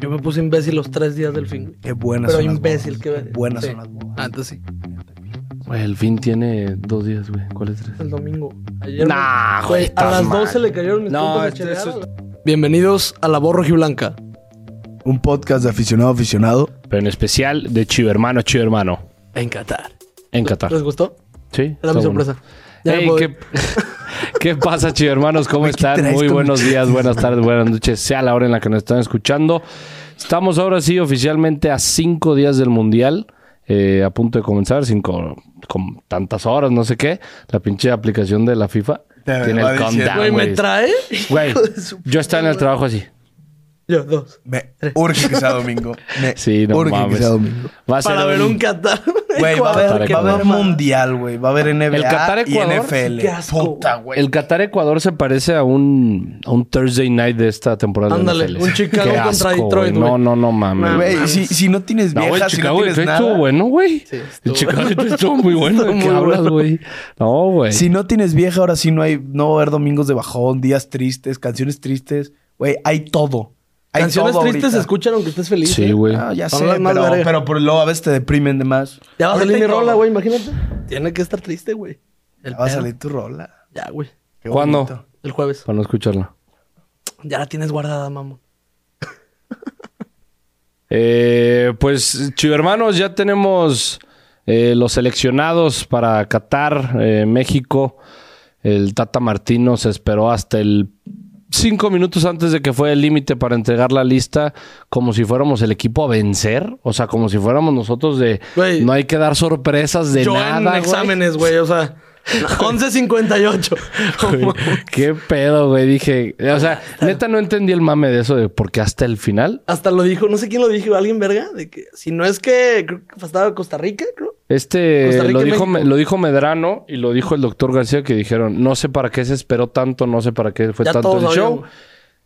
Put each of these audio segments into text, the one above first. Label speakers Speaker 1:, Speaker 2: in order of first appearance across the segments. Speaker 1: Yo me puse imbécil los tres días del fin. güey.
Speaker 2: Qué buenas
Speaker 1: Pero
Speaker 2: son las
Speaker 1: imbécil,
Speaker 2: bodas.
Speaker 1: qué
Speaker 2: Qué buenas
Speaker 1: sí.
Speaker 2: son las bodas.
Speaker 1: Antes sí.
Speaker 3: Güey, el fin tiene dos días, güey. ¿Cuáles tres?
Speaker 1: El domingo. Ayer.
Speaker 3: Nah,
Speaker 1: me-
Speaker 3: güey,
Speaker 1: Güey, A
Speaker 3: estás
Speaker 1: las
Speaker 3: mal.
Speaker 1: 12 le cayeron mis
Speaker 3: No,
Speaker 1: no,
Speaker 3: este- eso
Speaker 1: Bienvenidos a la voz blanca.
Speaker 2: Un podcast de aficionado a aficionado.
Speaker 3: Pero en especial de Chivo Hermano, Chivo Hermano.
Speaker 1: En Qatar.
Speaker 3: En Qatar.
Speaker 1: ¿Les gustó?
Speaker 3: Sí.
Speaker 1: Era
Speaker 3: está
Speaker 1: mi
Speaker 3: bueno.
Speaker 1: sorpresa. Ya me
Speaker 3: Ey,
Speaker 1: puedo ir.
Speaker 3: ¿qué, qué pasa, Chivo Hermanos? ¿Cómo están?
Speaker 2: traes
Speaker 3: Muy
Speaker 2: con-
Speaker 3: buenos días, buenas tardes, buenas noches, sea la hora en la que nos están escuchando. Estamos ahora sí oficialmente a cinco días del Mundial. eh, a punto de comenzar, cinco con tantas horas, no sé qué. La pinche aplicación de la FIFA
Speaker 2: Te
Speaker 3: tiene
Speaker 2: va
Speaker 3: el
Speaker 2: diciendo.
Speaker 3: countdown,
Speaker 1: Güey, me
Speaker 3: Ah, güey.
Speaker 1: trae.
Speaker 3: Güey,
Speaker 1: Hijo de su
Speaker 3: yo estaba en el trabajo así.
Speaker 1: Yo, dos.
Speaker 2: Me urge que sea domingo. Me
Speaker 3: Sí, no
Speaker 2: urge
Speaker 3: mames.
Speaker 2: que sea domingo.
Speaker 3: Va a
Speaker 1: Para
Speaker 3: ser
Speaker 1: ver un Qatar.
Speaker 2: Güey, va a
Speaker 1: Ecuador,
Speaker 2: haber,
Speaker 1: qué
Speaker 2: va a haber
Speaker 1: mamada.
Speaker 2: mundial, güey. Va a haber NBA
Speaker 3: El Qatar,
Speaker 2: y
Speaker 3: Ecuador,
Speaker 2: NFL.
Speaker 1: qué asco.
Speaker 2: Puta, güey.
Speaker 3: El Qatar-Ecuador se parece a un, a un Thursday night de esta temporada. de
Speaker 1: Ándale,
Speaker 3: NFL.
Speaker 1: un Chicago
Speaker 3: Qué
Speaker 1: contra
Speaker 3: güey.
Speaker 1: Detroit,
Speaker 3: No,
Speaker 1: güey.
Speaker 3: no, no mames.
Speaker 1: Mames.
Speaker 2: Güey, si, si no tienes
Speaker 3: No,
Speaker 2: viejas,
Speaker 3: güey, el
Speaker 2: si
Speaker 3: Chicago
Speaker 2: no
Speaker 3: Detroit
Speaker 2: tienes
Speaker 3: estuvo
Speaker 2: nada.
Speaker 3: bueno, güey. el
Speaker 1: estuvo
Speaker 3: Chicago Detroit estuvo muy bueno. ¿De
Speaker 1: Estuvo
Speaker 3: qué
Speaker 1: muy
Speaker 3: hablas,
Speaker 1: bueno.
Speaker 3: güey? No, güey.
Speaker 2: Si no tienes vieja, ahora sí no hay, no va a haber domingos de bajón, días tristes, canciones tristes. Güey, hay todo. Hay
Speaker 1: Canciones
Speaker 2: todo
Speaker 1: tristes se
Speaker 2: ahorita.
Speaker 1: escuchan aunque estés feliz.
Speaker 3: Sí,
Speaker 1: ¿eh?
Speaker 3: güey.
Speaker 2: Ah, ya
Speaker 1: Son
Speaker 2: sé,
Speaker 1: las más
Speaker 2: pero,
Speaker 1: verga.
Speaker 2: pero por luego a veces te deprimen de más.
Speaker 1: Ya va a
Speaker 2: Ahorita
Speaker 1: salir mi
Speaker 2: hay todo.
Speaker 1: rola, güey, imagínate. Tiene que estar triste, güey. El
Speaker 2: Ya va a
Speaker 1: pedo.
Speaker 2: salir tu rola.
Speaker 1: Ya, güey.
Speaker 2: Qué
Speaker 3: ¿Cuándo?
Speaker 2: bonito.
Speaker 1: El jueves.
Speaker 3: Para no escucharla.
Speaker 1: Ya la tienes guardada, mamón.
Speaker 3: Eh, pues, chido hermanos, ya tenemos eh, los seleccionados para Qatar, eh, México. El Tata Martino se esperó hasta el cinco minutos antes de que fue el límite para entregar la lista, como si fuéramos el equipo a vencer, o sea, como si fuéramos nosotros de
Speaker 1: Güey.
Speaker 3: no hay que dar sorpresas de
Speaker 1: Yo en
Speaker 3: nada. güey.
Speaker 1: exámenes, güey, o sea. 11.58.
Speaker 3: Qué pedo, güey. Dije, o sea, neta no entendí el mame de eso de porque hasta el final
Speaker 1: Hasta lo dijo, no sé quién lo dijo, alguien verga, de que si no es que creo que estaba Costa Rica, creo. Costa
Speaker 3: Este
Speaker 1: Rica
Speaker 3: lo
Speaker 1: y
Speaker 3: dijo,
Speaker 1: México.
Speaker 3: Me- lo dijo Medrano y lo dijo el doctor García que dijeron, no sé para qué se esperó tanto, no sé para qué fue
Speaker 1: Ya
Speaker 3: tanto
Speaker 1: todos
Speaker 3: el
Speaker 1: sabían,
Speaker 3: show.
Speaker 1: güey.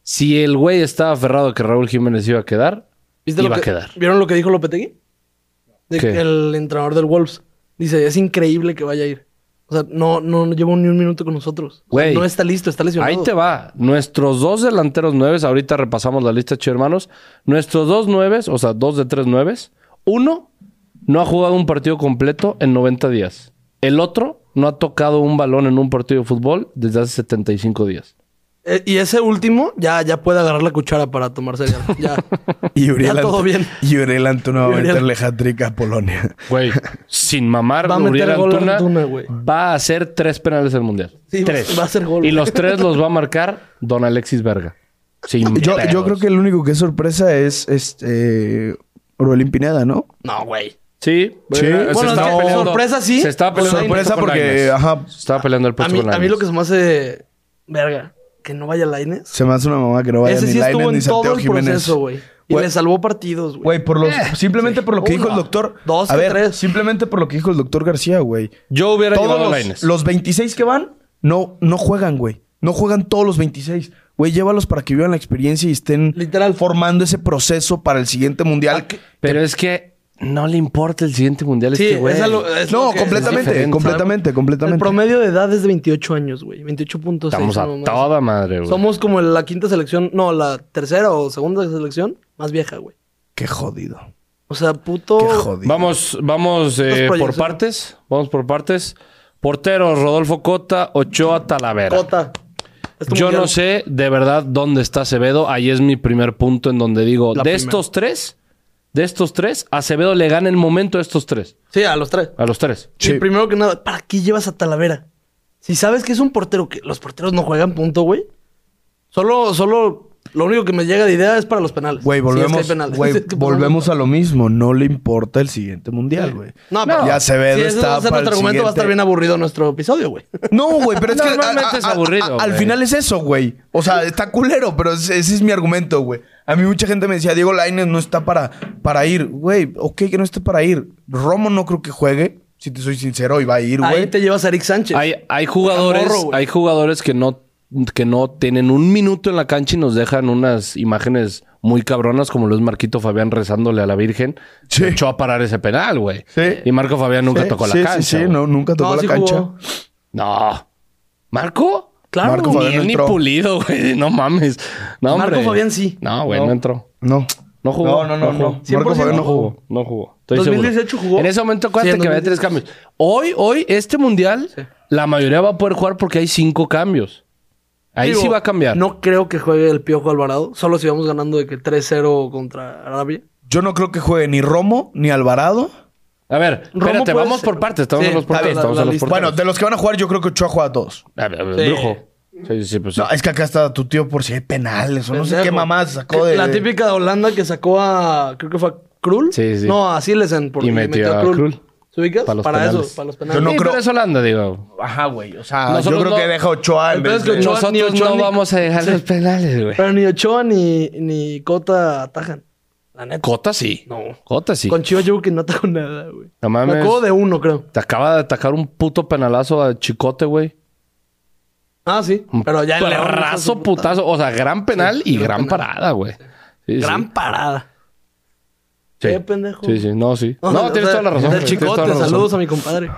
Speaker 3: Si el güey estaba aferrado que Raúl Jiménez iba a quedar, iba
Speaker 1: lo
Speaker 3: a
Speaker 1: que,
Speaker 3: quedar.
Speaker 1: ¿Vieron lo que dijo Lopetegui? De
Speaker 3: ¿Qué?
Speaker 1: que el entrenador del Wolves. Dice, es increíble que vaya a ir. O sea, no, no, no llevo ni un minuto con nosotros. O sea,
Speaker 3: Güey.
Speaker 1: no está listo, está lesionado.
Speaker 3: Ahí te va. Nuestros dos delanteros nueves, ahorita repasamos la lista, chido hermanos. Nuestros dos nueves, o sea, dos de tres nueves. Uno no ha jugado un partido completo en 90 días. El otro no ha tocado un balón en un partido de fútbol desde hace 75 días.
Speaker 1: Eh, y ese último ya, ya puede agarrar la cuchara para tomar cereal. Ya.
Speaker 2: Y Uriel,
Speaker 1: Ya todo
Speaker 2: Antu-
Speaker 1: bien.
Speaker 2: y Uriel Antuna va a
Speaker 1: Uriel-
Speaker 2: meterle hat-trick a Polonia.
Speaker 3: Güey, sin mamar,
Speaker 1: Va a meter
Speaker 3: Uriel
Speaker 1: gol
Speaker 3: Antuna,
Speaker 1: Antuna, güey.
Speaker 3: va a hacer tres penales del Mundial.
Speaker 1: Sí, va-
Speaker 3: tres.
Speaker 1: va a hacer gol.
Speaker 3: Y los tres los va a marcar Don Alexis Verga. Sin
Speaker 2: Yo, yo
Speaker 3: pedos.
Speaker 2: creo que el único que es sorpresa es este Orbelín Pineda, ¿no?
Speaker 1: No, güey.
Speaker 3: Sí.
Speaker 2: Sí.
Speaker 3: era- se
Speaker 1: Bueno,
Speaker 3: estaba
Speaker 1: es que
Speaker 3: peleando-
Speaker 1: sorpresa sí.
Speaker 3: Se estaba peleando el
Speaker 2: Sorpresa
Speaker 3: puesto con
Speaker 2: porque,
Speaker 3: Lainez.
Speaker 2: ajá.
Speaker 3: Se estaba peleando el
Speaker 1: A
Speaker 3: puesto
Speaker 1: mí,
Speaker 3: con
Speaker 1: a mí
Speaker 3: Lainez.
Speaker 1: lo que se me hace verga, que no vaya Laines.
Speaker 2: Se me hace una mamá que no vaya
Speaker 1: Ese
Speaker 2: ni
Speaker 1: sí
Speaker 2: Lainez
Speaker 1: estuvo
Speaker 2: ni
Speaker 1: en todo
Speaker 2: Santiago
Speaker 1: el
Speaker 2: Jiménez.
Speaker 1: proceso, güey. Y
Speaker 2: Güey.
Speaker 1: le salvó partidos, güey.
Speaker 2: Güey, por los, simplemente por lo que dijo el
Speaker 1: Uno,
Speaker 2: doctor.
Speaker 1: dos
Speaker 2: a
Speaker 1: que
Speaker 2: ver,
Speaker 1: tres.
Speaker 2: simplemente por lo que dijo el doctor García, güey.
Speaker 3: Yo hubiera llevado a
Speaker 2: Todos
Speaker 3: Lainez.
Speaker 2: los, los 26 que van no, no juegan, güey. No juegan todos los 26. Güey, llévalos para que vivan la experiencia y estén
Speaker 1: Literal. Ah,
Speaker 2: formando ese proceso para el siguiente mundial.
Speaker 3: Pero es que no le importa el siguiente mundial a
Speaker 1: Sí,
Speaker 3: este güey.
Speaker 1: es a lo- es
Speaker 2: no,
Speaker 1: lo que-
Speaker 3: es
Speaker 2: completamente,
Speaker 3: diferente.
Speaker 2: completamente,
Speaker 1: El
Speaker 2: completamente.
Speaker 1: promedio de edad es de 28 años, güey. 28.6.
Speaker 3: Estamos a
Speaker 1: no más.
Speaker 3: toda madre, güey.
Speaker 1: Somos como la quinta selección, no, la tercera o segunda selección más vieja, güey.
Speaker 2: Qué jodido.
Speaker 1: O sea, puto.
Speaker 2: Qué jodido.
Speaker 3: Vamos, vamos eh,
Speaker 1: Los
Speaker 3: por
Speaker 1: proyectos.
Speaker 3: partes. Vamos por partes. Portero, Rodolfo Cota, Ochoa Talavera.
Speaker 1: Cota. Es tu
Speaker 3: Yo
Speaker 1: mundial.
Speaker 3: no sé de verdad dónde está Acevedo. Ahí es mi primer punto en donde digo,
Speaker 1: La
Speaker 3: de
Speaker 1: primera.
Speaker 3: estos tres, de estos tres, Acevedo le gana el momento a estos tres.
Speaker 1: Sí, a los tres.
Speaker 3: A los tres.
Speaker 1: Sí. primero que nada, ¿para qué llevas a Talavera? Si sabes que es un portero que los porteros no juegan punto, güey. Solo, solo, lo único que me llega de idea es para los penales. Si
Speaker 2: Güey,
Speaker 1: es que hay
Speaker 2: volvemos,
Speaker 1: penales.
Speaker 2: güey,
Speaker 1: Si es que podemos-
Speaker 2: volvemos a lo mismo. No le importa el siguiente mundial, güey.
Speaker 1: No, pero
Speaker 2: ya Acevedo
Speaker 1: si ese va
Speaker 2: está
Speaker 1: a ser
Speaker 2: para el
Speaker 1: nuestro argumento, va a estar
Speaker 2: siguiente-
Speaker 1: bien aburrido nuestro episodio, güey.
Speaker 2: No, güey, pero es que
Speaker 3: Normalmente es aburrido,
Speaker 2: al
Speaker 3: güey.
Speaker 2: final es eso, güey. O sea, está culero, pero es- ese es mi argumento, güey. A mí mucha gente me decía, Diego Lainez no está para, para ir. Güey, ok que no esté para ir. Romo no creo que juegue, si te soy sincero, y va a ir,
Speaker 1: Ahí
Speaker 2: güey.
Speaker 1: te llevas a Eric Sánchez.
Speaker 3: Hay, hay jugadores,
Speaker 1: Morro, güey.
Speaker 3: hay jugadores que no, que no tienen un minuto en la cancha y nos dejan unas imágenes muy cabronas, como lo es Marquito Fabián rezándole a la Virgen.
Speaker 2: Sí.
Speaker 3: Se echó a parar ese penal, güey.
Speaker 2: Sí.
Speaker 3: Y Marco Fabián nunca
Speaker 2: Sí,
Speaker 3: tocó
Speaker 2: sí,
Speaker 3: la cancha.
Speaker 2: Sí, sí,
Speaker 3: güey.
Speaker 2: no, nunca tocó
Speaker 1: No,
Speaker 2: la
Speaker 1: sí
Speaker 2: cancha.
Speaker 1: jugó.
Speaker 3: No. ¿Marco?
Speaker 1: Claro.
Speaker 2: Marco
Speaker 3: ni
Speaker 2: Fabián
Speaker 3: él ni
Speaker 2: entró.
Speaker 3: pulido, güey. No mames. No,
Speaker 1: Marco
Speaker 3: hombre.
Speaker 1: Fabián sí.
Speaker 3: No, güey, no,
Speaker 2: No.
Speaker 3: entró.
Speaker 2: No.
Speaker 3: No jugó.
Speaker 2: No, no, no, no.
Speaker 3: jugó.
Speaker 1: 100%
Speaker 2: Marco Fabián
Speaker 1: no
Speaker 2: no jugó.
Speaker 3: jugó, No jugó. Estoy
Speaker 1: 2018
Speaker 3: seguro.
Speaker 1: jugó.
Speaker 3: En ese momento, acuérdate
Speaker 1: Sí, en
Speaker 3: que había
Speaker 1: 2018.
Speaker 3: tres cambios. Hoy, hoy, este mundial,
Speaker 1: Sí.
Speaker 3: la mayoría va a poder jugar porque hay cinco cambios. Ahí
Speaker 1: Digo,
Speaker 3: sí va a cambiar.
Speaker 1: No creo que juegue el Piojo Alvarado. Solo si vamos ganando de que 3-0 contra Arabia.
Speaker 2: Yo no creo que juegue ni Romo ni Alvarado.
Speaker 3: A ver,
Speaker 1: Romo
Speaker 3: espérate,
Speaker 1: puede
Speaker 3: vamos
Speaker 1: ser.
Speaker 3: por partes. Estamos
Speaker 1: Sí,
Speaker 3: en los
Speaker 1: está
Speaker 3: porteros.
Speaker 1: bien, la-
Speaker 3: estamos
Speaker 1: la
Speaker 3: en los
Speaker 1: lista.
Speaker 2: Bueno,
Speaker 3: porteros.
Speaker 2: de los que van a jugar, yo creo que Ochoa juega a todos.
Speaker 3: A ver, a ver,
Speaker 1: Sí.
Speaker 3: Brujo. Sí, sí, pues sí.
Speaker 2: No, es que acá está tu tío por si hay penales o Pues no sé
Speaker 1: Pendejo. Eh,
Speaker 2: qué mamá sacó de.
Speaker 1: La típica de Holanda que sacó a. Creo que fue a Krul.
Speaker 3: Sí, sí.
Speaker 1: No, a Silesen. porque
Speaker 3: Y
Speaker 1: le
Speaker 3: metió a Krul.
Speaker 1: ¿Se ubicas?
Speaker 3: Para
Speaker 1: Para,
Speaker 3: los penales.
Speaker 1: eso, para los
Speaker 2: Yo
Speaker 1: penales.
Speaker 2: no
Speaker 3: Sí,
Speaker 2: creo-
Speaker 3: pero es Holanda, digo.
Speaker 2: Ajá, güey. O sea,
Speaker 3: Nosotros
Speaker 2: yo creo
Speaker 3: no-
Speaker 2: que deja Ochoa en
Speaker 1: El
Speaker 2: vez
Speaker 1: pedo es
Speaker 2: de.
Speaker 1: que Ochoa-
Speaker 3: Nosotros
Speaker 1: ni Ochoa,
Speaker 3: no
Speaker 1: ni-
Speaker 3: vamos a dejar
Speaker 1: Sí.
Speaker 3: los penales, güey.
Speaker 1: Pero ni Ochoa ni, ni Cota atajan. La neta.
Speaker 3: Cota sí.
Speaker 1: No.
Speaker 3: Cota sí.
Speaker 1: Con Chivas yo creo que no atajó nada, güey.
Speaker 3: No mames.
Speaker 1: Me acuerdo de uno, creo.
Speaker 3: Te acaba de atacar un puto penalazo a Chicote, güey.
Speaker 1: Ah, sí.
Speaker 3: Mm.
Speaker 1: Pero ya el León hizo
Speaker 3: Perrazo
Speaker 1: su puta-
Speaker 3: putazo. O sea, gran penal y gran
Speaker 1: gran penal.
Speaker 3: parada, güey. Sí,
Speaker 1: Gran
Speaker 3: sí.
Speaker 1: parada.
Speaker 3: Sí.
Speaker 1: Qué pendejo.
Speaker 3: Sí, sí. No, sí. No,
Speaker 1: O sea,
Speaker 3: tienes toda la razón.
Speaker 1: Del
Speaker 3: güey. Tienes toda la
Speaker 1: chicote,
Speaker 3: razón.
Speaker 1: saludos a mi compadre.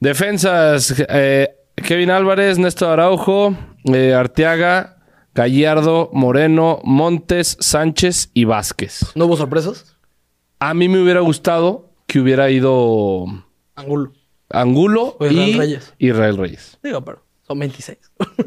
Speaker 3: Defensas. eh, Kevin Álvarez, Néstor Araujo, eh, Arteaga, Gallardo, Moreno, Montes, Sánchez y Vázquez.
Speaker 1: ¿No hubo sorpresas?
Speaker 3: A mí me hubiera gustado que hubiera ido
Speaker 1: Angulo.
Speaker 3: Angulo
Speaker 1: O Israel
Speaker 3: y
Speaker 1: Reyes.
Speaker 3: Israel Reyes.
Speaker 1: Digo, pero son 26.
Speaker 2: Sí,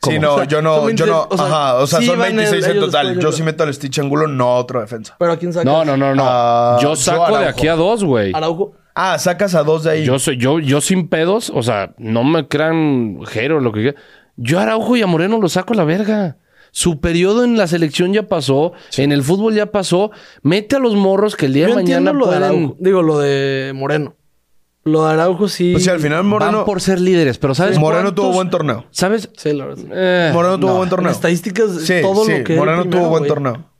Speaker 3: ¿Cómo?
Speaker 2: no,
Speaker 1: O sea,
Speaker 2: yo no,
Speaker 1: son
Speaker 2: yo no.
Speaker 1: 26, o sea,
Speaker 2: ajá, o sea,
Speaker 1: sí
Speaker 2: son
Speaker 1: van el-
Speaker 2: 26 en
Speaker 1: ellos
Speaker 2: total.
Speaker 1: después,
Speaker 2: Yo
Speaker 1: yo
Speaker 2: sí meto al Stitch Angulo, no otro defensa.
Speaker 1: pero ¿a quién saca?
Speaker 3: No, no, no, no.
Speaker 2: Ah,
Speaker 3: yo saco
Speaker 2: yo
Speaker 3: de
Speaker 2: Araujo.
Speaker 3: aquí a dos, güey.
Speaker 1: Araujo.
Speaker 2: Ah, sacas a dos de ahí.
Speaker 3: Yo soy, yo, yo sin pedos, o sea, no me crean jero lo que quieran. Yo a Araujo y a Moreno lo saco a la verga. Su periodo en la selección ya pasó, en el fútbol ya pasó. Mete a los morros que el día
Speaker 1: Yo
Speaker 3: de mañana
Speaker 1: entiendo lo de
Speaker 3: pueden
Speaker 1: Araujo. Digo, lo de Moreno. Lo de Araujo sí.
Speaker 2: O sea, Pues al final Moreno,
Speaker 3: van por ser líderes, pero sabes
Speaker 2: Moreno
Speaker 3: cuántos-
Speaker 2: tuvo buen torneo.
Speaker 3: ¿Sabes?
Speaker 1: Sí, la verdad.
Speaker 3: Eh,
Speaker 2: Moreno tuvo
Speaker 3: no.
Speaker 2: buen
Speaker 1: En
Speaker 2: torneo.
Speaker 1: estadísticas,
Speaker 2: Sí,
Speaker 1: todo
Speaker 2: sí,
Speaker 1: lo que.
Speaker 2: Moreno tuvo buen
Speaker 1: torneo.
Speaker 2: torneo.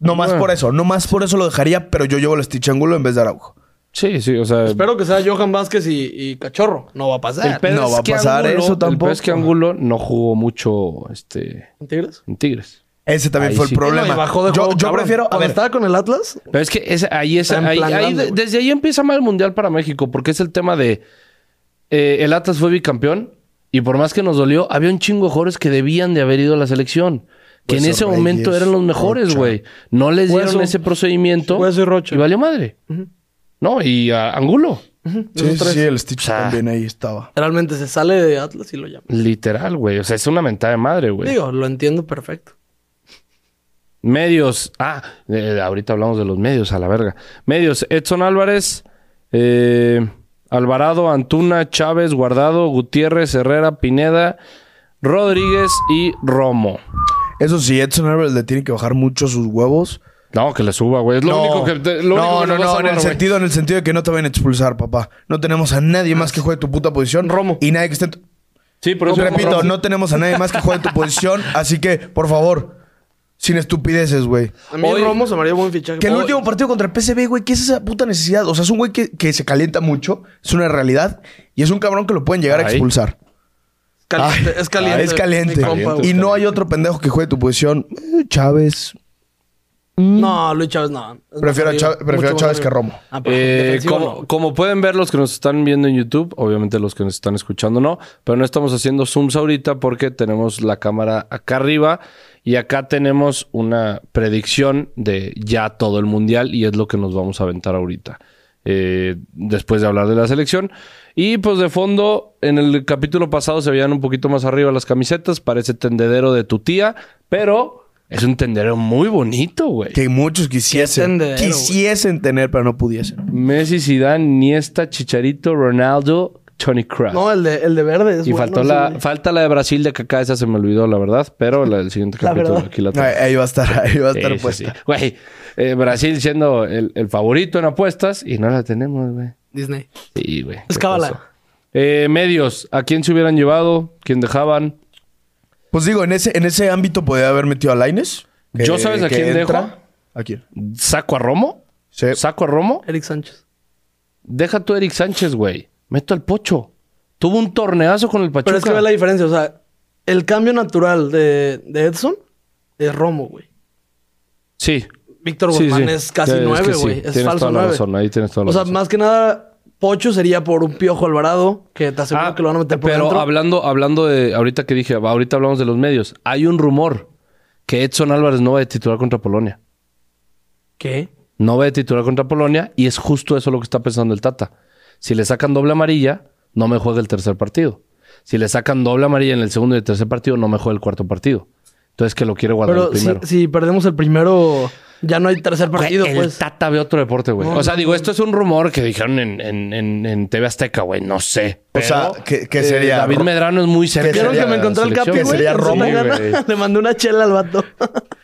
Speaker 2: No más por eso, no más por eso lo dejaría, pero yo llevo el Stitch Angulo en vez de Araujo.
Speaker 3: Sí, sí, o sea,
Speaker 1: Espero que sea Johan Vázquez y, y Cachorro. No va a pasar.
Speaker 3: el pedo
Speaker 2: no
Speaker 3: es
Speaker 2: va a
Speaker 3: que
Speaker 2: pasar
Speaker 3: Angulo-
Speaker 2: eso
Speaker 3: El pedo es
Speaker 2: tampoco.
Speaker 3: que Angulo no jugó mucho este
Speaker 1: ¿Tigres?
Speaker 3: en Tigres.
Speaker 2: Ese también
Speaker 3: Ahí
Speaker 2: fue
Speaker 3: sí.
Speaker 2: el problema.
Speaker 1: No, y bajó de
Speaker 2: yo
Speaker 1: juego,
Speaker 2: yo
Speaker 1: cabrón.
Speaker 2: prefiero. A
Speaker 1: Cuando
Speaker 2: ver,
Speaker 1: estaba con el Atlas.
Speaker 3: Pero es que esa- ahí es.
Speaker 1: Está en
Speaker 3: ahí-
Speaker 1: plan
Speaker 3: ahí-
Speaker 1: grande, güey.
Speaker 3: desde ahí empieza mal el mundial para México, porque es el tema de. eh, el Atlas fue bicampeón y por más que nos dolió, había un chingo de jugadores que debían de haber ido a la selección. Que en
Speaker 1: Pues
Speaker 2: Hueso
Speaker 3: ese
Speaker 2: Reyes,
Speaker 3: momento eran los mejores,
Speaker 2: Rocha.
Speaker 3: güey. No les dieron
Speaker 1: Hueso.
Speaker 3: ese procedimiento.
Speaker 1: Hueso y Rocha.
Speaker 3: valió madre. No, y a Angulo.
Speaker 2: sí,
Speaker 1: esos
Speaker 2: sí,
Speaker 1: tres.
Speaker 2: sí, el Stitch
Speaker 3: O sea,
Speaker 2: también ahí estaba.
Speaker 1: Realmente se sale de Atlas y lo llama.
Speaker 3: Literal, güey. O sea, es una mentada de madre, güey.
Speaker 1: Digo, lo entiendo perfecto.
Speaker 3: Medios. Ah, eh, ahorita hablamos de los medios, a la verga. Medios. Edson Álvarez, eh, Alvarado, Antuna, Chávez, Guardado, Gutiérrez, Herrera, Pineda, Rodríguez y Romo.
Speaker 2: Eso sí, Edson Álvarez le tiene que bajar mucho sus huevos.
Speaker 3: No, que le suba, güey. Es lo único que... te- lo
Speaker 2: no,
Speaker 3: único que
Speaker 2: no, no,
Speaker 3: le vas a
Speaker 2: en
Speaker 3: salvar,
Speaker 2: el
Speaker 3: güey.
Speaker 2: sentido, en el sentido de que no te van a expulsar, papá. No tenemos a nadie más que juegue tu puta posición.
Speaker 1: Romo.
Speaker 2: Y nadie que esté. en tu-
Speaker 3: Sí, por eso...
Speaker 2: Repito,
Speaker 3: Romo.
Speaker 2: no tenemos a nadie más que juegue tu posición. Así que, por favor, sin estupideces, güey.
Speaker 1: A mí
Speaker 3: Hoy-
Speaker 1: Romo se me haría buen fichaje.
Speaker 2: Que el
Speaker 1: Hoy-
Speaker 2: último partido contra el PSV, güey, ¿qué es esa puta necesidad? O sea, es un güey que, que se calienta mucho, es una realidad, y es un cabrón que lo pueden llegar a
Speaker 3: Ay.
Speaker 2: expulsar.
Speaker 1: Caliente,
Speaker 2: Ay,
Speaker 1: es caliente.
Speaker 2: ah, Es caliente.
Speaker 1: mi compa,
Speaker 2: y
Speaker 1: güey.
Speaker 2: no hay otro pendejo que juegue tu posición. Eh, Chávez. Mm.
Speaker 1: No, Luis Chávez no. Es más
Speaker 2: Prefiero a
Speaker 1: arriba,
Speaker 2: Chávez- prefiero
Speaker 1: mucho
Speaker 2: a
Speaker 1: más
Speaker 2: Chávez
Speaker 1: arriba.
Speaker 2: que a Romo.
Speaker 1: Ah, pero
Speaker 3: Eh,
Speaker 1: defensivo
Speaker 3: como, como pueden ver los que nos están viendo en YouTube, obviamente los que nos están escuchando no, pero no estamos haciendo zooms ahorita porque tenemos la cámara acá arriba y acá tenemos una predicción de ya todo el mundial y es lo que nos vamos a aventar ahorita. eh, después de hablar de la selección. Y pues de fondo, en el capítulo pasado se veían un poquito más arriba las camisetas, parece tendedero de tu tía, pero es un tendedero muy bonito, güey.
Speaker 2: Que muchos quisiesen.
Speaker 1: tendero, güey.
Speaker 2: quisiesen tener, pero no pudiesen.
Speaker 3: Messi, Zidane, Niesta, Chicharito, Ronaldo, Tony Kroos.
Speaker 1: No, el de, el de verde. Es
Speaker 3: y
Speaker 1: bueno,
Speaker 3: faltó
Speaker 1: ese
Speaker 3: la,
Speaker 1: güey.
Speaker 3: falta la de Brasil de Kaká, esa se me olvidó, la verdad. Pero la del siguiente
Speaker 1: La
Speaker 3: capítulo
Speaker 1: verdad.
Speaker 3: aquí la
Speaker 2: Ahí,
Speaker 3: tengo.
Speaker 2: ahí va a estar, ahí va a
Speaker 3: Sí,
Speaker 2: estar
Speaker 3: sí,
Speaker 2: puesta.
Speaker 3: sí. Güey, eh, Brasil siendo el, el favorito en apuestas y no la tenemos, güey.
Speaker 1: Disney.
Speaker 3: Sí, güey.
Speaker 1: Es
Speaker 3: ¿qué
Speaker 1: cábala.
Speaker 3: pasó? Eh, medios, ¿a quién se hubieran llevado? ¿Quién dejaban?
Speaker 2: Pues digo, en ese, en ese ámbito podía haber metido a Laines.
Speaker 3: ¿Yo sabes a quién dejo?
Speaker 2: ¿A quién?
Speaker 3: ¿Saco a Romo?
Speaker 2: Sí.
Speaker 3: ¿Saco a Romo?
Speaker 1: Eric Sánchez.
Speaker 3: Deja tú a Eric Sánchez, güey. Meto al Pocho. Tuvo un torneazo con el Pachuca.
Speaker 1: Pero es que ve la diferencia. O sea, el cambio natural de, de Edson es Romo, güey.
Speaker 3: Sí.
Speaker 1: Víctor
Speaker 3: Sí,
Speaker 1: Guzmán
Speaker 3: sí.
Speaker 1: es casi
Speaker 3: Ya, es que
Speaker 1: nueve,
Speaker 3: sí.
Speaker 1: güey. Es,
Speaker 3: Tienes
Speaker 1: falso
Speaker 3: toda la
Speaker 1: nueve.
Speaker 3: razón, ahí tienes toda la
Speaker 1: O sea,
Speaker 3: razón.
Speaker 1: más que nada, Pocho sería por un piojo Alvarado, que te aseguro
Speaker 3: Ah,
Speaker 1: que lo van a meter por
Speaker 3: pero
Speaker 1: dentro.
Speaker 3: hablando hablando de ahorita que dije, ahorita hablamos de los medios. Hay un rumor que Edson Álvarez no va a titular contra Polonia.
Speaker 1: ¿Qué?
Speaker 3: No ve de titular contra Polonia y es justo eso lo que está pensando el Tata. Si le sacan doble amarilla, no me juega el tercer partido. Si le sacan doble amarilla en el segundo y el tercer partido, no me juega el cuarto partido. Entonces que lo quiere guardar el
Speaker 1: Pero si,
Speaker 3: primero.
Speaker 1: si perdemos el primero, ya no hay tercer
Speaker 3: Güey,
Speaker 1: partido,
Speaker 3: el
Speaker 1: pues.
Speaker 3: Tata ve otro deporte, güey.
Speaker 1: No,
Speaker 3: o sea,
Speaker 1: no,
Speaker 3: digo, esto es un rumor que dijeron en, en, en, en TV Azteca, güey. No sé.
Speaker 2: O sea, ¿qué- qué sería?
Speaker 3: Eh, David
Speaker 2: Ro-
Speaker 3: Medrano es muy cercano.
Speaker 1: ¿Vieron que
Speaker 2: sería
Speaker 1: me encontré al Capi,
Speaker 2: que
Speaker 1: güey?
Speaker 2: sería
Speaker 1: Con
Speaker 2: Romo,
Speaker 1: tanta gana.
Speaker 3: güey.
Speaker 1: Le mandé una chela al vato.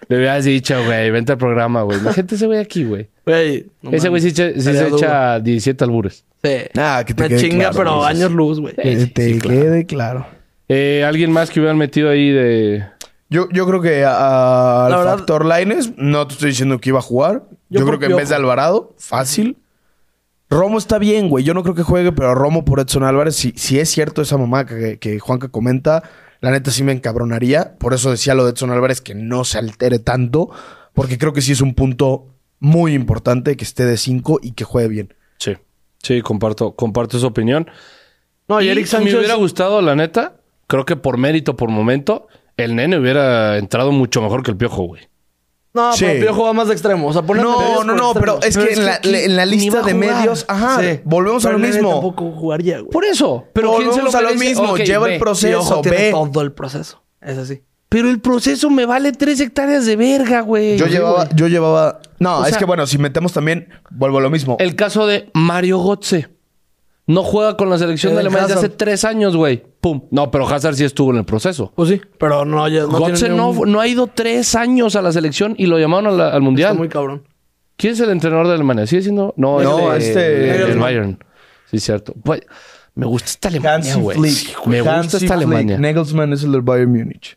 Speaker 3: Le hubieras dicho, güey, vente al programa, güey. La gente se ve aquí, güey.
Speaker 1: Güey. no
Speaker 3: Ese güey
Speaker 1: mames.
Speaker 3: sí, che- sí
Speaker 1: Estaría
Speaker 3: se
Speaker 1: duro.
Speaker 3: echa 17 albures.
Speaker 1: Sí.
Speaker 2: Ah, que te
Speaker 1: Una
Speaker 2: quede
Speaker 1: chinga,
Speaker 2: claro,
Speaker 1: pero
Speaker 2: dices.
Speaker 1: años luz, güey.
Speaker 2: Que eh, te quede claro.
Speaker 3: Eh, ¿Alguien más que hubieran metido ahí de...?
Speaker 2: Yo, yo creo que a- al
Speaker 1: La verdad-
Speaker 2: factor Lines, no te estoy diciendo que iba a jugar.
Speaker 1: Yo
Speaker 2: Yo,
Speaker 1: por
Speaker 2: creo que en vez de
Speaker 1: Piojo.
Speaker 2: Alvarado, fácil. Romo está bien, güey. Yo no creo que juegue, pero Romo por Edson Álvarez, si, si es cierto esa mamá que, que Juanca comenta, la neta sí me encabronaría. Por eso decía lo de Edson Álvarez, que no se altere tanto, porque creo que sí es un punto muy importante que esté de 5 y que juegue bien.
Speaker 3: Sí. Sí, comparto, comparto esa opinión.
Speaker 1: No, y
Speaker 3: Y
Speaker 1: Eric
Speaker 3: Me
Speaker 1: Sánchez.
Speaker 3: hubiera gustado, la neta, creo que por mérito, por momento, el nene hubiera entrado mucho mejor que el Piojo, güey.
Speaker 1: No,
Speaker 2: Sí.
Speaker 1: pero Piojo va más de extremo. O sea, ponen medios
Speaker 2: No,
Speaker 1: por
Speaker 2: no, no, pero
Speaker 1: extremos.
Speaker 2: es que en la,
Speaker 3: aquí
Speaker 2: en la
Speaker 3: ni
Speaker 2: lista
Speaker 3: va a
Speaker 2: de
Speaker 3: jugar.
Speaker 2: medios, ajá,
Speaker 1: Sí.
Speaker 2: volvemos a
Speaker 1: Pero
Speaker 2: lo
Speaker 1: el nene
Speaker 2: mismo.
Speaker 1: tampoco jugaría, güey.
Speaker 3: Por eso. Pero ¿quién se lo,
Speaker 2: Volvemos a lo
Speaker 3: merece?
Speaker 2: mismo,
Speaker 3: Ok,
Speaker 2: lleva el
Speaker 3: ve.
Speaker 2: proceso,
Speaker 1: Piojo tiene
Speaker 2: ve.
Speaker 1: todo el proceso. Es así.
Speaker 3: Pero el proceso me vale tres hectáreas de verga, güey.
Speaker 2: Yo llevaba, yo llevaba. No,
Speaker 3: O
Speaker 2: es
Speaker 3: sea-
Speaker 2: que bueno, si metemos también, vuelvo a lo mismo.
Speaker 3: El caso de Mario Gotze. No juega con la selección
Speaker 1: Eh,
Speaker 3: de Alemania desde hace
Speaker 1: Hazard.
Speaker 3: tres años, güey. Pum. No, pero Hazard sí estuvo en el proceso.
Speaker 1: Pues sí, pero no, ya, no
Speaker 3: Gotze
Speaker 1: tiene
Speaker 3: no,
Speaker 1: ningún-
Speaker 3: no ha ido tres años a la selección y lo llamaron a la- al
Speaker 1: Está
Speaker 3: Mundial.
Speaker 1: muy cabrón.
Speaker 3: ¿Quién es el entrenador de Alemania? ¿Sigue siendo? No,
Speaker 2: No,
Speaker 3: este,
Speaker 2: este-
Speaker 3: El Bayern. Sí, cierto. Pues, me gusta esta Alemania,
Speaker 2: Hansi
Speaker 3: güey.
Speaker 2: Flick.
Speaker 3: um Me gusta
Speaker 2: Hansi
Speaker 3: esta
Speaker 2: Flick.
Speaker 3: Alemania.
Speaker 2: Nagelsmann es el del Bayern Múnich.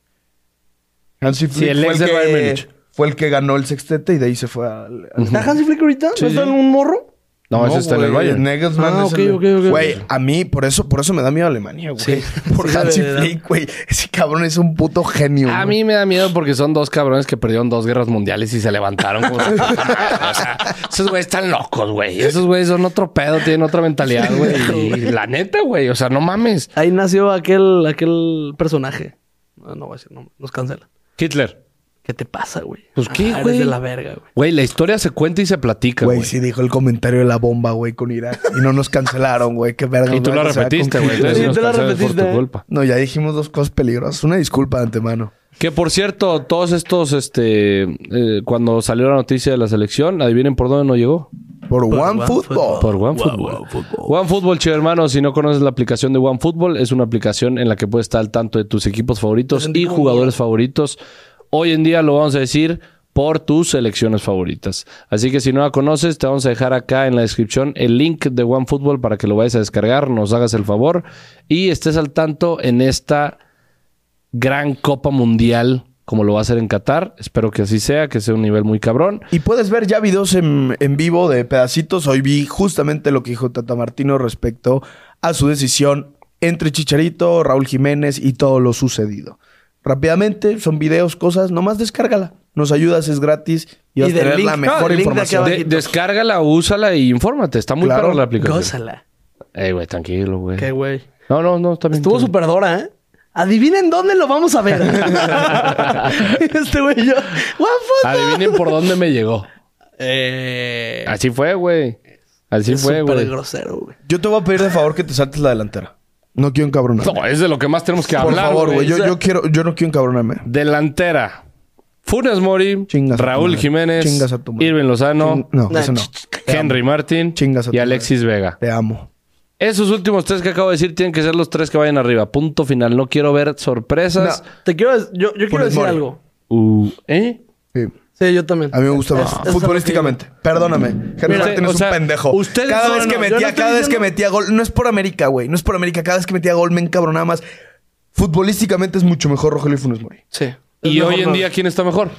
Speaker 2: Hansi Flick
Speaker 3: el
Speaker 2: fue,
Speaker 3: ex
Speaker 2: el
Speaker 3: del
Speaker 2: que,
Speaker 3: Bayern Múnich.
Speaker 2: fue el que ganó el sextete y de ahí se fue al. al-
Speaker 1: ¿Está Hansi Flick ahorita?
Speaker 3: Sí,
Speaker 1: ¿No está
Speaker 3: sí.
Speaker 1: en un morro?
Speaker 3: No, ese está en el
Speaker 2: güey,
Speaker 3: Bayern.
Speaker 2: Nagelsmann
Speaker 1: Ah,
Speaker 2: es
Speaker 1: ok,
Speaker 2: el-
Speaker 1: ok, ok.
Speaker 2: Güey, a mí por eso, por eso me da miedo Alemania, güey. Por
Speaker 1: Sí, de
Speaker 2: Hansi
Speaker 1: verdad.
Speaker 2: Flick, güey. Ese cabrón es un puto genio.
Speaker 3: A
Speaker 2: güey.
Speaker 3: mí me da miedo porque son dos cabrones que perdieron dos guerras mundiales y se levantaron. Como si- o sea, esos güeyes están locos, güey. Esos güeyes son otro pedo, tienen otra mentalidad, güey. Y la neta, güey. O sea, no mames.
Speaker 1: Ahí nació aquel, aquel personaje. No, no voy a decir nombre, nos cancelan.
Speaker 3: Hitler.
Speaker 1: ¿Qué te pasa, güey?
Speaker 3: Pues qué,
Speaker 1: Ah,
Speaker 3: güey.
Speaker 1: Eres de la verga, güey.
Speaker 3: Güey, la historia se cuenta y se platica,
Speaker 2: Güey,
Speaker 3: güey.
Speaker 2: sí dijo el comentario de la bomba, güey, con Irak. Y no nos cancelaron, güey. Qué verga.
Speaker 3: Y tú
Speaker 2: güey,
Speaker 3: la
Speaker 2: o sea,
Speaker 3: repetiste,
Speaker 2: con-
Speaker 3: güey. Entonces
Speaker 1: Sí,
Speaker 3: nos
Speaker 1: tú la
Speaker 3: cancelan por tu
Speaker 1: repetiste.
Speaker 3: culpa.
Speaker 2: No, ya dijimos dos cosas peligrosas. Una disculpa de antemano.
Speaker 3: Que por cierto, todos estos, este, eh, cuando salió la noticia de la selección, adivinen por dónde no llegó.
Speaker 2: Por, One,
Speaker 1: One
Speaker 2: Football.
Speaker 1: Football.
Speaker 3: Por OneFootball. OneFootball, chido hermano, si no conoces la aplicación de OneFootball, es una aplicación en la que puedes estar al tanto de tus equipos favoritos
Speaker 1: sentí
Speaker 3: y
Speaker 1: como
Speaker 3: jugadores favoritos. Hoy en día lo vamos a decir por tus selecciones favoritas. Así que si no la conoces, te vamos a dejar acá en la descripción el link de OneFootball para que lo vayas a descargar, nos hagas el favor y estés al tanto en esta gran Copa Mundial como lo va a hacer en Qatar. Espero que así sea, que sea un nivel muy cabrón.
Speaker 2: Y puedes ver ya videos en, en vivo de pedacitos. Hoy vi justamente lo que dijo Tata Martino respecto a su decisión entre Chicharito, Raúl Jiménez y todo lo sucedido. Rápidamente, son videos, cosas, nomás descárgala. Nos ayudas, es gratis y vas
Speaker 1: Y
Speaker 2: a
Speaker 1: del
Speaker 2: tener la
Speaker 1: link, ¿no?
Speaker 2: mejor
Speaker 1: El link de
Speaker 2: información.
Speaker 1: aquí
Speaker 3: Ah, De- descárgala, úsala y infórmate. Está muy
Speaker 2: Claro.
Speaker 3: claro la aplicación.
Speaker 1: Gózala.
Speaker 3: Ey, Eh, güey, tranquilo, güey.
Speaker 1: Qué güey.
Speaker 3: No, no, no, también.
Speaker 1: Estuvo
Speaker 3: tranquilo.
Speaker 1: súper dora, ¿eh? Adivinen dónde lo vamos a ver. este güey y yo. ¡One foot!
Speaker 3: Adivinen por dónde me llegó.
Speaker 1: Eh,
Speaker 3: Así fue, güey. Así
Speaker 1: es
Speaker 3: fue,
Speaker 1: súper
Speaker 3: güey.
Speaker 1: grosero, güey.
Speaker 2: Yo te voy a pedir de favor que te saltes la delantera. No quiero encabronar.
Speaker 3: No, es de lo que más tenemos que
Speaker 2: Por
Speaker 3: hablar.
Speaker 2: favor, güey. Yo,
Speaker 1: O sea-
Speaker 2: yo quiero, yo no quiero encabronarme.
Speaker 3: Delantera. Funes Mori,
Speaker 2: Chingas a tu
Speaker 3: Raúl
Speaker 2: madre.
Speaker 3: Jiménez,
Speaker 2: Chingas a tu madre.
Speaker 3: Irving Lozano,
Speaker 2: No,
Speaker 1: Nah,
Speaker 2: eso no.
Speaker 3: Henry Martin
Speaker 2: Chingas a
Speaker 3: y
Speaker 2: tu
Speaker 3: Alexis Vega.
Speaker 2: Te amo.
Speaker 3: Esos últimos tres que acabo de decir tienen que ser los tres que vayan arriba. Punto final. No quiero ver sorpresas.
Speaker 2: No.
Speaker 1: Te quiero, des- yo, yo quiero
Speaker 2: el
Speaker 1: decir
Speaker 2: Mori.
Speaker 1: algo.
Speaker 3: Uh, ¿Eh?
Speaker 2: Sí.
Speaker 1: Sí, yo también.
Speaker 2: A mí me gusta
Speaker 1: Es-
Speaker 2: más.
Speaker 1: es a lo que
Speaker 2: Futbolísticamente. Perdóname. Henry
Speaker 3: Mira,
Speaker 2: Martin
Speaker 3: o
Speaker 2: es un
Speaker 3: sea,
Speaker 2: pendejo.
Speaker 3: ustedes
Speaker 2: cada
Speaker 3: son-
Speaker 2: vez que
Speaker 3: no, yo
Speaker 2: metía,
Speaker 1: no estoy
Speaker 2: cada vez que
Speaker 1: diciendo-
Speaker 2: metía gol. No es por América, güey. No es por América. Cada vez que metía gol me encabronaba más. Futbolísticamente es mucho mejor Rogelio Funes Mori.
Speaker 1: yo- Sí. Es
Speaker 3: Y
Speaker 1: mejor
Speaker 3: hoy en
Speaker 1: no.
Speaker 3: día, ¿quién está mejor?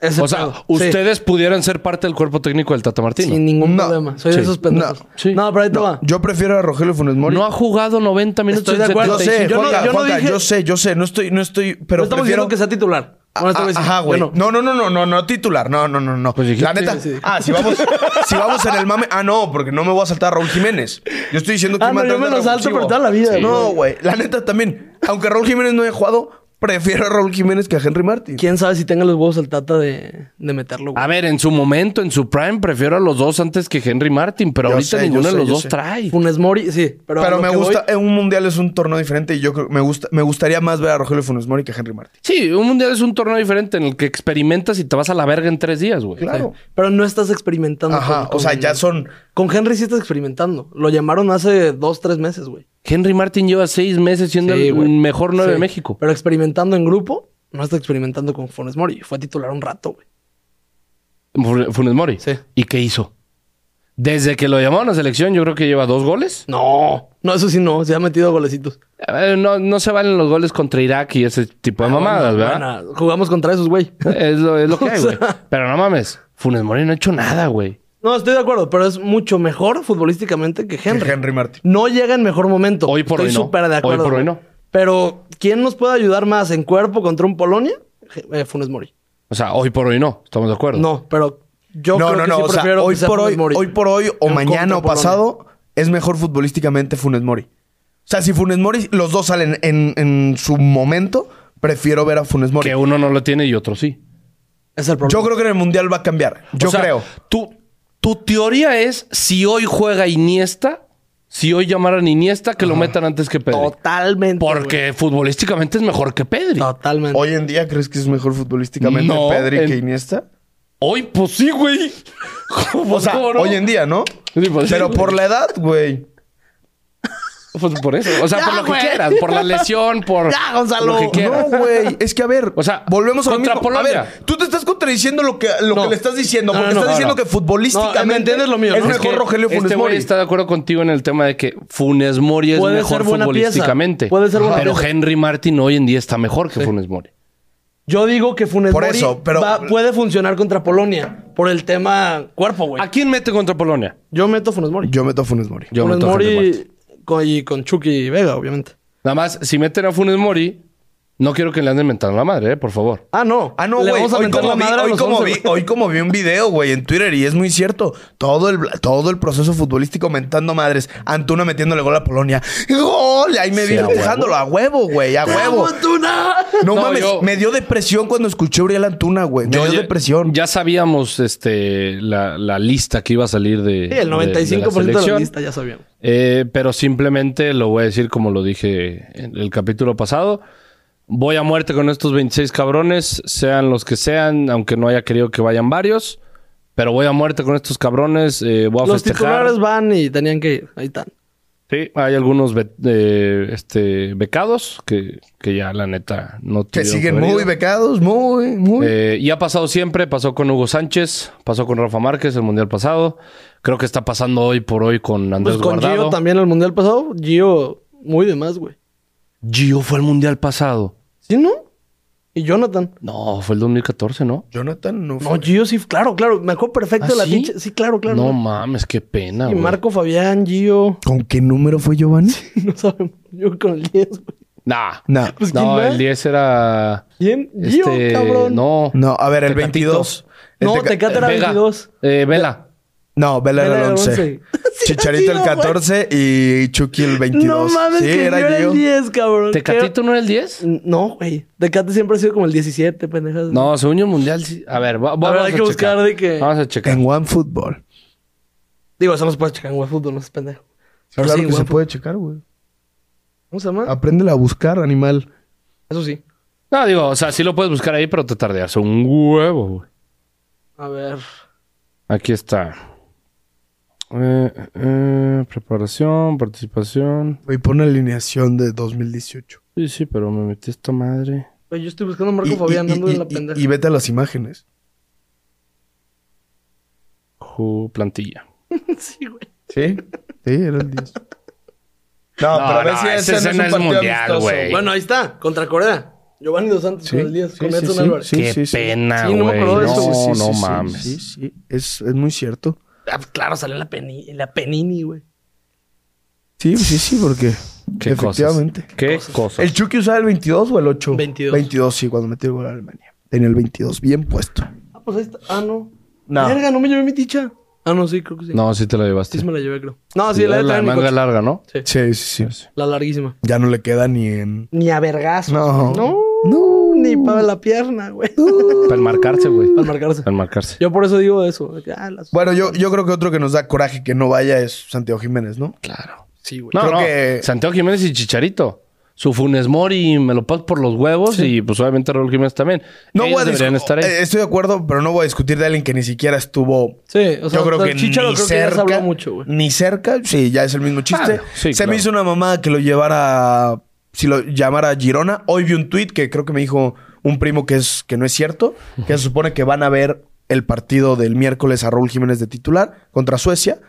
Speaker 1: Ese
Speaker 3: o sea,
Speaker 1: pedo. Sí.
Speaker 3: ustedes pudieran ser parte del cuerpo técnico del Tata Martino.
Speaker 1: Sin ningún
Speaker 2: No.
Speaker 1: problema. Soy
Speaker 3: Sí.
Speaker 1: de esos pendejos.
Speaker 3: No. Sí.
Speaker 1: No, pero ahí te va.
Speaker 2: Yo prefiero a Rogelio Funes Mori.
Speaker 3: No ha jugado 90 minutos.
Speaker 1: Estoy de
Speaker 3: en
Speaker 1: acuerdo.
Speaker 2: yo sé,
Speaker 3: 75.
Speaker 1: Yo no-
Speaker 2: Juanca,
Speaker 1: yo no
Speaker 2: Juanca,
Speaker 1: dije-
Speaker 2: yo sé, yo sé. No estoy, no estoy, pero
Speaker 1: no estamos
Speaker 2: prefiero... Ah,
Speaker 1: diciendo que sea titular. Bueno, te voy a decir,
Speaker 2: Ajá,
Speaker 1: yo
Speaker 2: güey.
Speaker 1: no.
Speaker 2: No, no, no, no, no, no, titular. No, no, no, no.
Speaker 3: Pues dijiste-
Speaker 2: la neta.
Speaker 1: Sí, sí.
Speaker 2: Ah, si vamos, si vamos en el mame. Ah, no, porque no me voy a saltar a Raúl Jiménez. Yo estoy diciendo que
Speaker 1: Ah,
Speaker 2: iba a
Speaker 1: no, yo
Speaker 2: entrar
Speaker 1: me lo
Speaker 2: de
Speaker 1: salto
Speaker 2: revulsivo.
Speaker 1: por toda la vida,
Speaker 2: No, güey. La neta también. Aunque Raúl Jiménez no haya jugado, prefiero a Raúl Jiménez que a Henry Martin.
Speaker 1: ¿Quién sabe si tenga los huevos al Tata de, de meterlo, güey?
Speaker 3: A ver, en su momento, en su prime, prefiero a los dos antes que Henry Martin, pero
Speaker 2: Yo
Speaker 3: ahorita
Speaker 2: sé, yo
Speaker 3: ninguno
Speaker 2: sé,
Speaker 3: de los
Speaker 2: yo
Speaker 3: dos
Speaker 2: sé.
Speaker 3: trae.
Speaker 1: Funes Mori, sí. Pero, a
Speaker 2: Pero
Speaker 1: lo
Speaker 2: me
Speaker 1: que
Speaker 2: gusta,
Speaker 1: voy-
Speaker 2: en un mundial es un torneo diferente y yo creo me gusta, me gustaría más ver a Rogelio Funes Mori que a Henry Martin.
Speaker 3: Sí, un mundial es un torneo diferente en el que experimentas y te vas a la verga en tres días, güey.
Speaker 2: Claro.
Speaker 1: pero no estás experimentando.
Speaker 2: Ajá.
Speaker 1: con-
Speaker 2: O sea,
Speaker 1: con-
Speaker 2: ya son.
Speaker 1: Con Henry sí estás experimentando. Lo llamaron hace dos, tres meses, güey.
Speaker 3: Henry Martin lleva seis meses siendo
Speaker 1: Sí,
Speaker 3: el
Speaker 1: güey.
Speaker 3: mejor nueve de
Speaker 1: Sí.
Speaker 3: México.
Speaker 1: Pero experimentando en grupo, no está experimentando con Funes Mori. Fue titular un rato, güey.
Speaker 3: Fu- Funes Mori.
Speaker 1: Sí.
Speaker 3: ¿Y qué hizo? Desde que lo llamaron a selección, yo creo que lleva dos goles.
Speaker 1: No. No, eso sí no. Se ha metido golecitos.
Speaker 3: Eh, no, no se valen los goles contra Irak y ese tipo de Pues mamadas, ¿verdad?
Speaker 1: Ah, Bueno, jugamos contra esos, güey.
Speaker 3: Es lo, es lo que hay,
Speaker 1: O
Speaker 3: güey.
Speaker 1: sea-
Speaker 3: Pero no mames, Funes Mori no ha hecho nada, güey.
Speaker 1: No, estoy de acuerdo, pero es mucho mejor futbolísticamente que Henry.
Speaker 2: Que Henry Martin.
Speaker 1: No llega en mejor momento.
Speaker 3: Hoy por
Speaker 1: Estoy
Speaker 3: hoy no.
Speaker 1: súper de acuerdo.
Speaker 3: Hoy por hoy
Speaker 1: güey.
Speaker 3: no.
Speaker 1: Pero, ¿quién nos puede ayudar más en cuerpo contra un Polonia? Je- eh, Funes Mori.
Speaker 3: O sea, hoy por hoy no, estamos de acuerdo.
Speaker 1: No, pero yo
Speaker 2: no,
Speaker 1: creo
Speaker 2: no,
Speaker 1: que
Speaker 2: no.
Speaker 1: sí
Speaker 2: o sea,
Speaker 1: prefiero
Speaker 2: hoy
Speaker 1: que sea
Speaker 2: por hoy,
Speaker 1: Funes Mori.
Speaker 2: hoy por hoy, o
Speaker 1: En
Speaker 2: mañana
Speaker 1: contra
Speaker 2: o
Speaker 1: Polonia.
Speaker 2: pasado, es mejor futbolísticamente Funes Mori. O sea, si Funes Mori, los dos salen en, en su momento, prefiero ver a Funes Mori.
Speaker 3: Que uno no lo tiene y otro sí.
Speaker 1: Es el problema.
Speaker 2: Yo creo que en el mundial va a cambiar.
Speaker 3: O
Speaker 2: Yo
Speaker 3: sea,
Speaker 2: creo.
Speaker 3: Tu, tu teoría es si hoy juega Iniesta, si hoy llamaran Iniesta, que lo metan antes que Pedri.
Speaker 1: Totalmente.
Speaker 3: Porque futbolísticamente es mejor que Pedri.
Speaker 1: güey. Totalmente.
Speaker 2: Hoy en día, ¿crees que es mejor futbolísticamente
Speaker 3: No,
Speaker 2: Pedri que
Speaker 3: en-
Speaker 2: Iniesta?
Speaker 3: Hoy, pues sí, güey.
Speaker 2: O sea, hoy en día, ¿no?
Speaker 3: Sí, pues, sí,
Speaker 2: Pero por
Speaker 3: güey.
Speaker 2: la edad, güey.
Speaker 3: Pues por eso. O sea,
Speaker 1: Ya,
Speaker 3: por lo
Speaker 1: güey.
Speaker 3: que quieras, por la lesión, por.
Speaker 1: Ya, Gonzalo.
Speaker 3: por Lo que quieras.
Speaker 2: No, güey. Es que, a ver,
Speaker 3: O sea,
Speaker 2: volvemos a lo
Speaker 3: contra
Speaker 2: mismo.
Speaker 3: Polonia. Ah,
Speaker 2: A ver, tú te estás contradiciendo lo que, lo
Speaker 1: No.
Speaker 2: que le estás diciendo.
Speaker 1: No, no,
Speaker 2: Porque
Speaker 1: no,
Speaker 2: estás
Speaker 1: no,
Speaker 2: diciendo
Speaker 1: no.
Speaker 2: que futbolísticamente
Speaker 1: No, ¿me entiendes lo mío,
Speaker 2: es
Speaker 1: no?
Speaker 2: mejor
Speaker 3: que
Speaker 2: Rogelio Funes
Speaker 3: este güey
Speaker 2: Mori.
Speaker 3: está de acuerdo contigo en el tema de que Funes Mori es
Speaker 1: Puede
Speaker 3: mejor
Speaker 1: ser buena
Speaker 3: futbolísticamente.
Speaker 1: pieza, puede ser buena
Speaker 3: pero
Speaker 1: pieza.
Speaker 3: Henry Martin hoy en día está mejor que Funes Mori.
Speaker 1: Yo digo que Funes
Speaker 2: Por
Speaker 1: Mori
Speaker 2: eso, pero-
Speaker 1: va- puede funcionar contra Polonia por el tema cuerpo, güey.
Speaker 3: ¿A quién mete contra Polonia?
Speaker 1: Yo meto Funes Mori.
Speaker 2: Yo meto a Funes Mori.
Speaker 3: Yo
Speaker 1: Funes
Speaker 3: meto a Henry Martin.
Speaker 1: Mori con, y con Chucky Vega, obviamente.
Speaker 3: Nada más, si meten a Funes Mori, no quiero que le anden mentando la madre, eh, por favor.
Speaker 1: Ah, no.
Speaker 2: Ah, no,
Speaker 1: Le
Speaker 2: güey.
Speaker 1: vamos a
Speaker 2: Hoy,
Speaker 1: mentar
Speaker 2: como
Speaker 1: la
Speaker 2: vi,
Speaker 1: madre a
Speaker 2: hoy,
Speaker 1: los
Speaker 2: como
Speaker 1: 11,
Speaker 2: vi,
Speaker 1: güey.
Speaker 2: hoy como vi un video, güey, en Twitter, y es muy cierto. Todo el, bla- todo el proceso futbolístico mentando madres. Antuna metiéndole gol a Polonia. ¡Gol! Ahí me
Speaker 3: Sí,
Speaker 2: vi
Speaker 3: a
Speaker 2: dejándolo a huevo, güey. A huevo. No,
Speaker 3: No,
Speaker 2: mames,
Speaker 3: yo-
Speaker 2: me dio depresión cuando escuché a Uriel Antuna, güey. Me dio
Speaker 3: ya-
Speaker 2: depresión.
Speaker 3: Ya sabíamos este, la, la lista que iba a salir de.
Speaker 1: Sí, el
Speaker 3: de-
Speaker 1: 95% de,
Speaker 3: de la
Speaker 1: la
Speaker 3: selección.
Speaker 1: lista ya sabíamos.
Speaker 3: Eh, pero simplemente lo voy a decir como lo dije en el capítulo pasado. Voy a muerte con estos 26 cabrones, sean los que sean, aunque no haya querido que vayan varios. Pero voy a muerte con estos cabrones, eh, voy a
Speaker 1: Los
Speaker 3: festejar.
Speaker 1: titulares van y tenían que ir. Ahí están.
Speaker 3: Sí, hay algunos be- eh, este, becados que, que ya la neta no
Speaker 2: que
Speaker 3: tuvieron
Speaker 2: siguen
Speaker 3: haber
Speaker 2: muy
Speaker 3: ido.
Speaker 2: becados, muy, muy.
Speaker 3: Eh, y ha pasado siempre, pasó con Hugo Sánchez, pasó con Rafa Márquez el mundial pasado. Creo que está pasando hoy por hoy con Andrés
Speaker 1: Pues con
Speaker 3: Guardado.
Speaker 1: Gio también el mundial pasado. Gio, muy de más, güey.
Speaker 3: Gio fue el mundial pasado.
Speaker 1: ¿Sí, no? Y Jonathan.
Speaker 3: No, fue el 2014, ¿no?
Speaker 2: Jonathan no fue.
Speaker 1: No, Gio sí, claro, claro. Me acuerdo perfecto
Speaker 3: ¿Ah,
Speaker 1: de la
Speaker 3: sí?
Speaker 1: pinche. Sí, claro, claro.
Speaker 3: No mames, qué pena.
Speaker 1: y
Speaker 3: güey.
Speaker 1: Marco Fabián, Gio.
Speaker 2: ¿Con qué número fue Giovanni?
Speaker 1: No sabemos. Yo con el 10, güey.
Speaker 3: Nah.
Speaker 2: No.
Speaker 1: Pues, ¿quién
Speaker 3: no,
Speaker 1: más?
Speaker 3: el 10 era.
Speaker 1: ¿Quién? Gio,
Speaker 3: Este,
Speaker 1: cabrón.
Speaker 3: No.
Speaker 2: No, a ver, el
Speaker 3: Tecatito.
Speaker 2: 22. El
Speaker 1: No,
Speaker 2: Teca-
Speaker 1: Tecate era
Speaker 3: Vega.
Speaker 1: 22.
Speaker 3: Eh, Vela.
Speaker 2: No, Vela era el
Speaker 1: Vela
Speaker 2: 11.
Speaker 1: era el 11.
Speaker 2: Chicharito el
Speaker 1: Sí, no,
Speaker 2: 14 y Chucky el 22.
Speaker 1: No mames,
Speaker 2: Sí,
Speaker 1: que yo era el
Speaker 2: Gio.
Speaker 1: 10, cabrón.
Speaker 3: ¿Tecatito no era el 10?
Speaker 1: Creo- No, güey. Tecate siempre ha sido como el 17, pendejas.
Speaker 3: No, según yo, el mundial. sí. A ver, va- vamos
Speaker 1: A ver,
Speaker 3: a,
Speaker 1: hay que
Speaker 3: checar.
Speaker 1: buscar
Speaker 3: Ah.
Speaker 1: de que-
Speaker 3: Vamos a checar.
Speaker 2: En OneFootball.
Speaker 1: Digo, eso no se puede checar en Fútbol, no es pendejo. Pero
Speaker 2: Claro
Speaker 1: sí,
Speaker 2: que se
Speaker 1: güey.
Speaker 2: puede checar, güey.
Speaker 1: ¿Cómo se llama?
Speaker 2: Apréndela a buscar, animal.
Speaker 1: Eso sí.
Speaker 3: No, digo, o sea, sí lo puedes buscar ahí, pero te tardeas un huevo, güey.
Speaker 1: A ver.
Speaker 3: Aquí está. Eh, eh, preparación, participación.
Speaker 2: Güey, pone alineación de 2018.
Speaker 3: Sí, sí, pero me metí esta madre.
Speaker 1: Güey, yo estoy buscando a Marco
Speaker 2: Y-
Speaker 1: Fabián
Speaker 2: y-
Speaker 1: ando
Speaker 2: y-
Speaker 1: en la
Speaker 2: y-
Speaker 1: pendeja.
Speaker 2: Y vete a las imágenes.
Speaker 3: Ju- plantilla.
Speaker 1: sí, güey.
Speaker 2: ¿Sí? Sí, era el 10.
Speaker 3: No, no, ese no es mundial, güey.
Speaker 1: Bueno, ahí está. Contra Corea. Giovanni Dos Santos con el 10. con Edson Álvarez.
Speaker 2: sí,
Speaker 3: Qué
Speaker 2: sí, sí.
Speaker 3: pena,
Speaker 1: Sí, no me
Speaker 3: güey.
Speaker 1: acuerdo
Speaker 3: No,
Speaker 1: de eso.
Speaker 2: Sí, sí,
Speaker 3: no
Speaker 2: sí, sí,
Speaker 3: mames.
Speaker 2: Sí, sí. Es, es muy cierto.
Speaker 1: Ah, pues claro, salió la, peni- la Penini, güey.
Speaker 2: Sí, sí, sí, porque.
Speaker 3: Qué
Speaker 2: efectivamente.
Speaker 3: Cosas. Qué cosas.
Speaker 2: ¿El Chucky usaba el 22 o el 8?
Speaker 1: 22.
Speaker 2: 22, sí, cuando metió el gol a Alemania. Tenía el 22 bien puesto.
Speaker 1: Ah, pues ahí está. Ah, no.
Speaker 2: No.
Speaker 1: Verga, no me llevé mi ticha. Ah, no, sí, creo que sí.
Speaker 3: No, sí te lo llevaste.
Speaker 1: Sí, me la llevé, creo. No, sí,
Speaker 3: Sí,
Speaker 1: la
Speaker 3: la,
Speaker 1: de traer en mi
Speaker 3: manga
Speaker 1: coche.
Speaker 3: larga, ¿no?
Speaker 1: Sí.
Speaker 2: Sí, sí, sí.
Speaker 1: La larguísima.
Speaker 2: Ya no le queda ni en.
Speaker 1: Ni a vergas.
Speaker 2: No.
Speaker 1: No.
Speaker 2: No.
Speaker 1: y para la pierna, güey.
Speaker 2: Uh.
Speaker 3: Para enmarcarse, güey.
Speaker 1: Para marcarse.
Speaker 3: Para enmarcarse.
Speaker 1: Yo por eso digo eso. de que, ah, las-
Speaker 2: Bueno, yo, yo creo que otro que nos da coraje que no vaya es Santiago Jiménez, ¿no?
Speaker 1: Claro. Sí, güey.
Speaker 3: No,
Speaker 2: Creo
Speaker 3: no.
Speaker 2: que-
Speaker 3: Santiago Jiménez y Chicharito. Su Funes Mori me lo paso por los huevos y pues obviamente Raúl Jiménez también.
Speaker 2: No
Speaker 3: Ellos
Speaker 2: voy a
Speaker 3: deberían
Speaker 2: discu-
Speaker 3: estar ahí.
Speaker 2: eh, Estoy de acuerdo, pero no voy a discutir de alguien que ni siquiera estuvo.
Speaker 1: Sí, o sea,
Speaker 2: yo creo
Speaker 1: del
Speaker 2: que
Speaker 1: Chicharo
Speaker 2: ni
Speaker 1: creo que ya se
Speaker 2: cerca.
Speaker 1: habló mucho, güey. Ah,
Speaker 2: Ni cerca, sí, ya es el mismo chiste.
Speaker 3: Claro, sí,
Speaker 2: se me
Speaker 3: claro.
Speaker 2: hizo una mamada que lo llevara. Si lo llamara Girona. Hoy vi un tuit que creo que me dijo un primo que es que no es cierto. Que se supone que van a ver el partido del miércoles a Raúl Jiménez de titular contra Suecia.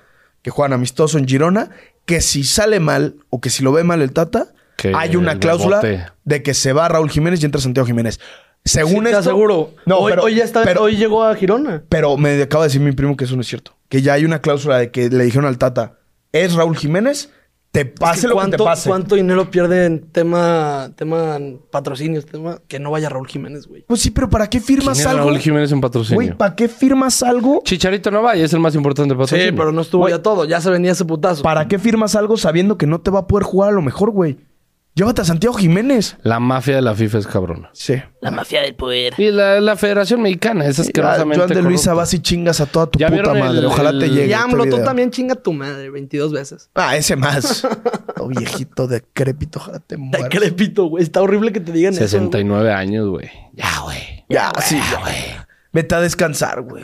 Speaker 2: Que juegan amistoso en Girona. Que si sale mal o que si lo ve mal el Tata,
Speaker 3: Que
Speaker 2: hay una
Speaker 3: el
Speaker 2: cláusula
Speaker 3: rebote.
Speaker 2: de que se va Raúl Jiménez y entra Santiago Jiménez. Según
Speaker 1: Sí, te
Speaker 2: esto-
Speaker 1: aseguro.
Speaker 2: No,
Speaker 1: hoy,
Speaker 2: pero,
Speaker 1: hoy ya está,
Speaker 2: pero-
Speaker 1: hoy llegó a Girona.
Speaker 2: pero me acaba de decir mi primo que eso no es cierto. Que ya hay una cláusula de que le dijeron al Tata, es Raúl Jiménez, te pase lo que
Speaker 1: ¿Cuánto,
Speaker 2: te pase.
Speaker 1: ¿Cuánto dinero pierde en tema, tema patrocinios? Tema que no vaya Raúl Jiménez, güey.
Speaker 2: Pues sí, pero ¿para qué
Speaker 3: ¿Quién
Speaker 2: firmas
Speaker 3: es
Speaker 2: algo?
Speaker 3: Raúl Jiménez en patrocinio.
Speaker 2: Güey, ¿para qué firmas algo?
Speaker 3: Chicharito no vaya, es el más importante
Speaker 1: Sí,
Speaker 3: patrocinio.
Speaker 1: pero no estuvo
Speaker 2: Güey.
Speaker 1: ya todo. Ya se venía ese putazo.
Speaker 2: ¿Para qué firmas algo sabiendo que no te va a poder jugar a lo mejor, güey? Llévate a Santiago Jiménez.
Speaker 3: La mafia de la FIFA es cabrona.
Speaker 2: Sí.
Speaker 4: La mafia del poder.
Speaker 3: Y la, la Federación Mexicana es asquerosamente
Speaker 2: Joan de Luisa,
Speaker 3: corrupta.
Speaker 2: vas y chingas a toda tu
Speaker 3: ¿Ya
Speaker 2: puta
Speaker 3: vieron el-
Speaker 2: madre. Ojalá te
Speaker 3: el-
Speaker 2: llegue.
Speaker 1: y
Speaker 2: este
Speaker 1: AMLO, tú
Speaker 2: video.
Speaker 1: también chinga tu madre 22 veces.
Speaker 2: Ah, ese más. Todo Oh, viejito, decrépito, ojalá te
Speaker 1: Te
Speaker 2: mueras.
Speaker 1: crepito, güey. Está horrible que te digan eso. güey.
Speaker 3: 69 años, güey. Ya, güey.
Speaker 2: Ya, sí, ya, güey. Vete a descansar, güey.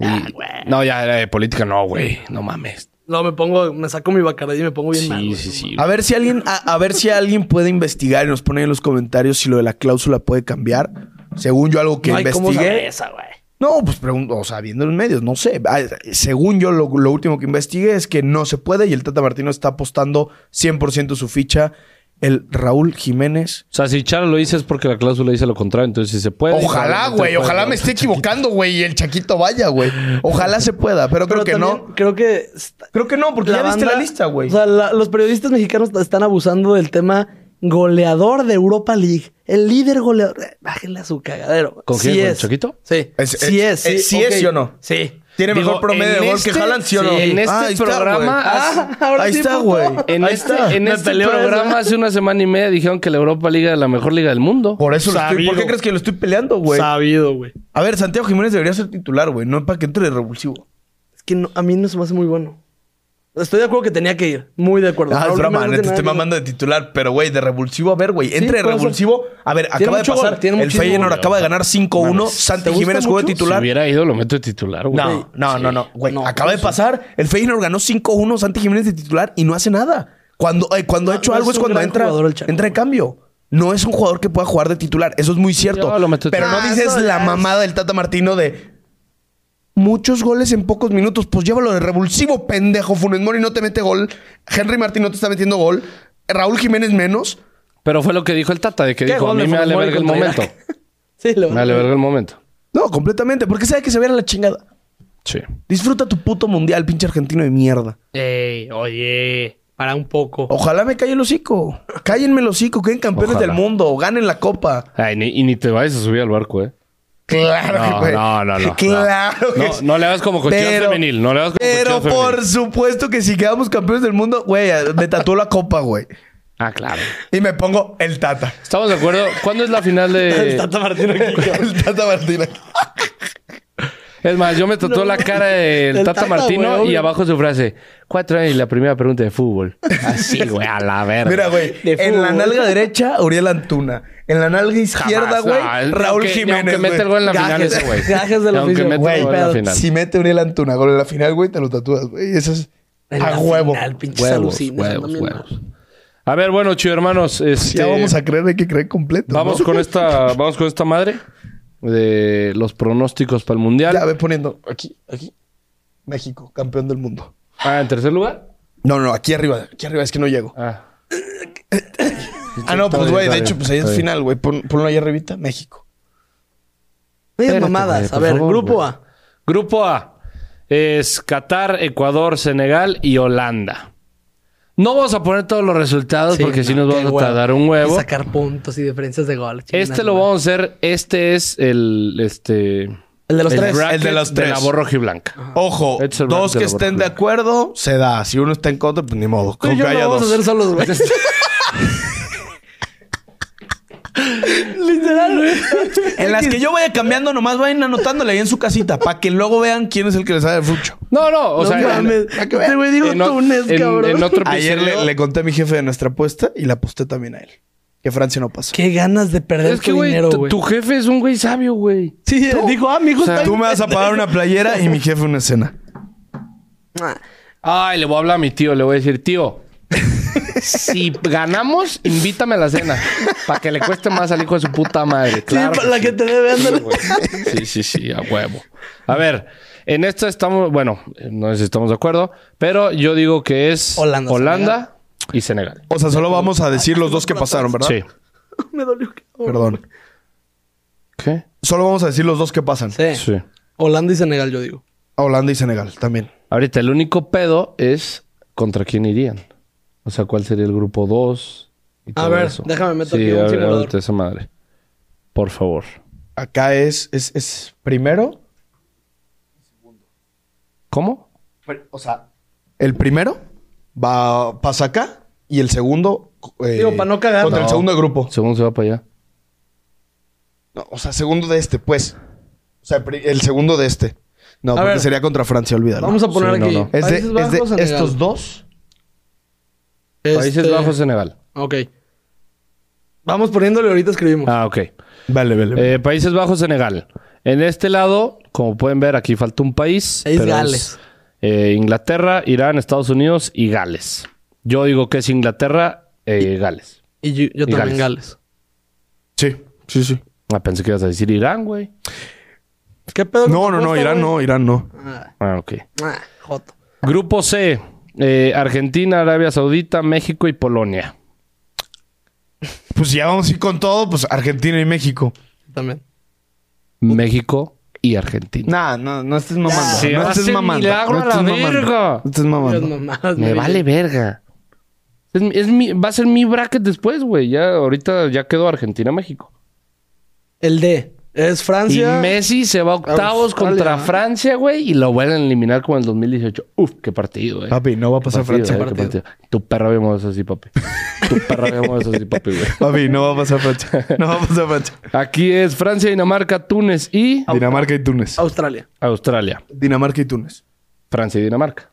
Speaker 3: Y- No, ya era de política, no, güey. No mames.
Speaker 1: No, me pongo, me saco mi bacardí y me pongo bien
Speaker 3: Sí,
Speaker 1: mal. güey.
Speaker 3: sí, sí.
Speaker 2: A ver si alguien, a, a ver si alguien puede investigar y nos pone en los comentarios si lo de la cláusula puede cambiar. Según yo, algo que
Speaker 1: No hay cómo saber
Speaker 2: investigué.
Speaker 1: esa, güey.
Speaker 2: No, pues pregunto, o sea, viendo los medios, no sé. Ah, Según yo, lo, lo último que investigué es que no se puede y el Tata Martino está apostando 100% su ficha. El Raúl Jiménez.
Speaker 3: O sea, si Chara lo dice es porque la cláusula dice lo contrario. Entonces, si se puede.
Speaker 2: Ojalá,
Speaker 3: probablemente
Speaker 2: güey.
Speaker 3: puede.
Speaker 2: Ojalá me esté equivocando, güey. Y el Chaquito vaya, güey. Ojalá se pueda, pero, creo
Speaker 1: Pero
Speaker 2: que
Speaker 1: también
Speaker 2: no.
Speaker 1: Creo que. está-
Speaker 2: Creo que no, porque ya viste la
Speaker 1: banda-
Speaker 2: lista, güey.
Speaker 1: O sea, la- los periodistas mexicanos están abusando del tema goleador de Europa League. El líder goleador. Eh, Bájenle a su cagadero. güey.
Speaker 3: ¿Con quién?
Speaker 1: Sí
Speaker 3: ¿Con
Speaker 1: es.
Speaker 3: Chaquito?
Speaker 1: Sí.
Speaker 2: Es-
Speaker 1: sí
Speaker 2: es-
Speaker 1: es. Sí,
Speaker 2: es- sí es,
Speaker 1: ok.
Speaker 2: ¿sí o no?
Speaker 1: Sí.
Speaker 2: Tiene
Speaker 3: Digo,
Speaker 2: mejor promedio
Speaker 3: en
Speaker 2: de gol que
Speaker 3: este-
Speaker 2: Haaland, ¿sí o
Speaker 3: sí,
Speaker 2: no? Ah,
Speaker 3: en este
Speaker 2: ahí está,
Speaker 3: programa-
Speaker 2: güey.
Speaker 1: Ah, ahora
Speaker 2: ahí
Speaker 1: sí,
Speaker 2: está,
Speaker 1: puto.
Speaker 2: güey.
Speaker 3: En
Speaker 2: Ahí
Speaker 3: este,
Speaker 2: está.
Speaker 3: en
Speaker 1: Me
Speaker 3: este
Speaker 1: peleó eso.
Speaker 3: programa hace una semana y media dijeron que la Europa Liga es la mejor liga del mundo.
Speaker 2: Por eso, lo estoy,
Speaker 1: Sabido.
Speaker 2: ¿por qué crees que lo estoy peleando, güey?
Speaker 1: Sabido, güey.
Speaker 2: A ver, Santiago Jiménez debería ser titular, güey. No para que entre de revulsivo.
Speaker 1: Es que no- a mí no se me hace muy bueno. Estoy de acuerdo que tenía que ir. Muy de acuerdo.
Speaker 2: Ah, es
Speaker 1: Raúl
Speaker 2: broma,
Speaker 1: Jiménez no
Speaker 2: neta,
Speaker 1: tiene
Speaker 2: estoy
Speaker 1: nada que-
Speaker 2: mamando de titular, pero güey, de revulsivo, a ver, güey. Entre de
Speaker 1: por eso.
Speaker 2: revulsivo. A ver,
Speaker 1: Tiene
Speaker 2: acaba de
Speaker 1: mucho
Speaker 2: pasar.
Speaker 1: gol, tiene
Speaker 2: el
Speaker 1: muchísimo
Speaker 2: Feyenoord
Speaker 1: gol.
Speaker 2: acaba de ganar 5-1.
Speaker 1: ¿te
Speaker 2: Santi
Speaker 1: gusta
Speaker 2: Jiménez jugó de
Speaker 1: mucho?
Speaker 3: Si
Speaker 2: titular.
Speaker 3: hubiera ido, lo meto de titular, güey.
Speaker 2: No, no, no, no, güey.
Speaker 1: No,
Speaker 2: acaba de
Speaker 1: sí.
Speaker 2: pasar. El Feyenoord ganó 5-1, Santi Jiménez de titular y no hace nada. Cuando, eh, cuando ha
Speaker 1: No,
Speaker 2: hecho
Speaker 1: no
Speaker 2: algo
Speaker 1: es
Speaker 2: es
Speaker 1: un
Speaker 2: cuando
Speaker 1: gran
Speaker 2: entra,
Speaker 1: jugador el Chaco.
Speaker 2: entra de cambio. No es un jugador que pueda jugar de titular. Eso es muy cierto.
Speaker 3: Yo lo meto de
Speaker 2: Pero no
Speaker 1: titular.
Speaker 2: dices
Speaker 1: Ah, eso
Speaker 2: la
Speaker 1: ya es-
Speaker 2: mamada del Tata Martino de muchos goles en pocos minutos. Pues llévalo de revulsivo, pendejo. Funes Mori no te mete gol. Henry Martín no te está metiendo gol. Raúl Jiménez menos.
Speaker 3: Pero fue lo que dijo el Tata, de que
Speaker 1: ¿Qué
Speaker 3: dijo, a
Speaker 1: gol
Speaker 3: mí
Speaker 1: de
Speaker 3: me
Speaker 1: Funes
Speaker 3: vale
Speaker 1: Mori
Speaker 3: verga el
Speaker 1: contra
Speaker 3: momento.
Speaker 1: Irak? Sí, le
Speaker 3: Me vale verga el momento.
Speaker 2: No, completamente. Porque sabe que se viera la chingada.
Speaker 3: Sí.
Speaker 2: Disfruta tu puto mundial, pinche argentino de mierda.
Speaker 1: Ey, oye. Para un poco.
Speaker 2: Ojalá me calle el hocico. Cállenme el hocico, queden campeones
Speaker 3: Ojalá.
Speaker 2: del mundo, ganen la copa.
Speaker 3: Ay, ni- y ni te vayas a subir al barco, ¿eh?
Speaker 2: Claro
Speaker 3: No,
Speaker 2: que güey.
Speaker 3: no, no, no,
Speaker 2: Claro
Speaker 3: no.
Speaker 2: que
Speaker 3: No,
Speaker 2: sí.
Speaker 3: no le hagas como cocheo
Speaker 2: Pero-
Speaker 3: femenil, no le hagas como
Speaker 2: Pero
Speaker 3: cocheo femenil.
Speaker 2: por supuesto que si quedamos campeones del mundo, güey, me tatuó la copa, güey.
Speaker 3: Ah, claro.
Speaker 2: Y me pongo el tata.
Speaker 3: Estamos de acuerdo. ¿Cuándo es la final de...?
Speaker 1: El Tata Martino aquí, cabrón.
Speaker 2: El tata Martina.
Speaker 3: Es más, yo me tatuó la cara del
Speaker 1: El
Speaker 3: Tata,
Speaker 1: Tata,
Speaker 3: Martino
Speaker 1: güey, obvio.
Speaker 3: y abajo su frase. Cuatro años y la primera pregunta de fútbol. Así, güey, a la verga.
Speaker 2: Mira, güey.
Speaker 1: De
Speaker 2: En la
Speaker 1: fútbol.
Speaker 2: nalga derecha, Uriel Antuna. En la nalga izquierda,
Speaker 3: Jamás,
Speaker 2: güey,
Speaker 3: no, el-
Speaker 2: Raúl
Speaker 3: aunque- y
Speaker 2: Jiménez.
Speaker 3: Aunque mete el
Speaker 2: güey.
Speaker 3: gol en la
Speaker 1: Gajes,
Speaker 3: final ese, güey.
Speaker 1: gajes del
Speaker 3: Y Aunque
Speaker 1: oficio.
Speaker 3: mete el
Speaker 2: Güey,
Speaker 3: gol en la
Speaker 1: pero
Speaker 3: final.
Speaker 2: Si mete Uriel Antuna gol en la final, güey, te lo tatúas, güey. Y Eso es
Speaker 1: En
Speaker 2: a
Speaker 1: la
Speaker 2: huevo.
Speaker 1: final, pinches
Speaker 3: Huevos,
Speaker 1: alucinas,
Speaker 3: huevos,
Speaker 1: andan bien mal.
Speaker 3: huevos. A ver, bueno, chido hermanos, este,
Speaker 2: Ya vamos a creer, hay que creer completo.
Speaker 3: vamos
Speaker 2: ¿no?
Speaker 3: con esta, vamos con esta madre de los pronósticos para el mundial.
Speaker 2: Ya ve poniendo aquí, aquí. México, campeón del mundo.
Speaker 3: Ah, en tercer lugar.
Speaker 2: No, no, aquí arriba, aquí arriba es que no llego.
Speaker 3: Ah,
Speaker 2: Ah, no, pues
Speaker 3: bien,
Speaker 2: güey,
Speaker 3: está
Speaker 2: de hecho,
Speaker 3: bien,
Speaker 2: pues ahí es
Speaker 3: está bien.
Speaker 2: final, güey. Pon- ponlo ahí arribita, México.
Speaker 1: No digas
Speaker 3: espérate,
Speaker 1: mamadas.
Speaker 3: güey, por
Speaker 1: a ver,
Speaker 3: favor,
Speaker 1: grupo
Speaker 3: güey.
Speaker 1: A.
Speaker 3: Grupo A es Qatar, Ecuador, Senegal y Holanda. No vamos a poner todos los resultados porque si nos vamos a tardar un huevo.
Speaker 1: Y sacar puntos y diferencias de gol. chingada
Speaker 3: Este lo
Speaker 1: madre.
Speaker 3: vamos a hacer. Este es el. Este.
Speaker 1: El de los tres.
Speaker 3: bracket
Speaker 2: El de los tres.
Speaker 3: la borra blanca.
Speaker 2: Ojo,
Speaker 3: It's a
Speaker 2: dos
Speaker 3: wrap de
Speaker 2: que
Speaker 3: la
Speaker 2: estén de
Speaker 3: Borja.
Speaker 2: acuerdo, se da. Si uno está en contra, pues ni modo.
Speaker 1: Tú y
Speaker 2: Con que
Speaker 1: yo lo
Speaker 2: haya
Speaker 1: vamos
Speaker 2: dos.
Speaker 1: a hacer solos, güey. Literal, güey.
Speaker 2: En las que yo vaya cambiando, nomás vayan anotándole ahí en su casita para que luego vean quién es el que les sabe el frucho.
Speaker 3: No, no, o
Speaker 1: No
Speaker 3: sea, en-
Speaker 1: mames.
Speaker 2: ya que vean.
Speaker 1: Este güey dijo
Speaker 3: en o-
Speaker 1: Túnez,
Speaker 3: en-
Speaker 1: cabrón.
Speaker 3: en otro
Speaker 2: Ayer
Speaker 3: episodio-
Speaker 2: le, le conté a mi jefe de nuestra apuesta y la aposté también a él. Que Francia no pasó.
Speaker 1: Qué ganas de perder
Speaker 3: Es que,
Speaker 1: tu
Speaker 3: güey,
Speaker 1: dinero,
Speaker 3: tu-
Speaker 1: güey.
Speaker 3: tu jefe es un güey sabio, güey.
Speaker 1: Sí, dijo, ah, mi hijo
Speaker 3: O sea,
Speaker 1: está
Speaker 2: Tú
Speaker 1: bien
Speaker 2: me vas a pagar una playera y mi jefe una escena.
Speaker 3: Ay, le voy a hablar a mi tío, le voy a decir, tío, si ganamos, invítame a la cena. Para que le cueste más al hijo de su puta madre.
Speaker 1: Sí,
Speaker 3: Claro.
Speaker 1: para la que te debe, ándale.
Speaker 3: Sí, sí, sí, a huevo. A ver, en esta estamos, bueno, no sé si estamos de acuerdo, pero yo digo que es
Speaker 1: Holanda,
Speaker 3: Holanda y Senegal.
Speaker 2: O sea, solo vamos a decir los dos que pasaron, ¿verdad?
Speaker 3: Sí.
Speaker 1: Me dolió. cabrón.
Speaker 2: Perdón.
Speaker 3: ¿Qué?
Speaker 2: Solo vamos a decir los dos que pasan.
Speaker 1: Sí.
Speaker 3: Sí.
Speaker 1: Holanda y Senegal, yo digo.
Speaker 2: A Holanda y Senegal también.
Speaker 3: Ahorita, el único pedo es contra quién irían. O sea, cuál sería el grupo 2.
Speaker 1: A ver, déjame meter aquí un simulador.
Speaker 3: esa madre. Por favor.
Speaker 2: Acá es, es, es primero.
Speaker 3: ¿Cómo?
Speaker 2: O sea, el primero va, pasa acá y el segundo. eh,
Speaker 1: Digo, pa' no cagar.
Speaker 2: Contra el
Speaker 1: No.
Speaker 2: segundo grupo.
Speaker 3: Según se va para allá.
Speaker 2: No, o sea, segundo de este, pues. O sea, pri- el segundo de este. No,
Speaker 1: A
Speaker 2: porque
Speaker 1: ver.
Speaker 2: sería contra Francia, olvídalo.
Speaker 1: Vamos a poner
Speaker 3: Sí, no,
Speaker 1: aquí.
Speaker 3: no.
Speaker 2: Es de,
Speaker 1: Países
Speaker 2: es de
Speaker 1: Bajos, Senegal.
Speaker 2: estos dos.
Speaker 1: Este-
Speaker 3: Países Bajos,
Speaker 2: eh.
Speaker 3: Senegal.
Speaker 1: Ok. Vamos poniéndole ahorita escribimos.
Speaker 3: Ah, ok.
Speaker 2: Vale, vale.
Speaker 3: Eh, Países Bajos, Senegal. En este lado, como pueden ver, aquí falta un país.
Speaker 1: Es
Speaker 3: pero
Speaker 1: Gales.
Speaker 3: es, eh, Inglaterra, Irán, Estados Unidos y Gales. Yo digo que es Inglaterra eh, Gales.
Speaker 1: Y yo, yo
Speaker 3: y
Speaker 1: también Gales.
Speaker 3: Gales.
Speaker 2: Sí, sí, sí.
Speaker 3: Ah, pensé que ibas a decir Irán, güey.
Speaker 1: ¿Qué pedo?
Speaker 2: No, no, no, Irán no, Irán no.
Speaker 1: Ah,
Speaker 3: Ah, ok.
Speaker 1: ah, joto.
Speaker 3: Grupo C. eh, Argentina, Arabia Saudita, México y Polonia.
Speaker 2: Pues si ya vamos a ir con todo, pues Argentina y México.
Speaker 1: También.
Speaker 3: México y Argentina.
Speaker 2: Nah, no, no estés mamando.
Speaker 3: Se
Speaker 2: no
Speaker 3: va a
Speaker 2: estés
Speaker 3: hacer
Speaker 2: mamando.
Speaker 3: milagro
Speaker 2: No
Speaker 3: a
Speaker 2: estés
Speaker 3: la
Speaker 2: mamando.
Speaker 3: verga.
Speaker 2: No estés
Speaker 1: Dios,
Speaker 2: mamando.
Speaker 1: mamadas,
Speaker 3: Me
Speaker 1: mi
Speaker 3: vale
Speaker 1: vida.
Speaker 3: verga. Es, mi- es mi- va a ser mi bracket después, güey. Ya ahorita ya quedó Argentina-México.
Speaker 1: El D. Es
Speaker 3: Y
Speaker 1: Francia.
Speaker 3: Messi se va a octavos
Speaker 1: Australia,
Speaker 3: contra
Speaker 1: ¿no?
Speaker 3: Francia, güey, y lo vuelven a eliminar como en el 2018. Uf, qué partido, eh.
Speaker 2: Papi, no va a pasar
Speaker 3: Partido,
Speaker 2: Francia.
Speaker 3: eh, qué partido. Tu perra vemos así, papi. Tu perra vemos así, papi, güey.
Speaker 2: Papi, no va a pasar Francia. No va a pasar Francia.
Speaker 3: Aquí es Francia, Dinamarca, Túnez y
Speaker 2: Dinamarca y Túnez.
Speaker 1: Australia.
Speaker 3: Australia.
Speaker 2: Dinamarca y Túnez.
Speaker 3: Francia y Dinamarca.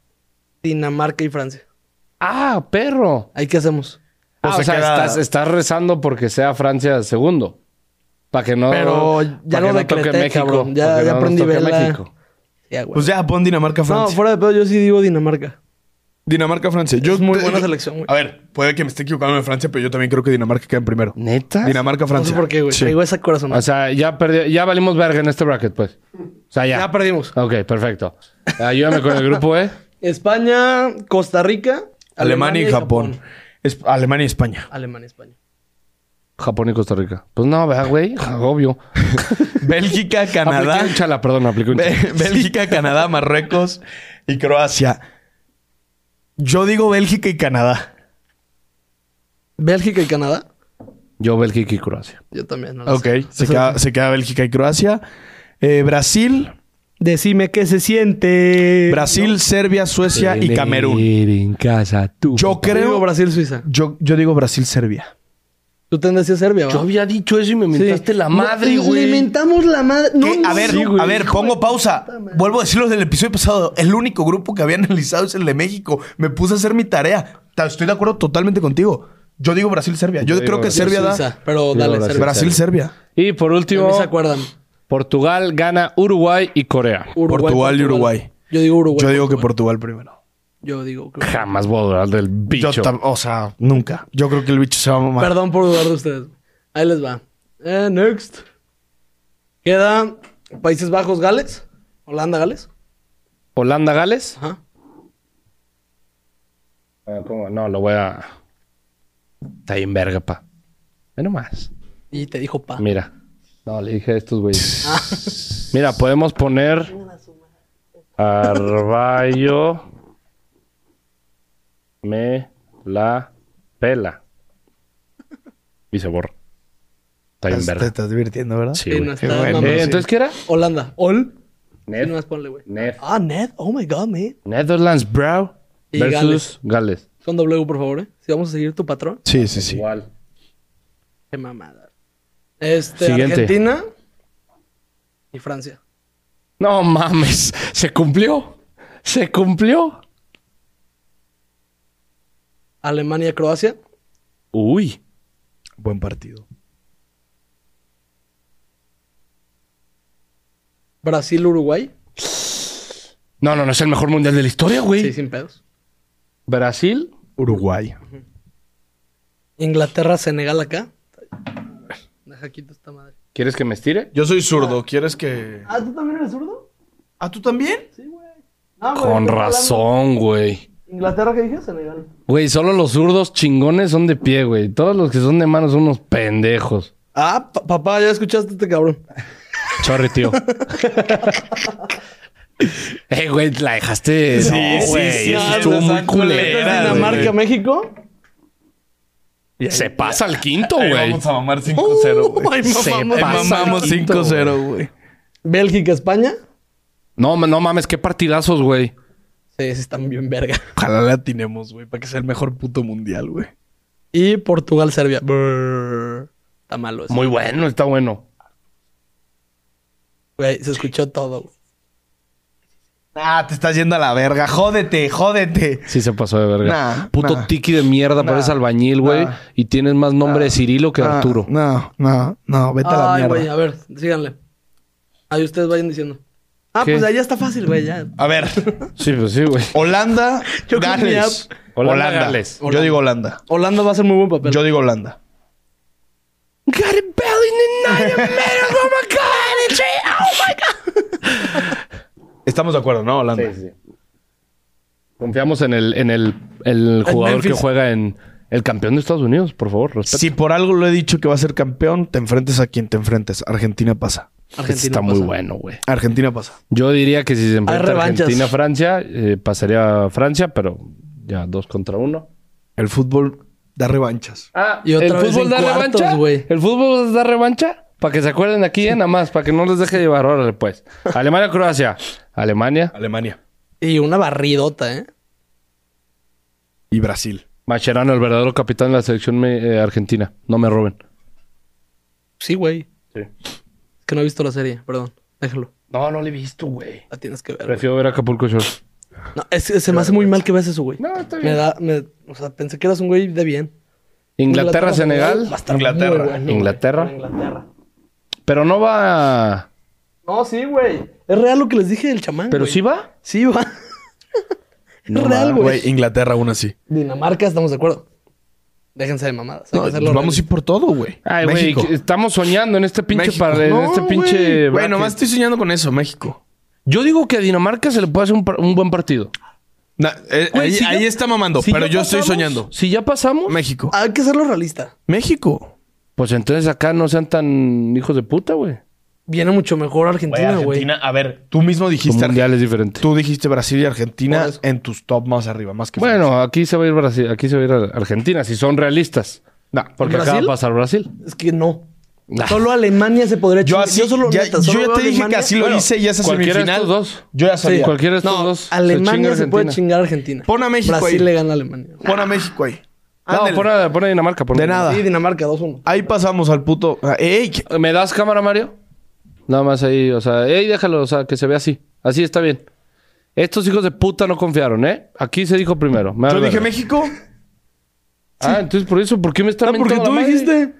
Speaker 1: Dinamarca y Francia.
Speaker 3: Ah, perro.
Speaker 1: ¿Ahí qué hacemos?
Speaker 3: Ah,
Speaker 2: O
Speaker 3: o,
Speaker 2: sea,
Speaker 3: sea,
Speaker 2: queda-
Speaker 3: estás, estás rezando porque sea Francia segundo. Para que no.
Speaker 1: Pero ya
Speaker 3: pa'
Speaker 1: lo
Speaker 3: que
Speaker 1: decreté,
Speaker 3: toque
Speaker 1: cabrón. Ya-
Speaker 3: pa' que
Speaker 1: ya
Speaker 3: nos
Speaker 1: prendí
Speaker 3: toque
Speaker 1: vela. Ya, güey.
Speaker 2: Pues ya, pon Dinamarca,
Speaker 1: no,
Speaker 2: Francia.
Speaker 1: fuera de pedo, yo sí digo Dinamarca.
Speaker 2: Dinamarca, Francia. Yo,
Speaker 1: Es muy
Speaker 2: te-
Speaker 1: buena selección, güey.
Speaker 2: A ver, puede que me esté equivocando en Francia, pero yo también creo que Dinamarca queda en primero.
Speaker 3: Neta.
Speaker 2: Dinamarca,
Speaker 1: No
Speaker 2: Francia.
Speaker 1: sé por qué, güey.
Speaker 2: Sí.
Speaker 1: Traigo esa corazón.
Speaker 3: O sea, ya perdi- ya valimos verga en este bracket, pues. O sea, ya.
Speaker 1: ya perdimos.
Speaker 3: Ok, perfecto. Ayúdame con el grupo, ¿eh?
Speaker 1: España, Costa Rica,
Speaker 2: Alemania y Japón. Es- Alemania y España.
Speaker 1: Alemania, España.
Speaker 3: Japón y Costa Rica. Pues no, vea, güey. Obvio.
Speaker 2: Bélgica,
Speaker 3: Apliqué un chala, perdón, apliqué un chala.
Speaker 2: Bé- Bélgica, Canadá, Marruecos y Croacia. Yo digo Bélgica y Canadá.
Speaker 1: Bélgica y Canadá.
Speaker 3: Yo, Bélgica y Croacia.
Speaker 1: Yo también. no lo
Speaker 2: Ok.
Speaker 1: sé.
Speaker 2: Se
Speaker 1: Eso-
Speaker 2: queda, se queda Bélgica y Croacia. Eh, Brasil,
Speaker 1: Decime qué se siente.
Speaker 2: Brasil, Serbia, Suecia y Camerún.
Speaker 3: Tener en casa tú.
Speaker 2: Yo
Speaker 1: Yo digo
Speaker 2: creo.
Speaker 1: Brasil, Suiza.
Speaker 2: Yo, yo digo Brasil, Serbia.
Speaker 1: Tú tendes a Serbia,
Speaker 3: Yo
Speaker 1: ¿va?
Speaker 3: había dicho eso y me inventaste la
Speaker 1: No,
Speaker 3: madre, güey.
Speaker 1: Le mentamos la madre. No,
Speaker 2: Que,
Speaker 1: no,
Speaker 2: a ver,
Speaker 1: no.
Speaker 2: a ver, pongo pausa. Vuelvo a decir lo del episodio pasado. El único grupo que había analizado es el de México. Me puse a hacer mi tarea. Ta- Estoy de acuerdo totalmente contigo. Yo digo Brasil, Serbia. Yo,
Speaker 3: Yo
Speaker 2: creo
Speaker 3: digo
Speaker 2: que
Speaker 3: Brasil,
Speaker 2: Serbia da.
Speaker 1: Suiza, pero
Speaker 3: Yo
Speaker 1: dale,
Speaker 3: Brasil.
Speaker 1: Serbia.
Speaker 2: Brasil, Serbia.
Speaker 3: Y por
Speaker 1: A
Speaker 3: último,
Speaker 1: mí se acuerdan.
Speaker 3: Portugal gana Uruguay y Corea.
Speaker 1: Uruguay,
Speaker 2: Portugal y Uruguay.
Speaker 1: Yo digo Uruguay.
Speaker 2: Yo digo que Portugal primero.
Speaker 1: Yo digo que...
Speaker 3: Jamás voy a dudar del bicho.
Speaker 2: Yo tam- o sea, nunca. Yo creo que el bicho se va a mamar.
Speaker 1: Perdón por dudar de ustedes. Ahí les va. Eh, next. Queda Países Bajos, Gales. Holanda, Gales.
Speaker 3: Holanda, Gales.
Speaker 1: Ajá.
Speaker 3: Ah, ¿cómo? No, lo voy a. Está ahí en verga, pa. Ve nomás.
Speaker 1: Y te dijo pa.
Speaker 3: Mira. No, le dije a estos güeyes. Mira, podemos poner. Arballo. Me la pela. Y se borra. Está ahí en
Speaker 2: Te- Te
Speaker 3: verga.
Speaker 2: estás divirtiendo, ¿verdad?
Speaker 3: Sí,
Speaker 1: Sí,
Speaker 3: güey.
Speaker 1: no
Speaker 2: Qué
Speaker 1: está
Speaker 2: bueno.
Speaker 3: Eh,
Speaker 1: mamando.
Speaker 3: Entonces, ¿qué era?
Speaker 1: Holanda. Ol.
Speaker 3: Ned-
Speaker 1: Y más ponle, güey.
Speaker 3: Ned-
Speaker 1: Ah, Ned. Oh my God, man.
Speaker 3: Netherlands, bro.
Speaker 1: Y
Speaker 3: Versus Gales.
Speaker 1: Con W, por favor, ¿eh? Si vamos a seguir tu patrón.
Speaker 2: Sí, sí, sí.
Speaker 3: Igual.
Speaker 1: Qué mamada. Este,
Speaker 3: Siguiente.
Speaker 1: Argentina y Francia.
Speaker 3: No mames, se cumplió. Se cumplió.
Speaker 1: Alemania, Croacia.
Speaker 3: Uy.
Speaker 2: Buen partido.
Speaker 1: Brasil, Uruguay.
Speaker 3: No, no, no es el mejor mundial de la historia, güey.
Speaker 1: Sí, sin pedos.
Speaker 3: Brasil.
Speaker 2: Uruguay.
Speaker 1: Inglaterra, Senegal acá. Deja quito esta madre.
Speaker 3: ¿Quieres que me estire?
Speaker 2: Yo soy zurdo. ¿Quieres que...?
Speaker 1: Ah, ¿tú también eres zurdo?
Speaker 2: ¿Ah, tú también?
Speaker 1: Sí, güey. Ah, güey,
Speaker 3: Con
Speaker 1: estoy hablando.
Speaker 3: razón, güey.
Speaker 1: Inglaterra, ¿qué dije? Senegal.
Speaker 3: Güey, solo los zurdos chingones son de pie, güey. Todos los que son de mano son unos pendejos.
Speaker 1: Ah, pa- papá, ya escuchaste este cabrón.
Speaker 3: Chorre, tío. eh, güey, la dejaste.
Speaker 2: Sí,
Speaker 1: Ah,
Speaker 3: no,
Speaker 2: sí,
Speaker 3: güey,
Speaker 2: sí,
Speaker 3: eso
Speaker 2: sí,
Speaker 3: estuvo muy
Speaker 2: exacto,
Speaker 3: culera.
Speaker 2: güey.
Speaker 1: Dinamarca, México.
Speaker 3: güey. Se pasa al quinto,
Speaker 2: Ahí
Speaker 3: güey.
Speaker 2: Vamos a mamar 5-0, güey.
Speaker 1: Ay,
Speaker 3: Se
Speaker 1: mamamos.
Speaker 3: pasa al
Speaker 2: Mamamos
Speaker 3: quinto,
Speaker 2: 5-0, güey.
Speaker 1: Bélgica, España.
Speaker 3: No, ma- no mames, qué partidazos, güey.
Speaker 1: Sí, sí, están bien verga.
Speaker 2: Ojalá la atinemos, güey, para que sea el mejor puto mundial, güey.
Speaker 1: Y Portugal, Serbia. Brrr. Está malo eso.
Speaker 3: Muy bueno, está bueno.
Speaker 1: Güey, se escuchó todo. güey.
Speaker 2: Ah, te estás yendo a la verga. Jódete, jódete.
Speaker 3: Sí se pasó de verga.
Speaker 2: Nah,
Speaker 3: Puto
Speaker 2: nah.
Speaker 3: tiki de mierda, pareces albañil, güey.
Speaker 2: nah.
Speaker 3: Y tienes más nombre de Cirilo que Arturo.
Speaker 2: Ah, No, no, no, vete a la
Speaker 1: Ay,
Speaker 2: mierda.
Speaker 1: güey, a ver, síganle. Ahí ustedes vayan diciendo. Ah,
Speaker 3: ¿Qué?
Speaker 1: pues allá está fácil, güey, ya.
Speaker 2: A ver,
Speaker 3: Sí, pues sí, güey.
Speaker 2: Holanda,
Speaker 1: Yo creo que
Speaker 2: Gales.
Speaker 1: ya-
Speaker 3: Holanda, Gales.
Speaker 2: Yo digo Holanda.
Speaker 1: Holanda va a hacer muy buen papel.
Speaker 2: Yo digo Holanda.
Speaker 3: Gary Bellinger, Nigel Merrill, oh my God, it's- oh my God.
Speaker 2: Estamos de acuerdo, ¿no? Holanda.
Speaker 3: Confiamos en el, en el, el jugador
Speaker 1: Memphis.
Speaker 3: que juega en el campeón de Estados Unidos, por favor, respeto.
Speaker 2: Si por algo lo he dicho que va a ser campeón, te enfrentes a quien te enfrentes. Argentina pasa.
Speaker 1: Argentina
Speaker 3: Está muy
Speaker 1: pasa.
Speaker 3: bueno, güey.
Speaker 2: Argentina pasa.
Speaker 3: Yo diría que si se enfrenta
Speaker 1: revanchas.
Speaker 3: Argentina a Francia, eh, pasaría a Francia, pero ya dos contra uno.
Speaker 2: El fútbol da revanchas.
Speaker 3: Ah,
Speaker 1: y otra
Speaker 3: ¿el
Speaker 1: vez
Speaker 3: fútbol
Speaker 1: en
Speaker 3: da
Speaker 1: cuartos,
Speaker 3: revancha?
Speaker 1: güey.
Speaker 3: ¿El fútbol da revancha? Para que se acuerden aquí, eh, nada más, para que no les deje llevar. Órale, pues. Alemania, Croacia. Alemania,
Speaker 2: Alemania
Speaker 1: Y una barridota, ¿eh?
Speaker 2: y Brasil.
Speaker 3: Macherano, el verdadero capitán de la selección me- eh, argentina. No me roben.
Speaker 1: Sí, güey.
Speaker 3: Sí.
Speaker 1: Es que no he visto la serie, perdón. Déjalo.
Speaker 3: No, no le he visto, güey.
Speaker 1: La tienes que ver. güey.
Speaker 3: Prefiero ver Acapulco Shore.
Speaker 1: No, es- se me hace muy mal que veas eso, güey.
Speaker 3: No, está
Speaker 1: Me da, me, o sea, pensé que eras un güey de bien.
Speaker 3: Inglaterra, Senegal.
Speaker 1: va a estar
Speaker 2: Inglaterra.
Speaker 1: muy bueno, güey.
Speaker 3: Inglaterra.
Speaker 1: Inglaterra.
Speaker 3: Pero no va.
Speaker 1: No, sí, güey. Es real lo que les dije del chamán.
Speaker 3: Pero
Speaker 1: güey.
Speaker 3: sí va.
Speaker 1: Sí, va. es real, güey.
Speaker 2: Inglaterra aún así.
Speaker 1: Dinamarca, estamos de acuerdo. Déjense de mamadas. hay
Speaker 2: No,
Speaker 1: que hacerlo
Speaker 2: vamos a ir por todo, güey.
Speaker 3: Ay, güey, que estamos soñando en este pinche
Speaker 2: México.
Speaker 3: par- en
Speaker 2: No,
Speaker 3: este
Speaker 2: güey.
Speaker 3: pinche.
Speaker 2: Güey,
Speaker 3: bracket.
Speaker 2: nomás estoy soñando con eso, México.
Speaker 3: Yo digo que a Dinamarca se le puede hacer un, par- un buen partido.
Speaker 2: Na- eh,
Speaker 3: Güey,
Speaker 2: ahí,
Speaker 3: si ya-
Speaker 2: ahí está mamando,
Speaker 3: si
Speaker 2: pero
Speaker 3: ya
Speaker 2: yo estoy
Speaker 3: pasamos-
Speaker 2: soñando.
Speaker 3: Si ya pasamos,
Speaker 2: México.
Speaker 1: real. Hay que hacerlo realista.
Speaker 2: México.
Speaker 3: pues entonces acá no sean tan hijos de puta, güey.
Speaker 1: Viene mucho mejor Argentina, güey.
Speaker 2: a ver, tú mismo
Speaker 3: Tu
Speaker 2: dijiste
Speaker 3: mundial es diferente.
Speaker 2: Tú dijiste Brasil y Argentina
Speaker 1: Por eso.
Speaker 2: en tus top más arriba, más que Francia.
Speaker 3: Bueno, aquí se va a ir Brasil, aquí se va a ir a Argentina, si son realistas.
Speaker 2: Nah,
Speaker 3: Porque
Speaker 1: ¿Brasil?
Speaker 3: acá va a pasar Brasil.
Speaker 1: Es que no.
Speaker 3: Nah.
Speaker 1: Solo Alemania se podría
Speaker 2: yo
Speaker 1: chingar.
Speaker 2: así,
Speaker 1: solo,
Speaker 2: ya,
Speaker 1: neta,
Speaker 2: yo
Speaker 1: solo
Speaker 2: ya
Speaker 1: veo
Speaker 2: te dije que
Speaker 1: Alemania-
Speaker 2: así lo
Speaker 3: Bueno,
Speaker 2: hice y esa
Speaker 3: cualquiera de
Speaker 2: semifinal.
Speaker 3: estos dos.
Speaker 2: Yo ya sabía.
Speaker 3: Cualquiera de estos
Speaker 1: No,
Speaker 3: dos.
Speaker 1: Alemania
Speaker 3: chinga
Speaker 1: se, puede
Speaker 3: Argentina.
Speaker 1: chingar a Argentina.
Speaker 2: Pon a México
Speaker 1: Brasil
Speaker 2: ahí.
Speaker 1: le gana a Alemania.
Speaker 2: Pon a México ahí.
Speaker 3: No,
Speaker 2: Ándale.
Speaker 3: pon a, pon a Dinamarca. Pon a
Speaker 2: De
Speaker 3: Dinamarca.
Speaker 2: nada.
Speaker 1: Sí, Dinamarca 2-1.
Speaker 2: Ahí pasamos al puto. ah, ¡Ey! que-
Speaker 3: ¿Me das cámara, Mario? Nada más ahí, o sea, ey, déjalo, o sea, que se vea así. Así está bien. Estos hijos de puta no confiaron, ¿eh? Aquí se dijo primero. Me
Speaker 2: Yo
Speaker 3: vale
Speaker 2: dije
Speaker 3: verga.
Speaker 2: México.
Speaker 3: Ah, entonces por eso, ¿por qué me están
Speaker 1: Ah, porque
Speaker 3: mentando
Speaker 1: tú
Speaker 3: la madre?
Speaker 1: dijiste.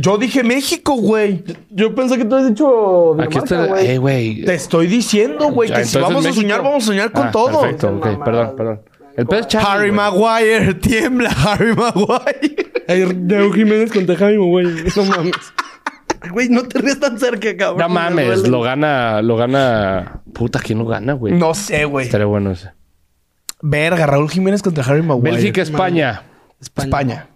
Speaker 2: Yo dije México, güey.
Speaker 1: Yo pensé que tú habías dicho
Speaker 3: Aquí está,
Speaker 1: Dinamarca,
Speaker 3: eh,
Speaker 1: güey.
Speaker 3: güey.
Speaker 2: Te estoy diciendo, güey,
Speaker 3: Ya,
Speaker 2: que si
Speaker 3: entonces
Speaker 2: vamos
Speaker 3: México-
Speaker 2: a soñar, vamos a soñar con
Speaker 3: Ah,
Speaker 2: todo.
Speaker 3: Perfecto, ok,
Speaker 1: Mamadas.
Speaker 3: perdón, perdón. El pedo es Charlie,
Speaker 2: Harry
Speaker 3: güey.
Speaker 2: Maguire, tiembla, Harry Maguire.
Speaker 1: Ay, Raúl Jiménez contra Jaime, güey. No mames. Ay, Güey, no te rías tan cerca, cabrón.
Speaker 3: No
Speaker 1: Me
Speaker 3: mames,
Speaker 1: duele.
Speaker 3: lo gana, lo gana. Puta, ¿quién lo gana, güey?
Speaker 2: No sé, güey.
Speaker 3: Estaría bueno ese.
Speaker 2: Verga, Raúl Jiménez contra Harry Maguire.
Speaker 3: Bélgica, España.
Speaker 1: España.
Speaker 2: España.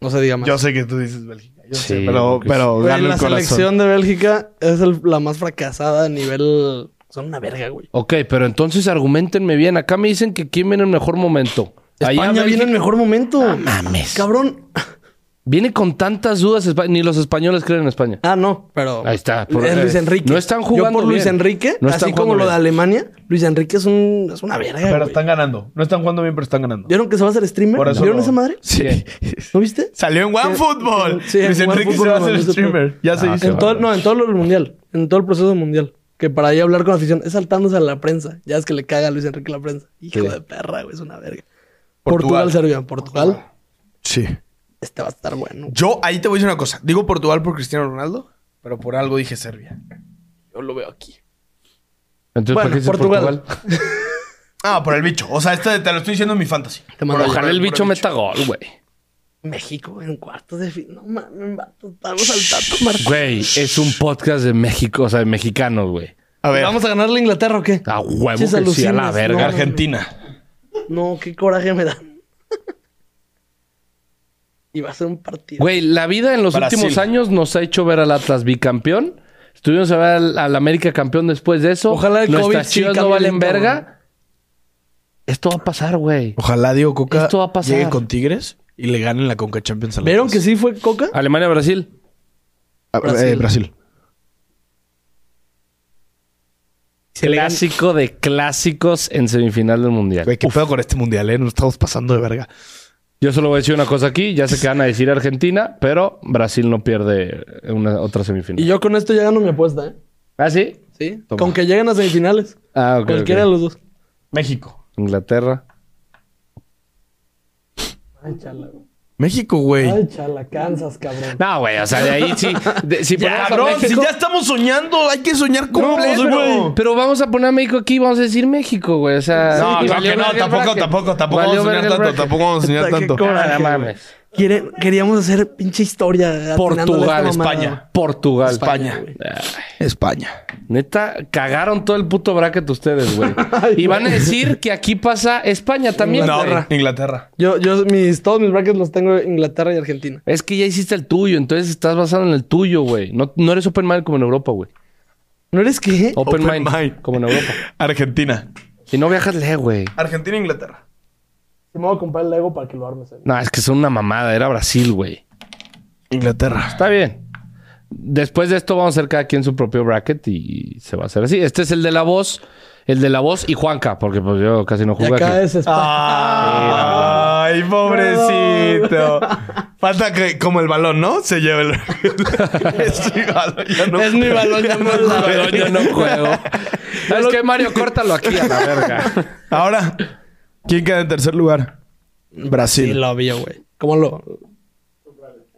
Speaker 1: No se diga más.
Speaker 2: Yo sé que tú dices Bélgica. Yo sé,
Speaker 3: Sí,
Speaker 2: pero,
Speaker 3: porque
Speaker 2: pero
Speaker 1: Güey,
Speaker 2: gana
Speaker 1: la
Speaker 2: el corazón.
Speaker 1: selección de Bélgica es el- la más fracasada a nivel. Son una verga, güey.
Speaker 3: Ok, pero entonces argumentenme bien. Acá me dicen que quién viene en mejor momento. Allá
Speaker 1: España viene en
Speaker 3: Bélgica-
Speaker 1: mejor momento.
Speaker 3: mames.
Speaker 1: Cabrón.
Speaker 3: Viene con tantas dudas, Espa- ni los españoles creen en España.
Speaker 1: Ah, no, pero.
Speaker 3: Ahí está, por- eh,
Speaker 1: es Luis Enrique.
Speaker 3: No están jugando
Speaker 1: Yo por Luis
Speaker 3: bien.
Speaker 1: Enrique,
Speaker 3: No están
Speaker 1: así como
Speaker 3: jugando
Speaker 1: lo de
Speaker 3: bien.
Speaker 1: Alemania, Luis Enrique es, un, es una verga.
Speaker 2: Pero
Speaker 1: güey.
Speaker 2: están ganando. No están jugando bien, pero están ganando.
Speaker 1: ¿Vieron que se va a hacer streamer?
Speaker 2: Por eso
Speaker 1: ¿Vieron
Speaker 2: no.
Speaker 1: esa madre?
Speaker 3: Sí.
Speaker 1: ¿No viste?
Speaker 2: Salió en OneFootball.
Speaker 1: Sí, en
Speaker 2: Luis Enrique
Speaker 1: OneFootball,
Speaker 2: se va a hacer
Speaker 1: no, no se puede.
Speaker 2: streamer. Ya se
Speaker 3: Ah,
Speaker 2: hizo.
Speaker 3: qué
Speaker 1: En todo, no, en todo el mundial. En todo el proceso mundial. Que para ahí hablar con afición es saltándose a la prensa. Ya es que le caga a Luis Enrique la prensa. Hijo
Speaker 3: Sí.
Speaker 1: de perra, güey, es una verga.
Speaker 2: Portugal.
Speaker 1: Portugal, Serbia, Portugal.
Speaker 2: Sí.
Speaker 1: Este va a estar bueno.
Speaker 2: Yo ahí te voy a decir una cosa. Digo Portugal por Cristiano Ronaldo, pero por algo dije Serbia. Yo lo veo aquí.
Speaker 3: Entonces, ¿para
Speaker 1: Bueno,
Speaker 3: qué dices
Speaker 1: Portugal.
Speaker 3: Portugal?
Speaker 2: Ah, por el bicho. O sea, este te lo estoy diciendo en mi fantasy.
Speaker 1: Te mando
Speaker 2: Por-
Speaker 3: Ojalá el
Speaker 2: por
Speaker 3: bicho meta gol, güey.
Speaker 1: México en cuartos de final. No mames, vato, estamos al tato, Martín.
Speaker 3: Güey, es un podcast de México, o sea, de mexicanos, güey.
Speaker 2: A ver.
Speaker 1: ¿Vamos a ganarle a Inglaterra o qué?
Speaker 3: A huevo
Speaker 1: Sí,
Speaker 3: que sí, a la
Speaker 1: alucinas,
Speaker 3: verga.
Speaker 1: no,
Speaker 2: Argentina.
Speaker 1: No, qué coraje me da. y va a ser un partido.
Speaker 3: Güey, la vida en los
Speaker 2: Brasil.
Speaker 3: últimos años nos ha hecho ver al Atlas bicampeón. Estuvimos a ver al, al América campeón después de eso.
Speaker 1: Ojalá el COVID
Speaker 3: Nuestras
Speaker 1: sí
Speaker 3: chivas no
Speaker 1: cambie
Speaker 3: valen
Speaker 1: lento,
Speaker 3: verga. Esto va a pasar, güey.
Speaker 2: Ojalá Diego Coca
Speaker 3: Esto va a pasar.
Speaker 2: llegue con Tigres y le ganen la Conca Champions a la
Speaker 1: ¿Vieron que sí fue Coca?
Speaker 3: Ah. Alemania-Brasil.
Speaker 2: Brasil.
Speaker 1: Brasil.
Speaker 2: eh, Brasil.
Speaker 3: Clásico de clásicos en semifinal del Mundial.
Speaker 2: Güey, qué pedo con este mundial, ¿eh? Nos estamos pasando de verga.
Speaker 3: Yo solo voy a decir una cosa aquí. Ya sé que van a decir Argentina, pero Brasil no pierde una, otra
Speaker 1: Y
Speaker 3: semifinal.
Speaker 1: yo con esto ya gano mi apuesta, ¿eh?
Speaker 3: ¿Ah, sí?
Speaker 1: Sí. Con que lleguen a semifinales.
Speaker 3: Ah, ok.
Speaker 1: Cualquiera
Speaker 3: ok.
Speaker 1: de los dos.
Speaker 2: México.
Speaker 3: Inglaterra.
Speaker 1: Ay, chala, güey.
Speaker 2: México, güey.
Speaker 1: Ay, chala, Kansas, cabrón.
Speaker 3: No, güey, o sea, de ahí sí. de- si ponemos a México-
Speaker 2: estamos soñando, hay que soñar
Speaker 3: No, pues, güey, pero vamos a poner a México aquí y vamos a decir México, güey. O sea,
Speaker 2: No,
Speaker 3: sí,
Speaker 2: claro
Speaker 3: valió
Speaker 2: que no,
Speaker 3: verga el
Speaker 2: tampoco,
Speaker 3: bracket.
Speaker 2: tampoco, tampoco vamos
Speaker 3: Valió
Speaker 2: a soñar
Speaker 3: verga el
Speaker 2: tanto,
Speaker 3: bracket.
Speaker 2: tampoco vamos a soñar
Speaker 1: Está que
Speaker 2: tanto.
Speaker 1: coraje,
Speaker 3: Ah, no
Speaker 1: güey.
Speaker 3: mames.
Speaker 1: Quiere- queríamos hacer pinche historia. atinándole a
Speaker 3: Portugal,
Speaker 1: esta mamada,
Speaker 2: España.
Speaker 3: Portugal.
Speaker 2: España.
Speaker 1: güey.
Speaker 2: España.
Speaker 3: Neta, cagaron todo el puto bracket ustedes, güey. y van a decir que aquí pasa España también.
Speaker 2: No,
Speaker 3: perra.
Speaker 2: Inglaterra.
Speaker 1: Yo, yo, mis, todos mis brackets los tengo en Inglaterra y Argentina.
Speaker 3: Es que ya hiciste el tuyo, entonces estás basado en el tuyo, güey. No, no eres open mind como en Europa, güey.
Speaker 1: ¿No eres qué?
Speaker 3: Open,
Speaker 2: Open
Speaker 3: mind,
Speaker 2: mind.
Speaker 3: como en Europa.
Speaker 2: Argentina.
Speaker 3: Y no viajas lejos, güey.
Speaker 2: Argentina, Inglaterra.
Speaker 1: Te me voy a comprar el Lego para que lo armes. eh.
Speaker 3: No, es que son una mamada. Era Brasil, güey.
Speaker 2: Inglaterra.
Speaker 3: Está bien. Después de esto vamos a hacer cada quien su propio bracket y se va a hacer así. Este es el de la voz, el de la voz y Juanca, porque pues yo casi no
Speaker 1: Y
Speaker 3: jugué
Speaker 1: acá
Speaker 3: aquí.
Speaker 1: es España.
Speaker 2: Ay, pobrecito. Falta que, como el balón, ¿no? Se lleve el. es mi balón, ya no.
Speaker 1: Es mi balón, ya no
Speaker 2: es mi
Speaker 1: la
Speaker 2: balón,
Speaker 3: Pero yo no juego. ¿Sabes qué, Mario? Córtalo aquí a la verga.
Speaker 2: Ahora, ¿quién queda en tercer lugar?
Speaker 1: Sí,
Speaker 2: Brasil.
Speaker 1: lo vi, güey. ¿Cómo lo?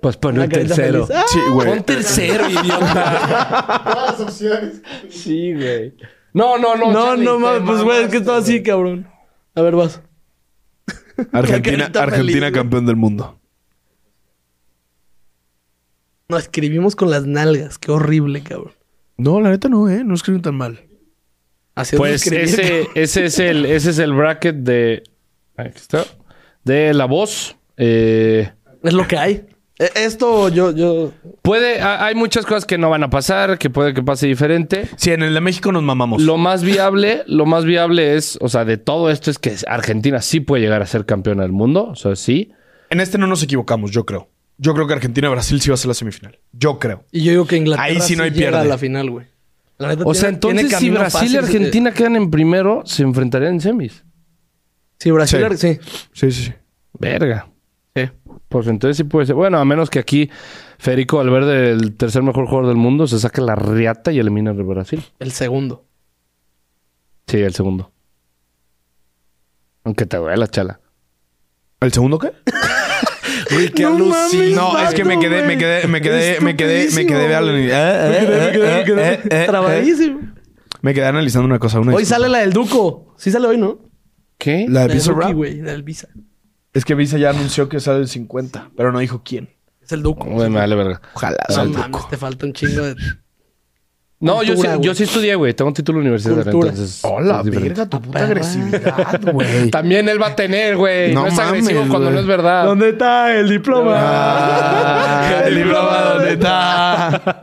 Speaker 3: Pues pon un
Speaker 1: Una carita
Speaker 3: tercero.
Speaker 1: feliz. Ah,
Speaker 2: Sí, güey.
Speaker 3: Pon tercero, idiota.
Speaker 4: Todas las opciones.
Speaker 3: Sí, güey. No, no, no.
Speaker 1: No,
Speaker 3: Charlie,
Speaker 1: no
Speaker 3: te
Speaker 1: mames, pues güey, es que
Speaker 3: mamaste,
Speaker 1: estaba así, cabrón. A ver, vas.
Speaker 2: Argentina,
Speaker 1: Carita
Speaker 2: Argentina
Speaker 1: feliz,
Speaker 2: campeón del mundo.
Speaker 1: No, escribimos con las nalgas. Qué horrible, cabrón.
Speaker 2: No, la neta no, ¿eh? No escriben tan mal.
Speaker 1: Así es
Speaker 3: Pues
Speaker 1: escribir,
Speaker 3: ese,
Speaker 1: cabrón.
Speaker 3: ese es el, ese es el bracket de. Aquí está. De la voz. Eh.
Speaker 1: Es lo que hay. E- Esto yo, yo...
Speaker 3: Puede, ha- hay muchas cosas que no van a pasar, que puede que pase diferente.
Speaker 2: Sí, en el de México nos mamamos.
Speaker 3: Lo más viable, lo más viable es, o sea, de todo esto es que Argentina sí puede llegar a ser campeona del mundo, o sea, sí.
Speaker 2: En este no nos equivocamos, yo creo. Yo creo que Argentina-Brasil sí va a ser la semifinal. Yo creo.
Speaker 1: Y yo digo que Inglaterra
Speaker 2: Ahí sí no hay
Speaker 1: llega
Speaker 2: pierde.
Speaker 1: a la final, güey. La neta
Speaker 3: O sea,
Speaker 1: tiene- tiene
Speaker 3: entonces si
Speaker 1: camino
Speaker 3: Brasil y
Speaker 1: fácil,
Speaker 3: Argentina quedan en primero, se enfrentarían en semis.
Speaker 1: eh, Sí, Brasil,
Speaker 2: Sí.
Speaker 1: Ar- sí.
Speaker 2: Sí, sí, sí.
Speaker 3: Verga.
Speaker 1: Sí.
Speaker 3: Pues entonces sí puede ser. Bueno, a menos que aquí Federico Valverde, el tercer mejor jugador del mundo, se saque la riata y elimine a Brasil.
Speaker 1: El segundo.
Speaker 3: Sí, el segundo. Aunque te duela, chala.
Speaker 2: ¿El segundo qué?
Speaker 1: No mames,
Speaker 2: No, es
Speaker 1: vato,
Speaker 2: que me quedé, me quedé, me quedé, me quedé, me quedé,
Speaker 1: Estupidísimo, güey.
Speaker 2: eh,
Speaker 1: Me quedé, me quedé, me quedé
Speaker 2: me
Speaker 1: Trabadísimo.
Speaker 2: quedé analizando una cosa. Una
Speaker 1: Hoy sale la del Duco. Sí sale hoy, ¿no?
Speaker 3: ¿Qué?
Speaker 2: la
Speaker 1: La
Speaker 2: de Visa
Speaker 1: Duki,
Speaker 2: Rap.
Speaker 1: güey, la del Visa.
Speaker 2: Es que Visa ya anunció que sale el 50, pero no dijo quién.
Speaker 1: Es el Duco.
Speaker 3: Güey, me vale verga.
Speaker 2: Ojalá
Speaker 1: No
Speaker 2: sea el
Speaker 1: mames,
Speaker 2: Duco.
Speaker 1: te falta un chingo de...
Speaker 3: No, yo sí,
Speaker 1: Cultura, güey.
Speaker 3: yo sí estudié, güey. Tengo un título universitario,
Speaker 1: Cultura.
Speaker 3: entonces.
Speaker 2: Hola,
Speaker 3: es diferente.
Speaker 2: verga, tu puta agresividad, güey.
Speaker 3: También él va a tener, güey. No,
Speaker 2: No
Speaker 3: es
Speaker 2: mames,
Speaker 3: agresivo cuando
Speaker 2: güey.
Speaker 3: no es verdad.
Speaker 1: ¿Dónde está el
Speaker 2: Ah, el diploma, ¿dónde está?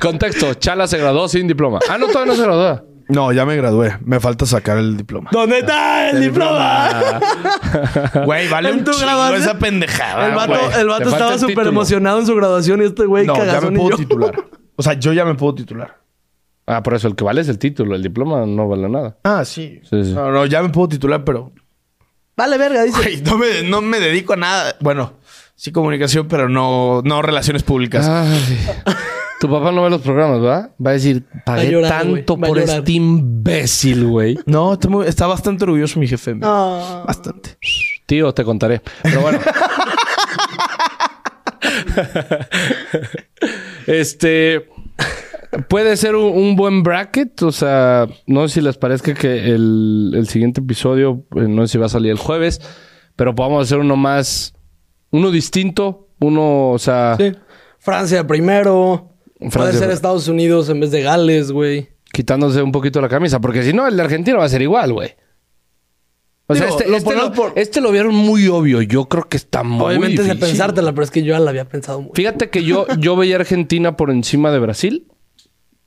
Speaker 3: Contexto, Chala se graduó sin diploma. Ah, no, todavía no se graduó.
Speaker 2: No, ya me gradué. Me falta sacar el diploma.
Speaker 1: ¿Dónde está el, diploma?
Speaker 2: Güey, vale
Speaker 1: ¿En
Speaker 2: un
Speaker 1: tu
Speaker 2: chingo
Speaker 1: graduación?
Speaker 2: esa pendejada.
Speaker 1: el vato,
Speaker 2: güey.
Speaker 1: el
Speaker 3: te
Speaker 1: vato
Speaker 3: falta
Speaker 1: estaba
Speaker 3: el
Speaker 1: súper
Speaker 3: título.
Speaker 1: emocionado en su graduación y este güey
Speaker 2: No, ya
Speaker 1: cagazón
Speaker 2: me
Speaker 1: y
Speaker 2: puedo
Speaker 1: yo.
Speaker 2: titular. O sea, yo ya me puedo titular.
Speaker 3: Ah, por eso el que vale es el título, el diploma no vale nada.
Speaker 2: Ah, sí.
Speaker 3: Sí, sí.
Speaker 2: No, no, ya me puedo titular, pero.
Speaker 1: Vale, verga, dice.
Speaker 2: Güey, no me, no me dedico a nada. Bueno, sí comunicación, pero no, no relaciones públicas.
Speaker 3: Ah. Ay. Tu papá no ve los programas, ¿verdad? Va a decir, pagué
Speaker 1: llorar,
Speaker 3: tanto
Speaker 1: güey, va a
Speaker 3: por
Speaker 1: llorar.
Speaker 3: este imbécil, güey.
Speaker 2: No, está, muy- está bastante orgulloso mi jefe. me-
Speaker 1: No.
Speaker 2: Bastante.
Speaker 3: Tío, te contaré. Pero bueno. este. Puede ser un, un buen bracket. O sea, no sé si les parezca que el, el siguiente episodio, eh, no sé si va a salir el jueves, pero podamos hacer uno más. Uno distinto. Uno, o sea.
Speaker 1: Francia primero. Puede
Speaker 3: Francia
Speaker 1: ser
Speaker 3: primero.
Speaker 1: Estados Unidos en vez de Gales, güey.
Speaker 3: quitándose un poquito la camisa, porque si no, el de Argentina va a ser igual, güey. O sea,
Speaker 1: Digo,
Speaker 3: este
Speaker 1: lo
Speaker 3: lo, este,
Speaker 1: ponemos
Speaker 3: lo,
Speaker 1: por-
Speaker 3: este lo vieron muy obvio. Yo creo que está muy
Speaker 1: Obviamente es de
Speaker 3: difícil.
Speaker 1: pensártela, pero es que yo ya la había pensado mucho.
Speaker 3: Fíjate que yo, yo veía a Argentina por encima de Brasil,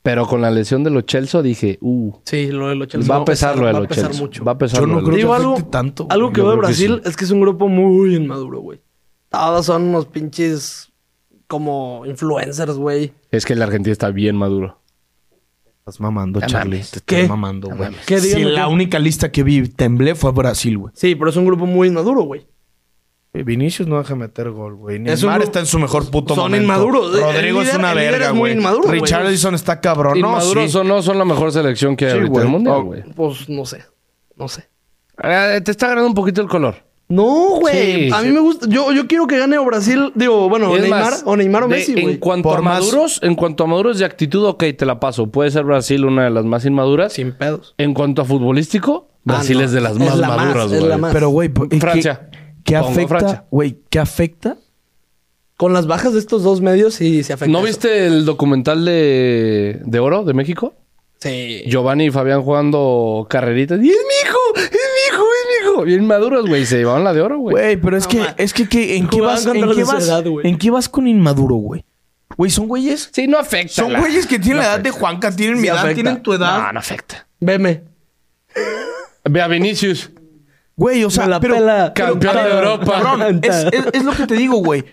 Speaker 3: pero con la lesión de los Chelsea dije, uh,
Speaker 1: Sí, lo de los Chelsea.
Speaker 3: va a pesar lo de
Speaker 1: va a
Speaker 3: los
Speaker 1: pesar
Speaker 3: Chelsea.
Speaker 1: mucho.
Speaker 3: Va a pesar
Speaker 2: Yo
Speaker 3: lo
Speaker 2: no
Speaker 3: de
Speaker 2: creo
Speaker 3: los-
Speaker 1: Digo,
Speaker 2: que
Speaker 1: algo,
Speaker 2: afecte tanto, güey.
Speaker 1: algo que
Speaker 3: Yo
Speaker 1: veo de
Speaker 3: creo que
Speaker 1: Brasil es que es un grupo muy inmaduro, güey. Todos son unos pinches como influencers, güey.
Speaker 3: Es que el Argentina está bien maduro.
Speaker 2: Estás mamando,
Speaker 3: Ya
Speaker 2: Charlie.
Speaker 3: mames.
Speaker 2: Te
Speaker 1: ¿Qué?
Speaker 2: estás mamando, güey.
Speaker 1: ¿Qué?
Speaker 2: Si
Speaker 1: Dígame
Speaker 2: la
Speaker 1: tú.
Speaker 2: única lista que vi temblé fue Brasil, güey.
Speaker 1: Sí, pero es un grupo muy inmaduro, güey.
Speaker 2: Eh, Vinicius no deja meter gol, güey.
Speaker 1: Es un
Speaker 2: Neymar
Speaker 1: grupo-
Speaker 2: está en su mejor puto
Speaker 1: Son
Speaker 2: momento.
Speaker 1: inmaduros. El
Speaker 2: Rodrigo
Speaker 1: líder-
Speaker 2: es una
Speaker 1: el líder
Speaker 2: verga,
Speaker 1: es muy
Speaker 2: güey.
Speaker 1: inmaduro, güey.
Speaker 2: Richarlison está cabrón. No,
Speaker 3: Inmaduros
Speaker 2: sí.
Speaker 3: o no son la mejor selección que hay
Speaker 2: Sí,
Speaker 3: ahorita
Speaker 2: güey.
Speaker 3: en el mundial,
Speaker 2: Oh.
Speaker 3: güey.
Speaker 1: Pues no sé. No sé.
Speaker 3: Ah, te está ganando un poquito el color.
Speaker 1: No, güey.
Speaker 3: Sí,
Speaker 1: a mí
Speaker 3: sí.
Speaker 1: me gusta. Yo, yo quiero que gane o Brasil. Digo, bueno,
Speaker 3: Y
Speaker 1: o
Speaker 3: es
Speaker 1: Neymar,
Speaker 3: más,
Speaker 1: o Neymar o
Speaker 3: de-
Speaker 1: Messi,
Speaker 3: En
Speaker 1: güey.
Speaker 3: cuanto
Speaker 2: Por
Speaker 3: a
Speaker 2: más-
Speaker 3: maduros, en cuanto a maduros de actitud, ok, te la paso. Puede ser Brasil una de las más inmaduras.
Speaker 1: Sin pedos.
Speaker 3: En cuanto a futbolístico, Brasil
Speaker 1: Ah, no.
Speaker 3: es de las
Speaker 1: Es
Speaker 3: más
Speaker 1: la más,
Speaker 3: maduras,
Speaker 1: es
Speaker 3: güey.
Speaker 1: la más.
Speaker 2: Pero, güey, po- ¿qué-
Speaker 3: Francia.
Speaker 2: ¿Qué
Speaker 3: Pongo
Speaker 2: afecta?
Speaker 3: Francia.
Speaker 2: Güey, ¿qué afecta?
Speaker 1: Con las bajas de estos dos medios sí se afecta.
Speaker 3: ¿No
Speaker 1: eso.
Speaker 3: viste el documental de, de Oro de México?
Speaker 1: Sí.
Speaker 3: Giovanni y Fabián jugando carreritas. ¡Y es mi hijo! ¡Es mi hijo! ¡Es mi hijo! Bien maduros, güey. Se llevaron la de oro, güey.
Speaker 2: Güey, pero es que,
Speaker 1: ma-
Speaker 2: es que, ¿qué- ¿en, qué
Speaker 1: Pues, Jugaban
Speaker 2: vas,
Speaker 1: contra
Speaker 2: en,
Speaker 1: los
Speaker 2: qué
Speaker 1: de su
Speaker 2: vas,
Speaker 1: edad, güey.
Speaker 2: ¿en qué vas con inmaduro, güey? Güey, son güeyes.
Speaker 3: Sí, no afecta.
Speaker 2: Son
Speaker 3: la-
Speaker 2: güeyes que tienen
Speaker 3: no
Speaker 2: la edad de
Speaker 3: afecta.
Speaker 2: Juanca, tienen mi
Speaker 1: pues, Sí
Speaker 2: edad,
Speaker 1: afecta.
Speaker 2: tienen tu edad.
Speaker 3: No, no afecta.
Speaker 1: Veme.
Speaker 3: Ve a Vinicius.
Speaker 2: Güey, o sea,
Speaker 1: Me la
Speaker 2: pero,
Speaker 1: pela.
Speaker 2: pero-
Speaker 3: Campeón
Speaker 2: a
Speaker 3: de
Speaker 2: ver,
Speaker 3: Europa.
Speaker 2: Cabrón, es, es- es lo que te digo, güey.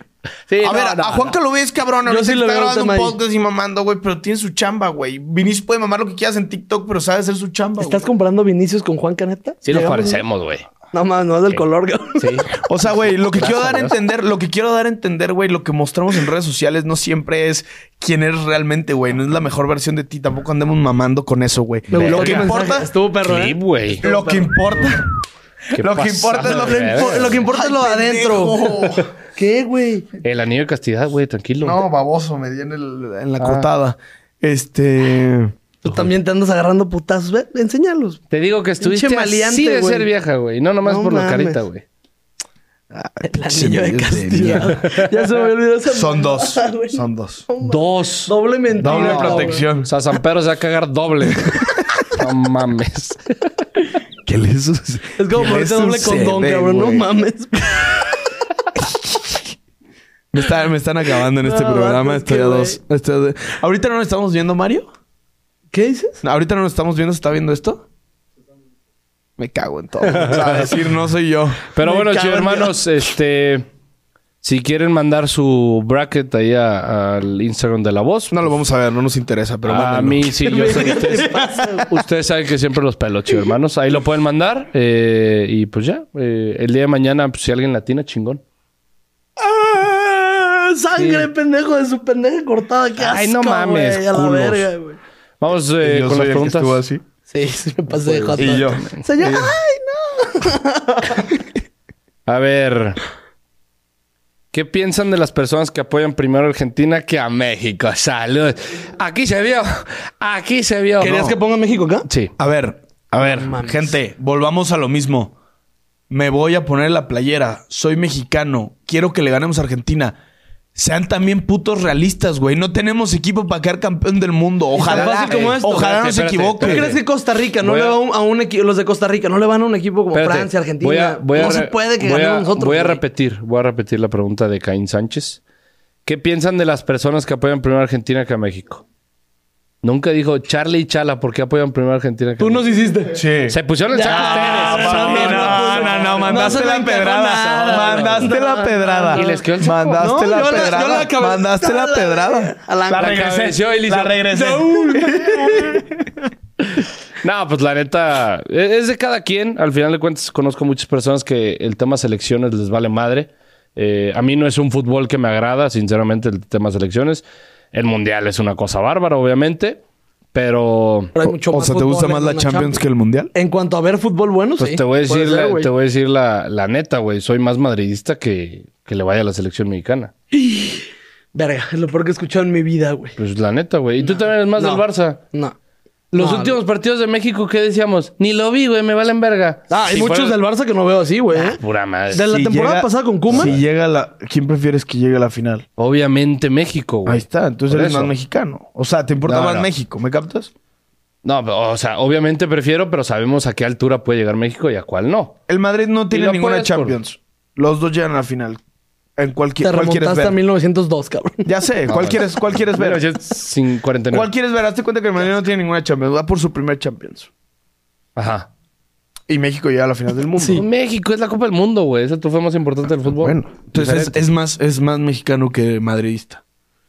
Speaker 3: Sí,
Speaker 2: a
Speaker 3: no,
Speaker 2: ver,
Speaker 3: no,
Speaker 2: a Juanca lo ves cabrón, ahorita
Speaker 1: sí lo
Speaker 2: está
Speaker 1: veo
Speaker 2: grabando un
Speaker 1: tema ahí.
Speaker 2: podcast y mamando, güey, pero tiene su chamba, güey. Vinicius puede mamar lo que quieras en TikTok, pero sabe hacer su chamba,
Speaker 1: ¿Estás
Speaker 2: güey.
Speaker 1: comparando Vinicius con Juan Caneta?
Speaker 3: Sí nos
Speaker 1: Llegamos-
Speaker 3: parecemos, güey.
Speaker 1: No más, no es del color, cabrón.
Speaker 3: Sí.
Speaker 2: O sea, güey, lo que quiero dar a entender, lo que quiero dar a entender, güey, lo que mostramos en redes sociales no siempre es quién eres realmente, güey. No es la mejor versión de ti, tampoco andemos mamando con eso, güey.
Speaker 1: Me gustó
Speaker 2: Lo
Speaker 1: tu
Speaker 2: que
Speaker 1: mensaje.
Speaker 2: importa,
Speaker 1: Estuvo perro, ¿eh?
Speaker 3: Clip, güey.
Speaker 2: lo que importa,
Speaker 3: Qué
Speaker 2: lo que
Speaker 3: pasada
Speaker 2: importa es lo
Speaker 3: de
Speaker 2: que
Speaker 3: verga.
Speaker 1: Lo- Lo que importa es lo de
Speaker 2: Ay,
Speaker 1: adentro.
Speaker 2: pendejo.
Speaker 1: ¿Qué, güey?
Speaker 3: El anillo de castidad, güey, tranquilo.
Speaker 2: No, baboso, me di en, el- en la cortada. Ah. Este.
Speaker 1: Tú también te andas agarrando putazos. Ve, enséñalos.
Speaker 3: Te digo que estuviste
Speaker 1: Pinche
Speaker 3: así
Speaker 1: maleante,
Speaker 3: de
Speaker 1: güey.
Speaker 3: ser vieja, güey. No nomás
Speaker 1: No
Speaker 3: por la
Speaker 1: mames.
Speaker 3: carita, güey.
Speaker 1: El anillo de
Speaker 2: Semillas Ah, de Ah,
Speaker 1: castidad. ya se me olvidó esa
Speaker 2: Son dos.
Speaker 1: mamada, güey.
Speaker 2: Son dos.
Speaker 3: Dos.
Speaker 1: Doble mentira.
Speaker 2: Doble
Speaker 3: No,
Speaker 1: cabrón.
Speaker 2: protección.
Speaker 3: O sea, San Pedro se va a cagar doble. no mames.
Speaker 2: ¿Qué le sucede?
Speaker 1: Es como ponerte doble condón, cabrón. No mames.
Speaker 2: Me, está- me están acabando en este
Speaker 1: No,
Speaker 2: programa.
Speaker 1: vato, es
Speaker 2: Estoy
Speaker 1: que,
Speaker 2: a
Speaker 1: güey.
Speaker 2: dos. Estoy a dos. ¿Ahorita no nos estamos viendo, Mario?
Speaker 1: ¿Qué dices?
Speaker 2: ¿Ahorita no nos estamos viendo? ¿Se está viendo esto? Me cago en todo. O sea, decir no soy yo.
Speaker 3: Pero
Speaker 2: Me
Speaker 3: bueno,
Speaker 2: cago en
Speaker 3: chicos, hermanos, este. Si quieren mandar su bracket ahí a- al Instagram de la voz.
Speaker 2: Dios. No lo vamos a ver, no nos interesa, pero
Speaker 3: a
Speaker 2: mándenlo.
Speaker 3: mí sí, yo sé que ustedes, ustedes saben que siempre los pelo, chicos, hermanos. Ahí lo pueden mandar. eh, y pues ya, eh, el día de mañana, pues, si alguien latina, chingón.
Speaker 1: Ah, Sangre, pendejo, de su pendeja cortada. Qué asco,
Speaker 3: Ay, no mames,
Speaker 1: güey, A la
Speaker 3: culos.
Speaker 1: verga, güey.
Speaker 3: Vamos eh,
Speaker 2: Yo soy
Speaker 3: con las
Speaker 2: el que
Speaker 3: preguntas.
Speaker 2: estuvo así.
Speaker 1: Sí, sí me pasé
Speaker 3: Pues,
Speaker 1: de jota.
Speaker 2: Y yo.
Speaker 1: Señor, ay,
Speaker 3: A ver. ¿Qué piensan de las personas que apoyan primero a Argentina que a México? Salud. Aquí se vio. Aquí se vio.
Speaker 1: ¿Querías
Speaker 3: No.
Speaker 1: que ponga México acá?
Speaker 3: Sí.
Speaker 2: A ver, a ver,
Speaker 1: mames.
Speaker 2: gente, volvamos a lo mismo. Me voy a poner la playera. Soy mexicano. Quiero que le ganemos a Argentina. Sean también putos realistas, güey. No tenemos equipo para quedar campeón del mundo. Ojalá.
Speaker 1: tan fácil como esto.
Speaker 2: Ojalá no se
Speaker 3: Espérate,
Speaker 2: equivoque.
Speaker 1: ¿Tú crees que Costa Rica no
Speaker 3: Voy a-
Speaker 1: le va a un- a un equipo? Los de Costa Rica no le van a un equipo como
Speaker 3: Espérate.
Speaker 1: Francia, Argentina.
Speaker 3: Voy a- voy a
Speaker 1: no se
Speaker 3: re-
Speaker 1: puede que
Speaker 3: voy a-
Speaker 1: ganemos nosotros.
Speaker 3: Voy a
Speaker 1: güey.
Speaker 3: repetir, voy a repetir la pregunta de Caín Sánchez. ¿Qué piensan de las personas que apoyan primero a Argentina que a México? Nunca dijo Charlie y Chala, ¿por qué apoyan primero a Argentina? que a
Speaker 1: Tú nos
Speaker 3: México?
Speaker 1: hiciste.
Speaker 2: Sí.
Speaker 3: Se pusieron el saco
Speaker 1: Ah,
Speaker 3: ustedes.
Speaker 1: mamá.
Speaker 2: No, no, no, no, mandaste
Speaker 1: No se
Speaker 2: la
Speaker 1: me encajó
Speaker 2: pedrada.
Speaker 1: nada, güey.
Speaker 2: Mandaste la pedrada.
Speaker 3: Y les quedó el saco.
Speaker 2: Mandaste
Speaker 1: No,
Speaker 2: la
Speaker 1: yo la- yo
Speaker 2: pedrada.
Speaker 1: la acabé-
Speaker 2: Mandaste la
Speaker 1: Dale.
Speaker 2: pedrada.
Speaker 1: A la- La
Speaker 3: cabeceó y le
Speaker 2: La
Speaker 3: hizo-
Speaker 2: regresé.
Speaker 3: No, pues la neta, e- es de cada quien. Al final de cuentas, conozco muchas personas que el tema selecciones les vale madre. Eh, a mí no es un fútbol que me agrada, sinceramente, el tema selecciones. El mundial es una cosa bárbara, obviamente, pero
Speaker 1: Pero hay mucho
Speaker 2: O sea, ¿te gusta
Speaker 1: fútbol
Speaker 2: más
Speaker 1: en
Speaker 2: la Champions que el Mundial?
Speaker 1: En cuanto a ver fútbol bueno,
Speaker 3: pues
Speaker 1: sí.
Speaker 3: te voy a
Speaker 1: Puede
Speaker 3: decir,
Speaker 1: ser,
Speaker 3: la,
Speaker 1: güey.
Speaker 3: te voy a decir la, la neta, güey. Soy más madridista que, que le vaya a la selección mexicana.
Speaker 1: Verga, es lo peor que he escuchado en mi vida, güey.
Speaker 3: Pues la neta, güey. Y tú también eres más
Speaker 1: No,
Speaker 3: del Barça.
Speaker 1: No.
Speaker 3: Los
Speaker 1: No,
Speaker 3: últimos partidos de México, ¿qué decíamos? Ni lo vi, güey, me valen verga.
Speaker 1: Ah, hay
Speaker 3: Si
Speaker 1: muchos
Speaker 3: fuera-
Speaker 1: del Barça que no veo así, güey. ¿eh?
Speaker 3: Pura madre.
Speaker 1: De la
Speaker 2: Si
Speaker 1: temporada
Speaker 2: llega-
Speaker 1: pasada con Kuma.
Speaker 2: Si llega la... ¿Quién prefieres que llegue a la final?
Speaker 3: Obviamente México, güey.
Speaker 2: Ahí está. Entonces
Speaker 3: Por
Speaker 2: eres
Speaker 3: eso.
Speaker 2: más mexicano. O sea, te importa
Speaker 3: No,
Speaker 2: más
Speaker 3: no.
Speaker 2: México. ¿Me captas?
Speaker 3: No, pero, o sea, obviamente prefiero, pero sabemos a qué altura puede llegar México y a cuál no.
Speaker 2: El Madrid no tiene
Speaker 3: lo
Speaker 2: ninguna
Speaker 3: apoyas por-
Speaker 2: Champions. Los dos llegan a la final. En
Speaker 1: Te
Speaker 2: cualquier... ¿Cuál quieres
Speaker 1: remontaste a
Speaker 2: ver?
Speaker 1: 1902, cabrón.
Speaker 2: Ya sé. ¿Cuál quieres cuál quieres ver?
Speaker 3: Sin 49.
Speaker 2: ¿Cuál quieres ver? Hazte cuenta que el Madrid no tiene ninguna Champions. Va por su primer Champions.
Speaker 3: Ajá.
Speaker 2: Y México llega a la final del mundo.
Speaker 3: No, México es la Copa del Mundo, güey. Es el trofeo más importante del fútbol.
Speaker 2: Bueno, entonces es,
Speaker 3: Diferente.
Speaker 2: es más, es más mexicano que madridista.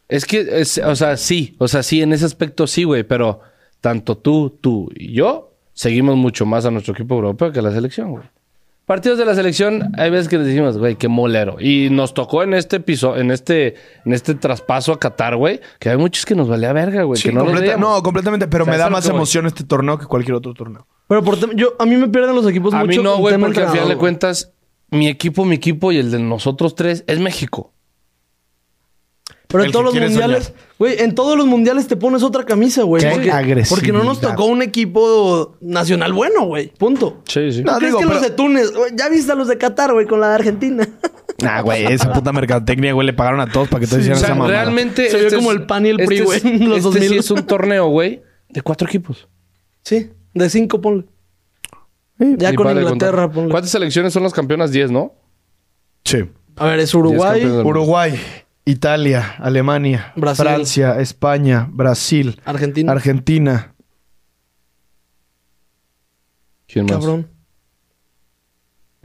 Speaker 3: Es que, es- o sea, sí. O sea, sí, en ese aspecto sí, güey. Pero tanto tú, tú y yo seguimos mucho más a nuestro equipo europeo que a la selección, güey. Partidos de la selección, hay veces que les decimos, güey, qué molero. Y nos tocó en este piso, en este, en este traspaso a Qatar, güey, que hay muchos que nos valía verga, güey. que no, los
Speaker 2: completa-
Speaker 3: veíamos.
Speaker 2: no, completamente, pero
Speaker 3: O sea,
Speaker 2: me
Speaker 3: eso
Speaker 2: da
Speaker 3: es lo
Speaker 2: más
Speaker 3: que voy.
Speaker 2: emoción este torneo que cualquier otro torneo.
Speaker 1: Pero por tem- yo, a mí me pierden los equipos
Speaker 3: A
Speaker 1: Pues mucho.
Speaker 3: mí no,
Speaker 1: en
Speaker 3: güey,
Speaker 1: tema
Speaker 3: porque al final
Speaker 1: entrenador,
Speaker 3: de
Speaker 1: güey.
Speaker 3: cuentas, mi equipo, mi equipo y el de nosotros tres es México.
Speaker 1: Pero
Speaker 2: El
Speaker 1: en todos
Speaker 2: que
Speaker 1: los
Speaker 2: quiere
Speaker 1: mundiales,
Speaker 2: soñar.
Speaker 1: güey, en todos los mundiales te pones otra camisa, güey.
Speaker 2: Qué
Speaker 1: Porque,
Speaker 2: agresividad.
Speaker 1: porque no nos tocó un equipo nacional bueno, güey. Punto.
Speaker 3: Sí, sí.
Speaker 1: ¿Tú
Speaker 2: No,
Speaker 1: crees
Speaker 2: digo,
Speaker 1: que los
Speaker 2: pero-
Speaker 1: de Túnez? güey, ya viste a los de Qatar, güey, con la de Argentina.
Speaker 2: Ah, güey, esa puta mercadotecnia, güey, le pagaron a todos para que todos
Speaker 3: o
Speaker 2: hicieran
Speaker 3: sea,
Speaker 2: esa mamada.
Speaker 3: realmente.
Speaker 1: Se vio como el PAN y el PRI,
Speaker 3: este
Speaker 1: güey,
Speaker 3: es-
Speaker 1: en los
Speaker 3: este
Speaker 1: 2000.
Speaker 3: sí es un torneo, güey, de cuatro equipos.
Speaker 1: sí, de cinco, ponle. ya
Speaker 3: Y
Speaker 1: con
Speaker 3: para de
Speaker 1: Inglaterra,
Speaker 3: contar.
Speaker 1: ponle.
Speaker 3: ¿Cuántas selecciones son las campeonas? 10, ¿no?
Speaker 2: Sí.
Speaker 1: A ver, es Uruguay.
Speaker 3: Diez campeones del mundo.
Speaker 2: Uruguay, Italia, Alemania,
Speaker 1: Brasil.
Speaker 2: Francia, España, Brasil,
Speaker 1: Argentina.
Speaker 2: Argentina.
Speaker 3: ¿Quién más?
Speaker 1: Cabrón.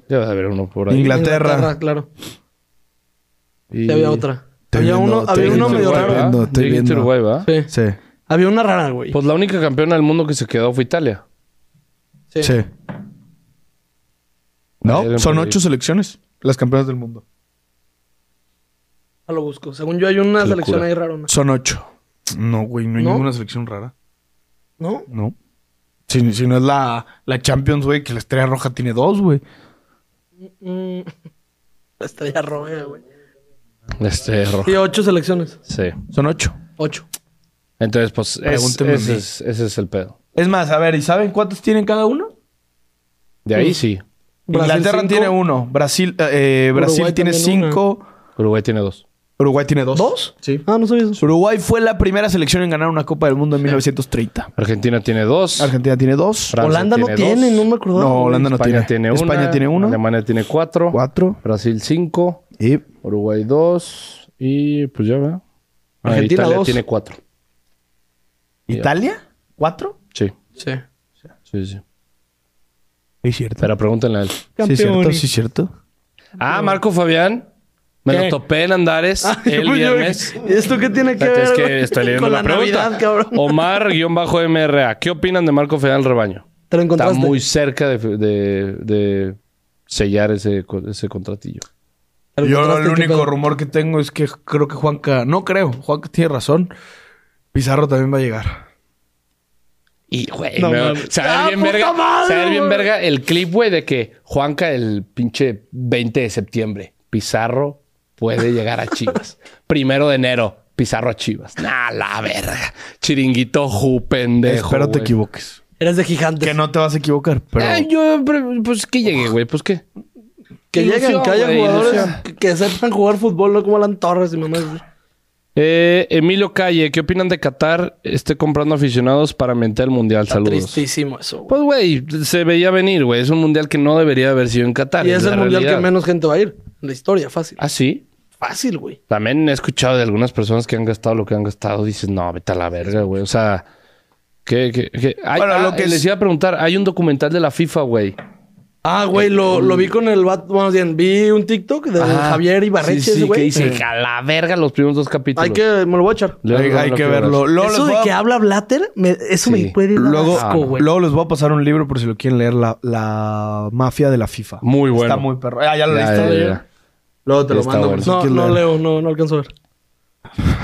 Speaker 3: Ya debe haber uno por ahí.
Speaker 2: Ingl- Inglaterra.
Speaker 1: claro.
Speaker 3: Y-
Speaker 1: Y había otra.
Speaker 2: Estoy
Speaker 1: Había
Speaker 2: viendo,
Speaker 1: uno,
Speaker 2: estoy
Speaker 1: había
Speaker 2: viendo
Speaker 1: uno medio
Speaker 2: Uruguay,
Speaker 1: raro.
Speaker 2: ¿verdad? viendo, estoy
Speaker 3: Dijiste
Speaker 2: viendo.
Speaker 3: Uruguay, ¿verdad?
Speaker 1: Sí.
Speaker 2: Sí.
Speaker 1: Había una rara, güey.
Speaker 3: Pues la única campeona del mundo que se quedó fue Italia.
Speaker 1: Sí.
Speaker 2: Sí.
Speaker 3: Eran
Speaker 2: No, son
Speaker 3: por ahí.
Speaker 2: ocho selecciones las campeonas del mundo.
Speaker 1: Ya lo busco. Según yo, hay una
Speaker 3: Qué
Speaker 1: selección
Speaker 3: locura.
Speaker 1: ahí rarona.
Speaker 2: Son ocho. No, güey, no hay
Speaker 1: ¿No?
Speaker 2: ninguna selección rara.
Speaker 1: ¿No?
Speaker 2: No. Si, si no es la, la Champions, güey, que la estrella roja tiene dos, güey.
Speaker 1: Mm. La estrella roja, güey.
Speaker 3: Este rojo.
Speaker 1: Sí, ocho selecciones.
Speaker 3: Sí.
Speaker 2: Son ocho.
Speaker 1: Ocho.
Speaker 3: Entonces, pues, es-
Speaker 2: Pregúnteme a
Speaker 3: ese,
Speaker 2: mí.
Speaker 3: es, ese es el pedo.
Speaker 2: Es más, a ver, ¿y saben cuántos tienen cada uno?
Speaker 3: De ahí sí.
Speaker 1: Brasil
Speaker 2: Inglaterra
Speaker 1: cinco.
Speaker 2: tiene uno, Brasil, eh, eh,
Speaker 1: Uruguay
Speaker 2: Brasil tiene
Speaker 1: también
Speaker 2: cinco,
Speaker 3: Uruguay tiene dos.
Speaker 2: Uruguay tiene dos.
Speaker 1: ¿Dos?
Speaker 2: Sí.
Speaker 1: Ah, no sabía eso.
Speaker 2: Uruguay fue la primera selección en ganar una Copa del Mundo en 1930.
Speaker 3: Argentina tiene dos.
Speaker 2: Argentina tiene dos,
Speaker 3: Francia
Speaker 1: Holanda no
Speaker 3: dos.
Speaker 1: tiene, no me acordaba.
Speaker 2: No,
Speaker 1: güey.
Speaker 2: Holanda no tiene.
Speaker 3: España tiene una.
Speaker 2: España tiene uno.
Speaker 3: Alemania tiene cuatro.
Speaker 2: cuatro
Speaker 3: Brasil cinco.
Speaker 2: y
Speaker 3: Uruguay dos. Y pues ya, ¿verdad? Ah,
Speaker 1: Argentina,
Speaker 3: Italia
Speaker 1: dos.
Speaker 3: tiene cuatro.
Speaker 2: Italia cuatro.
Speaker 3: Sí,
Speaker 1: Sí.
Speaker 3: sí, sí.
Speaker 2: Es cierto.
Speaker 3: Pero pregúntenle a él.
Speaker 2: Sí, es cierto,
Speaker 1: Campeón.
Speaker 2: sí, es cierto.
Speaker 3: Ah, Marco Fabián. Me
Speaker 1: ¿Qué?
Speaker 3: lo topé en Andares
Speaker 1: Ah, yo
Speaker 3: el
Speaker 1: pensé,
Speaker 3: viernes.
Speaker 1: güey, ¿y esto qué tiene que ver?
Speaker 3: Es
Speaker 1: güey,
Speaker 3: que estoy leyendo
Speaker 1: con
Speaker 3: la, pregunta.
Speaker 1: Navidad, cabrón.
Speaker 3: Omar-MRA. ¿Qué opinan de Marco Fabián el rebaño?
Speaker 1: ¿Te lo
Speaker 3: Está
Speaker 1: encontraste?
Speaker 3: muy cerca de, de- de sellar ese, co- ese contratillo.
Speaker 1: ¿Te lo
Speaker 2: Yo el
Speaker 1: encontraste? ¿Qué
Speaker 2: único
Speaker 1: pedo?
Speaker 2: rumor que tengo es que creo que Juanca, no creo, Juanca tiene razón. Pizarro también va a llegar.
Speaker 3: Y, güey,
Speaker 1: No
Speaker 3: me-
Speaker 1: mames.
Speaker 3: se va a ver
Speaker 1: ¡Ah,
Speaker 3: bien
Speaker 1: puta
Speaker 3: verga.
Speaker 1: madre,
Speaker 3: se va a ver bien
Speaker 1: güey!
Speaker 3: verga el clip, güey, de que Juanca el pinche 20 de septiembre. Pizarro puede llegar a Chivas. Primero de enero, Pizarro a Chivas. Nah, la verga. Chiringuito ju, pendejo.
Speaker 2: Eh, Espero te
Speaker 3: güey.
Speaker 2: equivoques.
Speaker 1: Eres de gigantes.
Speaker 2: Que no te vas a equivocar, pero
Speaker 3: Ah, yo, pre- pues que llegue, güey. Pues qué.
Speaker 1: Que
Speaker 3: Ilusión,
Speaker 1: lleguen, que haya
Speaker 3: güey,
Speaker 1: jugadores
Speaker 3: ilusión.
Speaker 1: que, que sepan jugar fútbol, no como Alan Torres y mamás. güey.
Speaker 3: Eh, Emilio Calle, ¿qué opinan de Qatar? Esté comprando aficionados para mentar el mundial.
Speaker 1: Está
Speaker 3: Saludos.
Speaker 1: tristísimo eso, güey.
Speaker 3: Pues, güey, se veía venir, güey. Es un mundial que no debería haber sido en Qatar.
Speaker 1: Y es
Speaker 3: la
Speaker 1: el mundial
Speaker 3: realidad.
Speaker 1: que menos gente va a ir. En la historia, fácil.
Speaker 3: Ah, sí.
Speaker 1: Fácil, güey.
Speaker 3: También he escuchado de algunas personas que han gastado lo que han gastado. Dices, no, vete a la verga, güey. O sea, ¿Qué, qué, qué? Hay-
Speaker 2: Bueno,
Speaker 3: ah,
Speaker 2: lo que
Speaker 3: les
Speaker 2: es-
Speaker 3: iba a preguntar, hay un documental de la FIFA, güey.
Speaker 1: Ah, güey, lo, lo vi con el vato. Bueno, bien, vi un TikTok de
Speaker 3: Ajá.
Speaker 1: Javier
Speaker 3: Sí,
Speaker 1: Ibarreche,
Speaker 3: Ah, sí,
Speaker 1: güey.
Speaker 3: que dice, a la verga los primeros dos capítulos.
Speaker 1: Hay que, me lo voy a echar.
Speaker 3: Le
Speaker 2: Hay,
Speaker 3: vamos a
Speaker 2: hay
Speaker 3: dar
Speaker 2: que
Speaker 3: una
Speaker 2: verlo.
Speaker 3: primera.
Speaker 2: Luego
Speaker 1: eso
Speaker 2: les,
Speaker 1: de
Speaker 2: voy
Speaker 1: que
Speaker 2: a,
Speaker 1: habla Blatter, me- eso
Speaker 3: Sí.
Speaker 1: me puede dar
Speaker 2: luego, ah,
Speaker 1: asco, güey.
Speaker 2: luego les voy a pasar un libro por si lo quieren leer, la, la mafia de la FIFA.
Speaker 3: Muy bueno.
Speaker 2: Está muy perro. Ah, ya lo
Speaker 3: Ya,
Speaker 2: leíste.
Speaker 3: ya, ya.
Speaker 2: Luego te lo
Speaker 3: Está
Speaker 2: mando. por
Speaker 3: bueno.
Speaker 2: si
Speaker 1: No,
Speaker 2: quieren
Speaker 1: no
Speaker 2: leer.
Speaker 1: leo, no, no alcanzo a ver.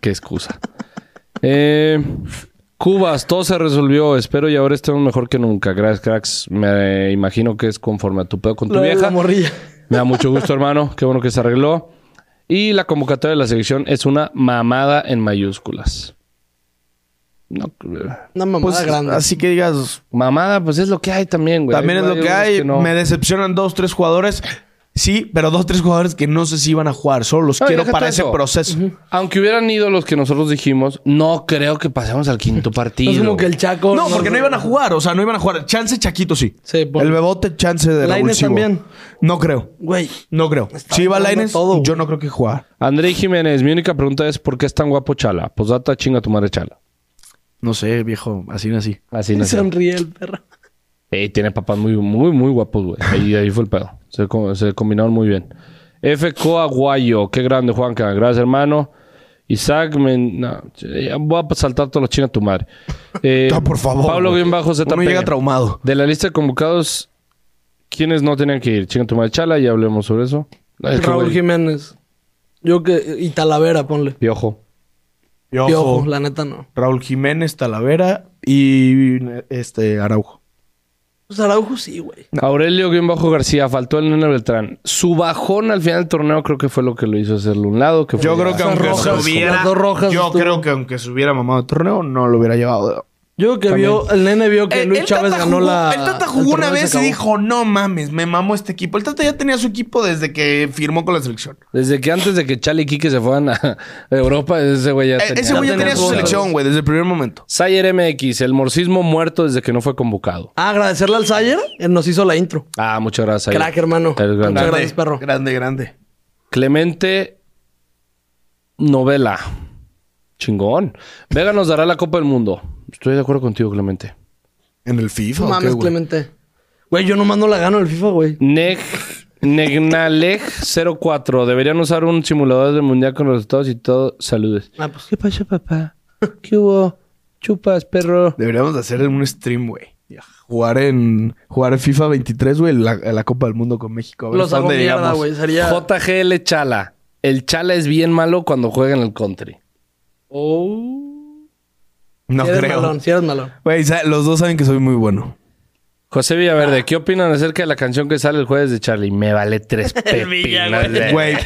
Speaker 3: Qué excusa. Eh, Cubas, todo se resolvió. Espero y ahora estemos mejor que nunca. Gracias, cracks. Me imagino que es conforme a tu pedo con tu
Speaker 1: La-
Speaker 3: vieja.
Speaker 1: La morrilla.
Speaker 3: Me da mucho gusto, hermano. Qué bueno que se arregló. Y la convocatoria de la selección es una mamada en mayúsculas. No, eh,
Speaker 1: Una mamada
Speaker 2: Pues,
Speaker 1: grande.
Speaker 2: así que digas,
Speaker 3: mamada, pues es lo que hay también, güey.
Speaker 2: también es lo que
Speaker 3: varios
Speaker 2: hay.
Speaker 3: no.
Speaker 2: Me decepcionan dos, tres jugadores. Sí, pero dos, tres jugadores que no sé si van a jugar. Solo los
Speaker 3: No, y
Speaker 2: quiero
Speaker 3: deja tú
Speaker 2: para ese
Speaker 3: eso.
Speaker 2: proceso.
Speaker 3: Aunque hubieran ido los que nosotros dijimos, no creo que pasemos al quinto partido.
Speaker 1: es como que el Chaco.
Speaker 2: No, porque no iban a jugar. O sea, no iban a jugar. Chance Chaquito sí.
Speaker 1: Sí, por-
Speaker 2: El Bebote, chance de Raúl
Speaker 1: Lainez
Speaker 2: Chivo.
Speaker 1: también.
Speaker 2: No creo.
Speaker 1: Güey.
Speaker 2: No creo.
Speaker 1: Está
Speaker 2: si iba
Speaker 1: jugando
Speaker 2: Lainez,
Speaker 1: todo, güey.
Speaker 2: yo no creo que jugar.
Speaker 3: André Jiménez, mi única pregunta es: ¿por qué es tan guapo Chala? Posdata, chinga tu madre Chala.
Speaker 2: No sé, viejo. Así así.
Speaker 3: Así
Speaker 1: Y
Speaker 3: nació.
Speaker 1: sonríe el perro.
Speaker 3: Ey, tiene papás muy, muy, muy guapos, güey. Ahí, ahí fue el pedo. Se, co- se combinaron muy bien. F. Coaguayo. Qué grande, Juanca. Gracias, hermano. Isaac, me, no, ya voy a saltar todos los chinos a tu madre. Eh,
Speaker 2: No, por favor.
Speaker 3: Pablo,
Speaker 2: güey.
Speaker 3: bien bajo, Z.
Speaker 2: Uno llega traumado.
Speaker 3: De la lista de convocados, ¿quiénes no tenían que ir? Chinga tu madre Chala, ya hablemos sobre eso. Es que,
Speaker 1: Raúl
Speaker 3: güey,
Speaker 1: Jiménez. Yo que. Y Talavera, ponle.
Speaker 3: Piojo.
Speaker 2: Piojo,
Speaker 1: Piojo, la neta no.
Speaker 2: Raúl Jiménez, Talavera y este Araujo.
Speaker 1: Pues Araujo sí, güey.
Speaker 3: Aurelio guión bajo García, faltó el Nene Beltrán. Su bajón al final del torneo creo que fue lo que lo hizo hacerlo a un lado. Que fue
Speaker 2: Yo creo
Speaker 3: ya.
Speaker 2: que
Speaker 1: Las
Speaker 2: aunque
Speaker 1: rojas,
Speaker 2: subiera,
Speaker 1: las dos rojas
Speaker 2: yo
Speaker 1: estuvo.
Speaker 2: creo que aunque subiera mamado de torneo, no lo hubiera llevado.
Speaker 1: Yo creo que vio. El nene vio que Luis Chávez ganó la.
Speaker 2: El Eh, Tata
Speaker 1: el
Speaker 2: jugó una
Speaker 1: torneo se
Speaker 2: vez y
Speaker 1: acabó.
Speaker 2: dijo, no mames, me mamó este equipo. El Tata ya tenía su equipo desde que firmó con la selección.
Speaker 3: Desde que antes de que Chale y Quique se fueran a Europa, ese güey ya
Speaker 2: Eh,
Speaker 3: tenía.
Speaker 2: ese güey ya tenía su
Speaker 1: todas.
Speaker 2: selección, güey, desde el primer momento.
Speaker 3: Sayer MX, el morcismo muerto desde que no fue convocado.
Speaker 1: Ah, agradecerle al Sayer. Él nos hizo la intro.
Speaker 3: Ah, muchas gracias. Sayer.
Speaker 1: Crack, hermano.
Speaker 3: Eres grande.
Speaker 1: Muchas gracias, perro.
Speaker 2: Grande, grande.
Speaker 3: Clemente Novela. Chingón. Vega nos dará la Copa del Mundo. Estoy de acuerdo contigo, Clemente.
Speaker 2: En el FIFA,
Speaker 1: No
Speaker 2: ¿o qué,
Speaker 1: mames,
Speaker 2: güey?
Speaker 1: Clemente. Güey, yo nomás no la gano el FIFA, güey.
Speaker 3: Neg Negnalej 04. Deberían usar un simulador del mundial con los resultados y todo. Saludes.
Speaker 1: Ah, pues.
Speaker 3: ¿Qué pasa, papá? ¿Qué hubo? Chupas, perro.
Speaker 2: Deberíamos de hacer un stream, güey. Jugar en jugar en FIFA 23, güey, la, la Copa del Mundo con México. A ver
Speaker 1: Los
Speaker 2: hasta
Speaker 1: hago
Speaker 2: dónde
Speaker 1: mierda,
Speaker 2: llegamos.
Speaker 1: güey. Sería.
Speaker 3: JGL Chala. El Chala es bien malo cuando juega en el country.
Speaker 1: Oh.
Speaker 2: No
Speaker 1: si eres
Speaker 2: creo.
Speaker 1: malón, si eres malón.
Speaker 2: Güey, sa- los dos saben que soy muy bueno.
Speaker 3: José Villaverde, ¿qué opinan acerca de la canción que sale el jueves de Charlie? Me vale tres pepinos. de-
Speaker 2: Güey,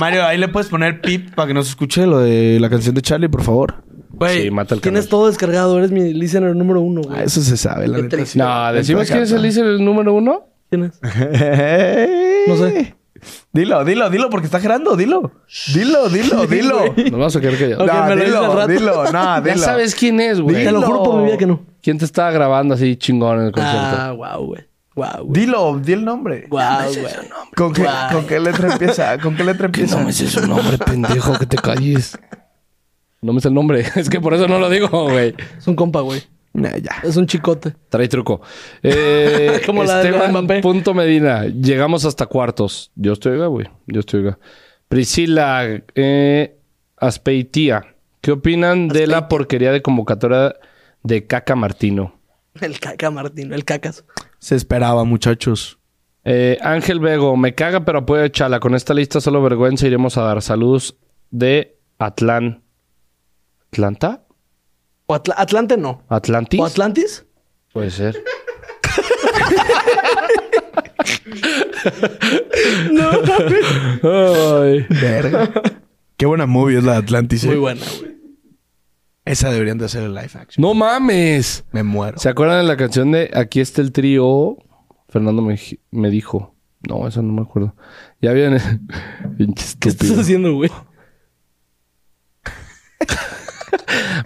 Speaker 2: Mario, ahí le puedes poner pip para que no se escuche lo de la canción de Charlie, por favor.
Speaker 1: Güey,
Speaker 3: Sí, mata el
Speaker 1: tienes
Speaker 3: canal.
Speaker 1: todo descargado. Eres mi listener número uno,
Speaker 2: Ah,
Speaker 1: güey.
Speaker 2: eso se sabe, la
Speaker 1: Qué
Speaker 2: neta.
Speaker 1: triste.
Speaker 3: No, decimos quién es el líder el número uno.
Speaker 1: ¿Quién es?
Speaker 2: No
Speaker 1: No sé.
Speaker 2: Dilo, dilo, dilo, porque está gerando, dilo. Dilo, dilo, dilo.
Speaker 3: Nos vamos a quedar callados.
Speaker 1: Ok,
Speaker 2: No,
Speaker 1: me lo dices al
Speaker 2: dilo,
Speaker 1: rato.
Speaker 2: dilo, no,
Speaker 3: Ya
Speaker 2: dilo.
Speaker 3: sabes quién es, güey.
Speaker 1: Te lo juro por mi vida que no.
Speaker 3: ¿Quién te estaba grabando así chingón en el concierto?
Speaker 1: Ah, wow, güey. Wow, güey.
Speaker 2: Dilo, di el nombre.
Speaker 1: Wow, güey.
Speaker 2: ¿Con qué,
Speaker 1: Guau.
Speaker 2: ¿Con qué letra empieza? ¿Con qué letra
Speaker 3: Que
Speaker 2: empieza?
Speaker 3: no me sé su nombre, pendejo, que te calles. No me sé el nombre. Es que por eso no lo digo, güey.
Speaker 1: Es un compa, güey.
Speaker 2: Nah, ya.
Speaker 1: Es un chicote.
Speaker 3: Trae truco. Eh,
Speaker 1: Como la de
Speaker 3: Esteban
Speaker 1: Mbappé.
Speaker 3: Punto Medina. Llegamos hasta cuartos. Yo estoy acá, güey. Yo estoy acá. Priscila eh, Aspeitía. ¿Qué opinan de la porquería de convocatoria de Caca Martino?
Speaker 1: El caca, Martín. El cacas.
Speaker 2: Se esperaba, muchachos.
Speaker 3: Eh, Ángel Vego. Me caga, pero apoyo a Chala. Con esta lista solo vergüenza iremos a dar saludos de Atlán. ¿Atlanta?
Speaker 1: O Atla- Atlante no.
Speaker 3: ¿Atlantis?
Speaker 1: ¿O Atlantis?
Speaker 3: Puede ser. no, Ay.
Speaker 2: Verga. Qué buena movie es la de Atlantis. eh.
Speaker 1: Muy buena, güey.
Speaker 2: Esa deberían de hacer el live action.
Speaker 3: No mames.
Speaker 2: Me muero.
Speaker 3: ¿Se acuerdan de la canción de Aquí está el trío? Fernando me, ji- me dijo. No, eso no me acuerdo. Ya viene. Pinche
Speaker 1: ¿Qué estás
Speaker 3: estúpido.
Speaker 1: haciendo, güey?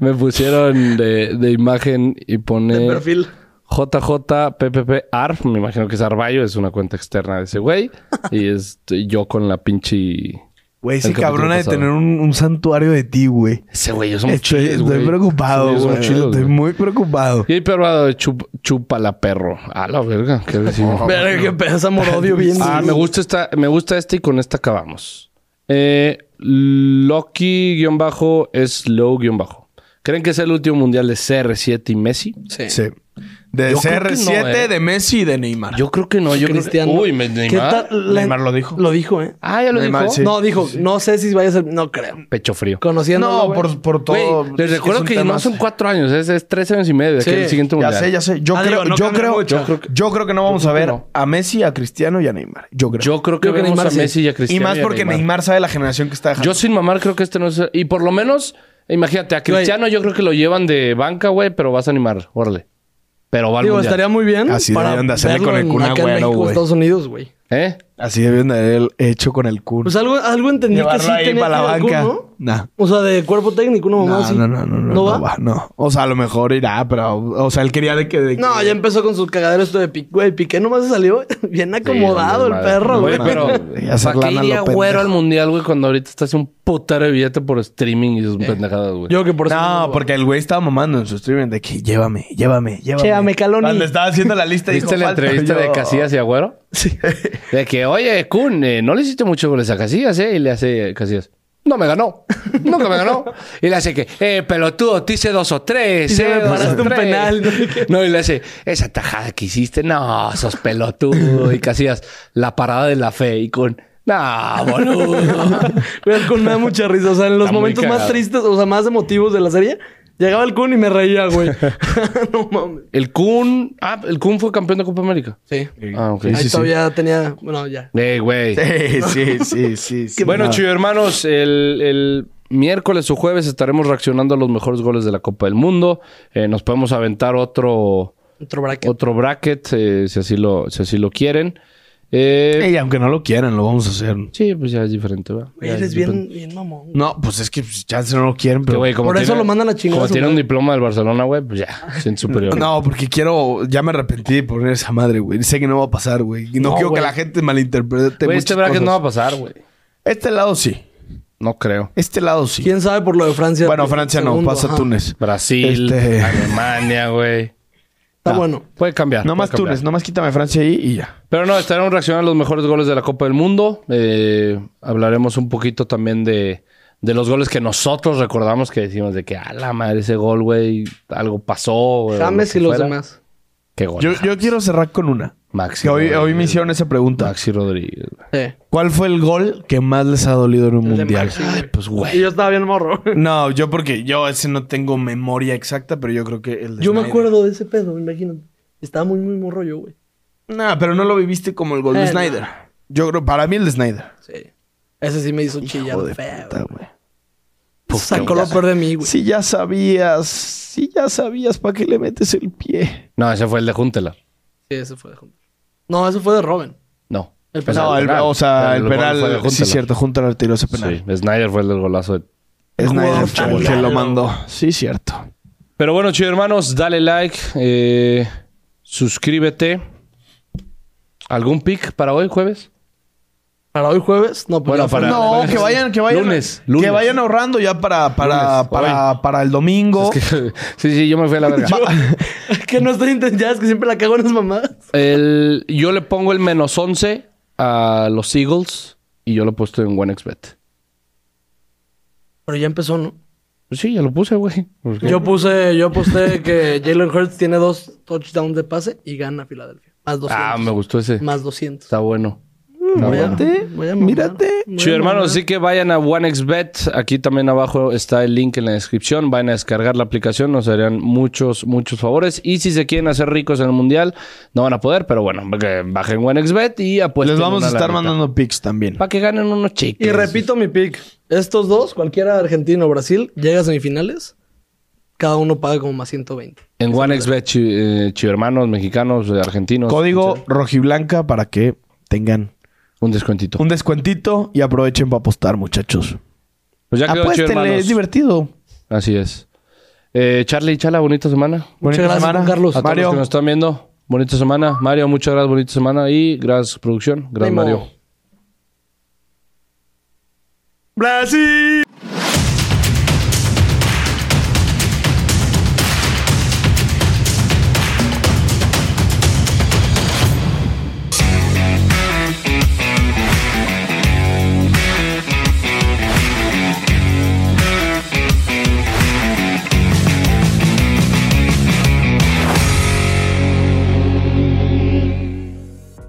Speaker 3: Me pusieron de, de imagen y pone.
Speaker 1: De perfil.
Speaker 3: JJPPP ARF, me este, imagino que es Arballo, es una cuenta externa de ese güey. y es yo con la pinche
Speaker 2: Güey, ese
Speaker 3: El capítulo
Speaker 2: cabrón ha de
Speaker 3: pasado.
Speaker 2: tener un, un santuario de ti, güey.
Speaker 3: Ese güey, ellos son muy
Speaker 2: Estoy,
Speaker 3: chiles,
Speaker 2: estoy
Speaker 3: güey.
Speaker 2: preocupado,
Speaker 3: Ellos son
Speaker 2: güey.
Speaker 3: muy chiles,
Speaker 2: Estoy
Speaker 3: güey.
Speaker 2: muy preocupado.
Speaker 3: Y hay perro de chup- chupa la perro. A la verga, qué agresivo.
Speaker 1: Verga, qué pedazo amor odio bien.
Speaker 3: Ah, me gusta esta, me gusta esta y con esta acabamos. Eh, Loki guión bajo es low guión bajo. ¿Creen que es el último mundial de CR7 y Messi?
Speaker 1: Sí.
Speaker 2: Sí. De
Speaker 3: Yo creo que
Speaker 2: CR7,
Speaker 3: no, eh.
Speaker 2: de Messi y de Neymar.
Speaker 3: Yo creo que no. Yo creo que-
Speaker 1: Cristiano.
Speaker 3: Uy, me-
Speaker 1: ¿Qué
Speaker 3: Neymar.
Speaker 1: tal la-
Speaker 2: Neymar lo dijo.
Speaker 1: Lo dijo, ¿eh?
Speaker 3: Ah, ya lo
Speaker 2: Neymar,
Speaker 3: dijo.
Speaker 2: sí.
Speaker 1: No, dijo, no sé si vaya a ser. No creo.
Speaker 3: Pecho frío.
Speaker 1: Conociendo.
Speaker 2: no, por, por todo.
Speaker 3: Güey,
Speaker 2: es
Speaker 3: les
Speaker 2: es
Speaker 3: recuerdo
Speaker 2: un
Speaker 3: que
Speaker 2: tema-
Speaker 3: no son cuatro años, es, es tres años y medio.
Speaker 1: Sí,
Speaker 3: que es el siguiente
Speaker 2: Ya
Speaker 3: mundial.
Speaker 2: sé, ya sé. Yo
Speaker 1: Ah,
Speaker 2: creo,
Speaker 1: digo, no
Speaker 2: yo,
Speaker 1: cambia
Speaker 2: creo,
Speaker 1: mucho.
Speaker 2: yo creo que, yo creo que no vamos a ver a Messi, a Cristiano y a Neymar. Yo creo.
Speaker 3: Yo creo que,
Speaker 1: Creo que
Speaker 3: vemos
Speaker 1: Neymar
Speaker 3: a
Speaker 1: sí.
Speaker 3: Messi y a
Speaker 2: y
Speaker 3: Cristiano.
Speaker 2: más
Speaker 3: a
Speaker 2: porque Neymar. sabe la generación que está dejando.
Speaker 3: Yo sin mamar creo que este no es... Y por lo menos, imagínate, a Cristiano yo creo que lo llevan de banca, güey, pero vas a animar, órale. Pero va al
Speaker 1: Digo,
Speaker 3: mundial.
Speaker 1: estaría muy bien.
Speaker 2: Así debían de hacerle
Speaker 1: verlo
Speaker 2: con el
Speaker 1: en-
Speaker 2: Kun
Speaker 1: acá en
Speaker 2: Agüero,
Speaker 1: México,
Speaker 2: güey.
Speaker 1: Estados Unidos, güey.
Speaker 3: ¿Eh?
Speaker 2: Así deben de haber hecho con el Kun.
Speaker 1: Pues algo, algo entendí que
Speaker 2: Llevarlo
Speaker 1: sí
Speaker 2: ahí
Speaker 1: tenía
Speaker 2: para la
Speaker 1: que ver
Speaker 2: banca.
Speaker 1: con, ¿no?
Speaker 2: Nah.
Speaker 1: O sea, de cuerpo técnico, una
Speaker 2: No,
Speaker 1: mamá así.
Speaker 2: no, no, no, no, no
Speaker 1: va?
Speaker 2: va, no. O sea, a lo mejor irá, pero. O sea, él quería de que. de que-
Speaker 1: No, ya empezó con sus cagaderos esto de Piqué. Güey, Piqué nomás se salió bien acomodado el
Speaker 3: madre.
Speaker 1: perro, güey.
Speaker 3: pero...
Speaker 2: Güey, hacer
Speaker 3: ¿Para qué
Speaker 2: lana
Speaker 3: iría
Speaker 2: lo
Speaker 3: güero
Speaker 2: pendejo.
Speaker 3: al mundial, güey, cuando ahorita está haciendo un putero de billete por streaming y sus
Speaker 2: Eh.
Speaker 3: pendejadas, güey?
Speaker 1: Yo que por eso
Speaker 2: No, porque el güey estaba mamando en su streaming de que llévame, llévame, llévame.
Speaker 1: Llévame, Caloni.
Speaker 2: Cuando estaba haciendo la lista, dijo,
Speaker 3: ¿Viste la
Speaker 2: "Falta
Speaker 3: entrevista
Speaker 2: yo".
Speaker 3: de Casillas y Agüero?
Speaker 1: Sí.
Speaker 3: De que, oye, Kun, eh, no le hiciste muchos goles a Casillas, ¿eh? Y le hace Casillas. No me ganó. Nunca me ganó. Y le hace que, eh, pelotudo, te hice dos o tres.
Speaker 1: Y se me
Speaker 3: eh, dos o
Speaker 1: paraste un
Speaker 3: tres".
Speaker 1: penal, no sé qué.
Speaker 3: No, y le hace, esa tajada que hiciste, no, sos pelotudo. Y Casillas, la parada de la fe. Y con, no, boludo.
Speaker 1: Güey, el Kun me da mucha risa. O sea, en los
Speaker 3: Está muy
Speaker 1: momentos más
Speaker 3: cagado.
Speaker 1: tristes, o sea, más emotivos de la serie, llegaba el Kun y me reía, güey. no mames.
Speaker 3: El Kun, ah, el Kun fue campeón de Copa América.
Speaker 1: Sí.
Speaker 3: Ah, ok.
Speaker 1: Ahí todavía tenía. Bueno, ya.
Speaker 3: Eh, güey.
Speaker 2: Sí, sí, sí, sí. sí.
Speaker 3: Bueno,
Speaker 2: No.
Speaker 3: chido hermanos, el, el miércoles o jueves estaremos reaccionando a los mejores goles de la Copa del Mundo. Eh, nos podemos aventar otro,
Speaker 1: Otro bracket.
Speaker 3: otro bracket, eh, si, así lo, si así lo quieren. Eh,
Speaker 2: Ey, aunque no lo quieran, lo vamos a hacer.
Speaker 3: sí, pues ya es diferente, ¿verdad?
Speaker 1: Güey,
Speaker 3: Ya es
Speaker 1: eres
Speaker 3: diferente.
Speaker 1: bien, bien mamón. güey.
Speaker 2: No, pues es que pues, chance no lo quieren,
Speaker 3: Que,
Speaker 2: pero.
Speaker 3: güey, como
Speaker 1: Por eso
Speaker 3: tiene-
Speaker 1: lo mandan a chingar a
Speaker 3: Como
Speaker 1: su
Speaker 3: tiene un
Speaker 1: madre.
Speaker 3: diploma del Barcelona, güey, pues ya, sin superior.
Speaker 2: No, porque quiero. Ya me arrepentí de poner esa madre, güey. Sé que no va a pasar, güey. Y no,
Speaker 1: No,
Speaker 2: quiero
Speaker 1: güey.
Speaker 2: que la gente malinterprete.
Speaker 3: Güey,
Speaker 2: muchas
Speaker 3: este bracket
Speaker 2: cosas.
Speaker 3: no va a pasar, güey.
Speaker 2: Este lado sí.
Speaker 3: No creo.
Speaker 2: Este lado sí.
Speaker 1: ¿Quién sabe por lo de Francia?
Speaker 2: Bueno, Francia
Speaker 1: Segundo,
Speaker 2: no, pasa
Speaker 1: ajá.
Speaker 2: Túnez.
Speaker 3: Brasil,
Speaker 2: Este-
Speaker 3: Alemania, güey.
Speaker 1: Está
Speaker 2: No.
Speaker 1: bueno.
Speaker 3: Puede cambiar.
Speaker 2: No más
Speaker 3: puede cambiar.
Speaker 2: Túnez, no más quítame Francia ahí y ya.
Speaker 3: Pero no, estaremos reaccionando a los mejores goles de la Copa del Mundo. Eh, hablaremos un poquito también de, de los goles que nosotros recordamos que decimos de que, a la madre, ese gol, güey, algo pasó. güey, lo
Speaker 1: James
Speaker 3: que
Speaker 1: y los
Speaker 3: fuera".
Speaker 1: demás.
Speaker 3: ¿Qué gol?
Speaker 2: Yo,
Speaker 3: James?
Speaker 2: yo quiero cerrar con una.
Speaker 3: Maxi
Speaker 2: Que hoy,
Speaker 3: Rodríguez.
Speaker 2: hoy me hicieron esa pregunta.
Speaker 3: Maxi Rodríguez. güey.
Speaker 1: Sí.
Speaker 2: ¿Cuál fue el gol que más les ha dolido en un
Speaker 1: El de
Speaker 2: mundial?
Speaker 1: Maxi, güey.
Speaker 3: Pues,
Speaker 1: Y
Speaker 3: güey.
Speaker 1: yo estaba bien morro.
Speaker 2: No, yo porque yo ese no tengo memoria exacta, pero yo creo que el de
Speaker 1: Yo me
Speaker 2: Snyder.
Speaker 1: acuerdo de ese pedo, imagínate. Estaba muy, muy morro yo, güey.
Speaker 2: No, pero no lo viviste como el gol de
Speaker 1: Eh, no.
Speaker 2: Snyder. Yo creo, para mí el de Snyder.
Speaker 1: Sí. Ese sí me hizo chillar
Speaker 2: Hijo de
Speaker 1: feo.
Speaker 2: puta, güey.
Speaker 1: güey. Sacó lo peor de mí, güey.
Speaker 2: Si ya sabías, si ya sabías, ¿para qué le metes el pie?
Speaker 3: No, ese fue el de Júntela.
Speaker 1: Sí, ese fue de Hunter. No, ese fue de Robin.
Speaker 3: No.
Speaker 1: El
Speaker 3: Pues,
Speaker 1: penal.
Speaker 2: no, el-
Speaker 3: penal.
Speaker 2: o sea,
Speaker 3: Pero
Speaker 2: el
Speaker 3: gol fue de
Speaker 2: penal. Sí,
Speaker 3: Júntela.
Speaker 2: cierto, junto al tiro ese penal.
Speaker 3: Sí, Snyder fue el del golazo de
Speaker 2: Snyder
Speaker 1: Jugador
Speaker 2: fue el
Speaker 1: tan
Speaker 2: que lo
Speaker 1: malo.
Speaker 2: mandó. Sí, cierto.
Speaker 3: Pero bueno, chido hermanos, dale like, eh, suscríbete. ¿Algún pick para hoy, jueves?
Speaker 1: Para hoy jueves, no,
Speaker 3: Bueno,
Speaker 1: pero
Speaker 3: para-
Speaker 2: No,
Speaker 3: Lunes.
Speaker 2: que vayan, que vayan.
Speaker 3: Lunes, lunes.
Speaker 2: Que vayan ahorrando ya para, para,
Speaker 3: Lunes,
Speaker 2: para, para el domingo.
Speaker 3: Es que- sí, sí, yo me fui a la verga.
Speaker 1: que no estoy intentando, es que siempre la cago en las mamadas.
Speaker 3: El- yo le pongo el menos 11 a los Eagles y yo lo he puesto en OneXBet.
Speaker 1: Pero ya empezó, ¿no?
Speaker 3: Pues sí, ya lo puse, güey. ¿Por qué?
Speaker 1: Yo puse, yo aposté que Jalen Hurts tiene dos touchdowns de pase y gana Filadelfia. Más 200.
Speaker 3: ah, me gustó ese.
Speaker 1: Más 200.
Speaker 3: Está bueno.
Speaker 1: Voy a-
Speaker 2: Mírate,
Speaker 1: voy a mamar.
Speaker 2: mírate.
Speaker 1: Voy a
Speaker 3: Chido, hermanos,
Speaker 1: mamar.
Speaker 3: así que vayan a OneXBet. Aquí también abajo está el link en la descripción. Vayan a descargar la aplicación, nos harían muchos, muchos favores. Y si se quieren hacer ricos en el mundial, no van a poder, pero bueno, que bajen OneXBet y apuesten.
Speaker 2: Les vamos a estar mandando pics también.
Speaker 3: Para que ganen unos chicos.
Speaker 1: Y repito mi pick. Estos dos, cualquiera argentino o Brasil, llega a semifinales. Cada uno paga como más 120.
Speaker 3: En OneXBet, chi, eh, chido, hermanos, mexicanos, eh, argentinos.
Speaker 2: Código rojiblanca para que tengan
Speaker 3: Un descuentito.
Speaker 2: un descuentito y aprovechen para apostar, muchachos.
Speaker 3: Pues ya quedó chido,
Speaker 2: Apuéstenle, es
Speaker 3: hermanos.
Speaker 2: divertido.
Speaker 3: Así es. Eh, Charlie, Chala, bonita semana.
Speaker 1: Muchas
Speaker 2: Bonita
Speaker 1: gracias,
Speaker 2: semana.
Speaker 1: Juan Carlos.
Speaker 3: A todos los
Speaker 2: Mario,
Speaker 3: que nos están viendo, bonita semana. Mario, muchas gracias, bonita semana. Y gracias, producción. Gracias,
Speaker 1: Nemo.
Speaker 3: Mario.
Speaker 2: Brasil.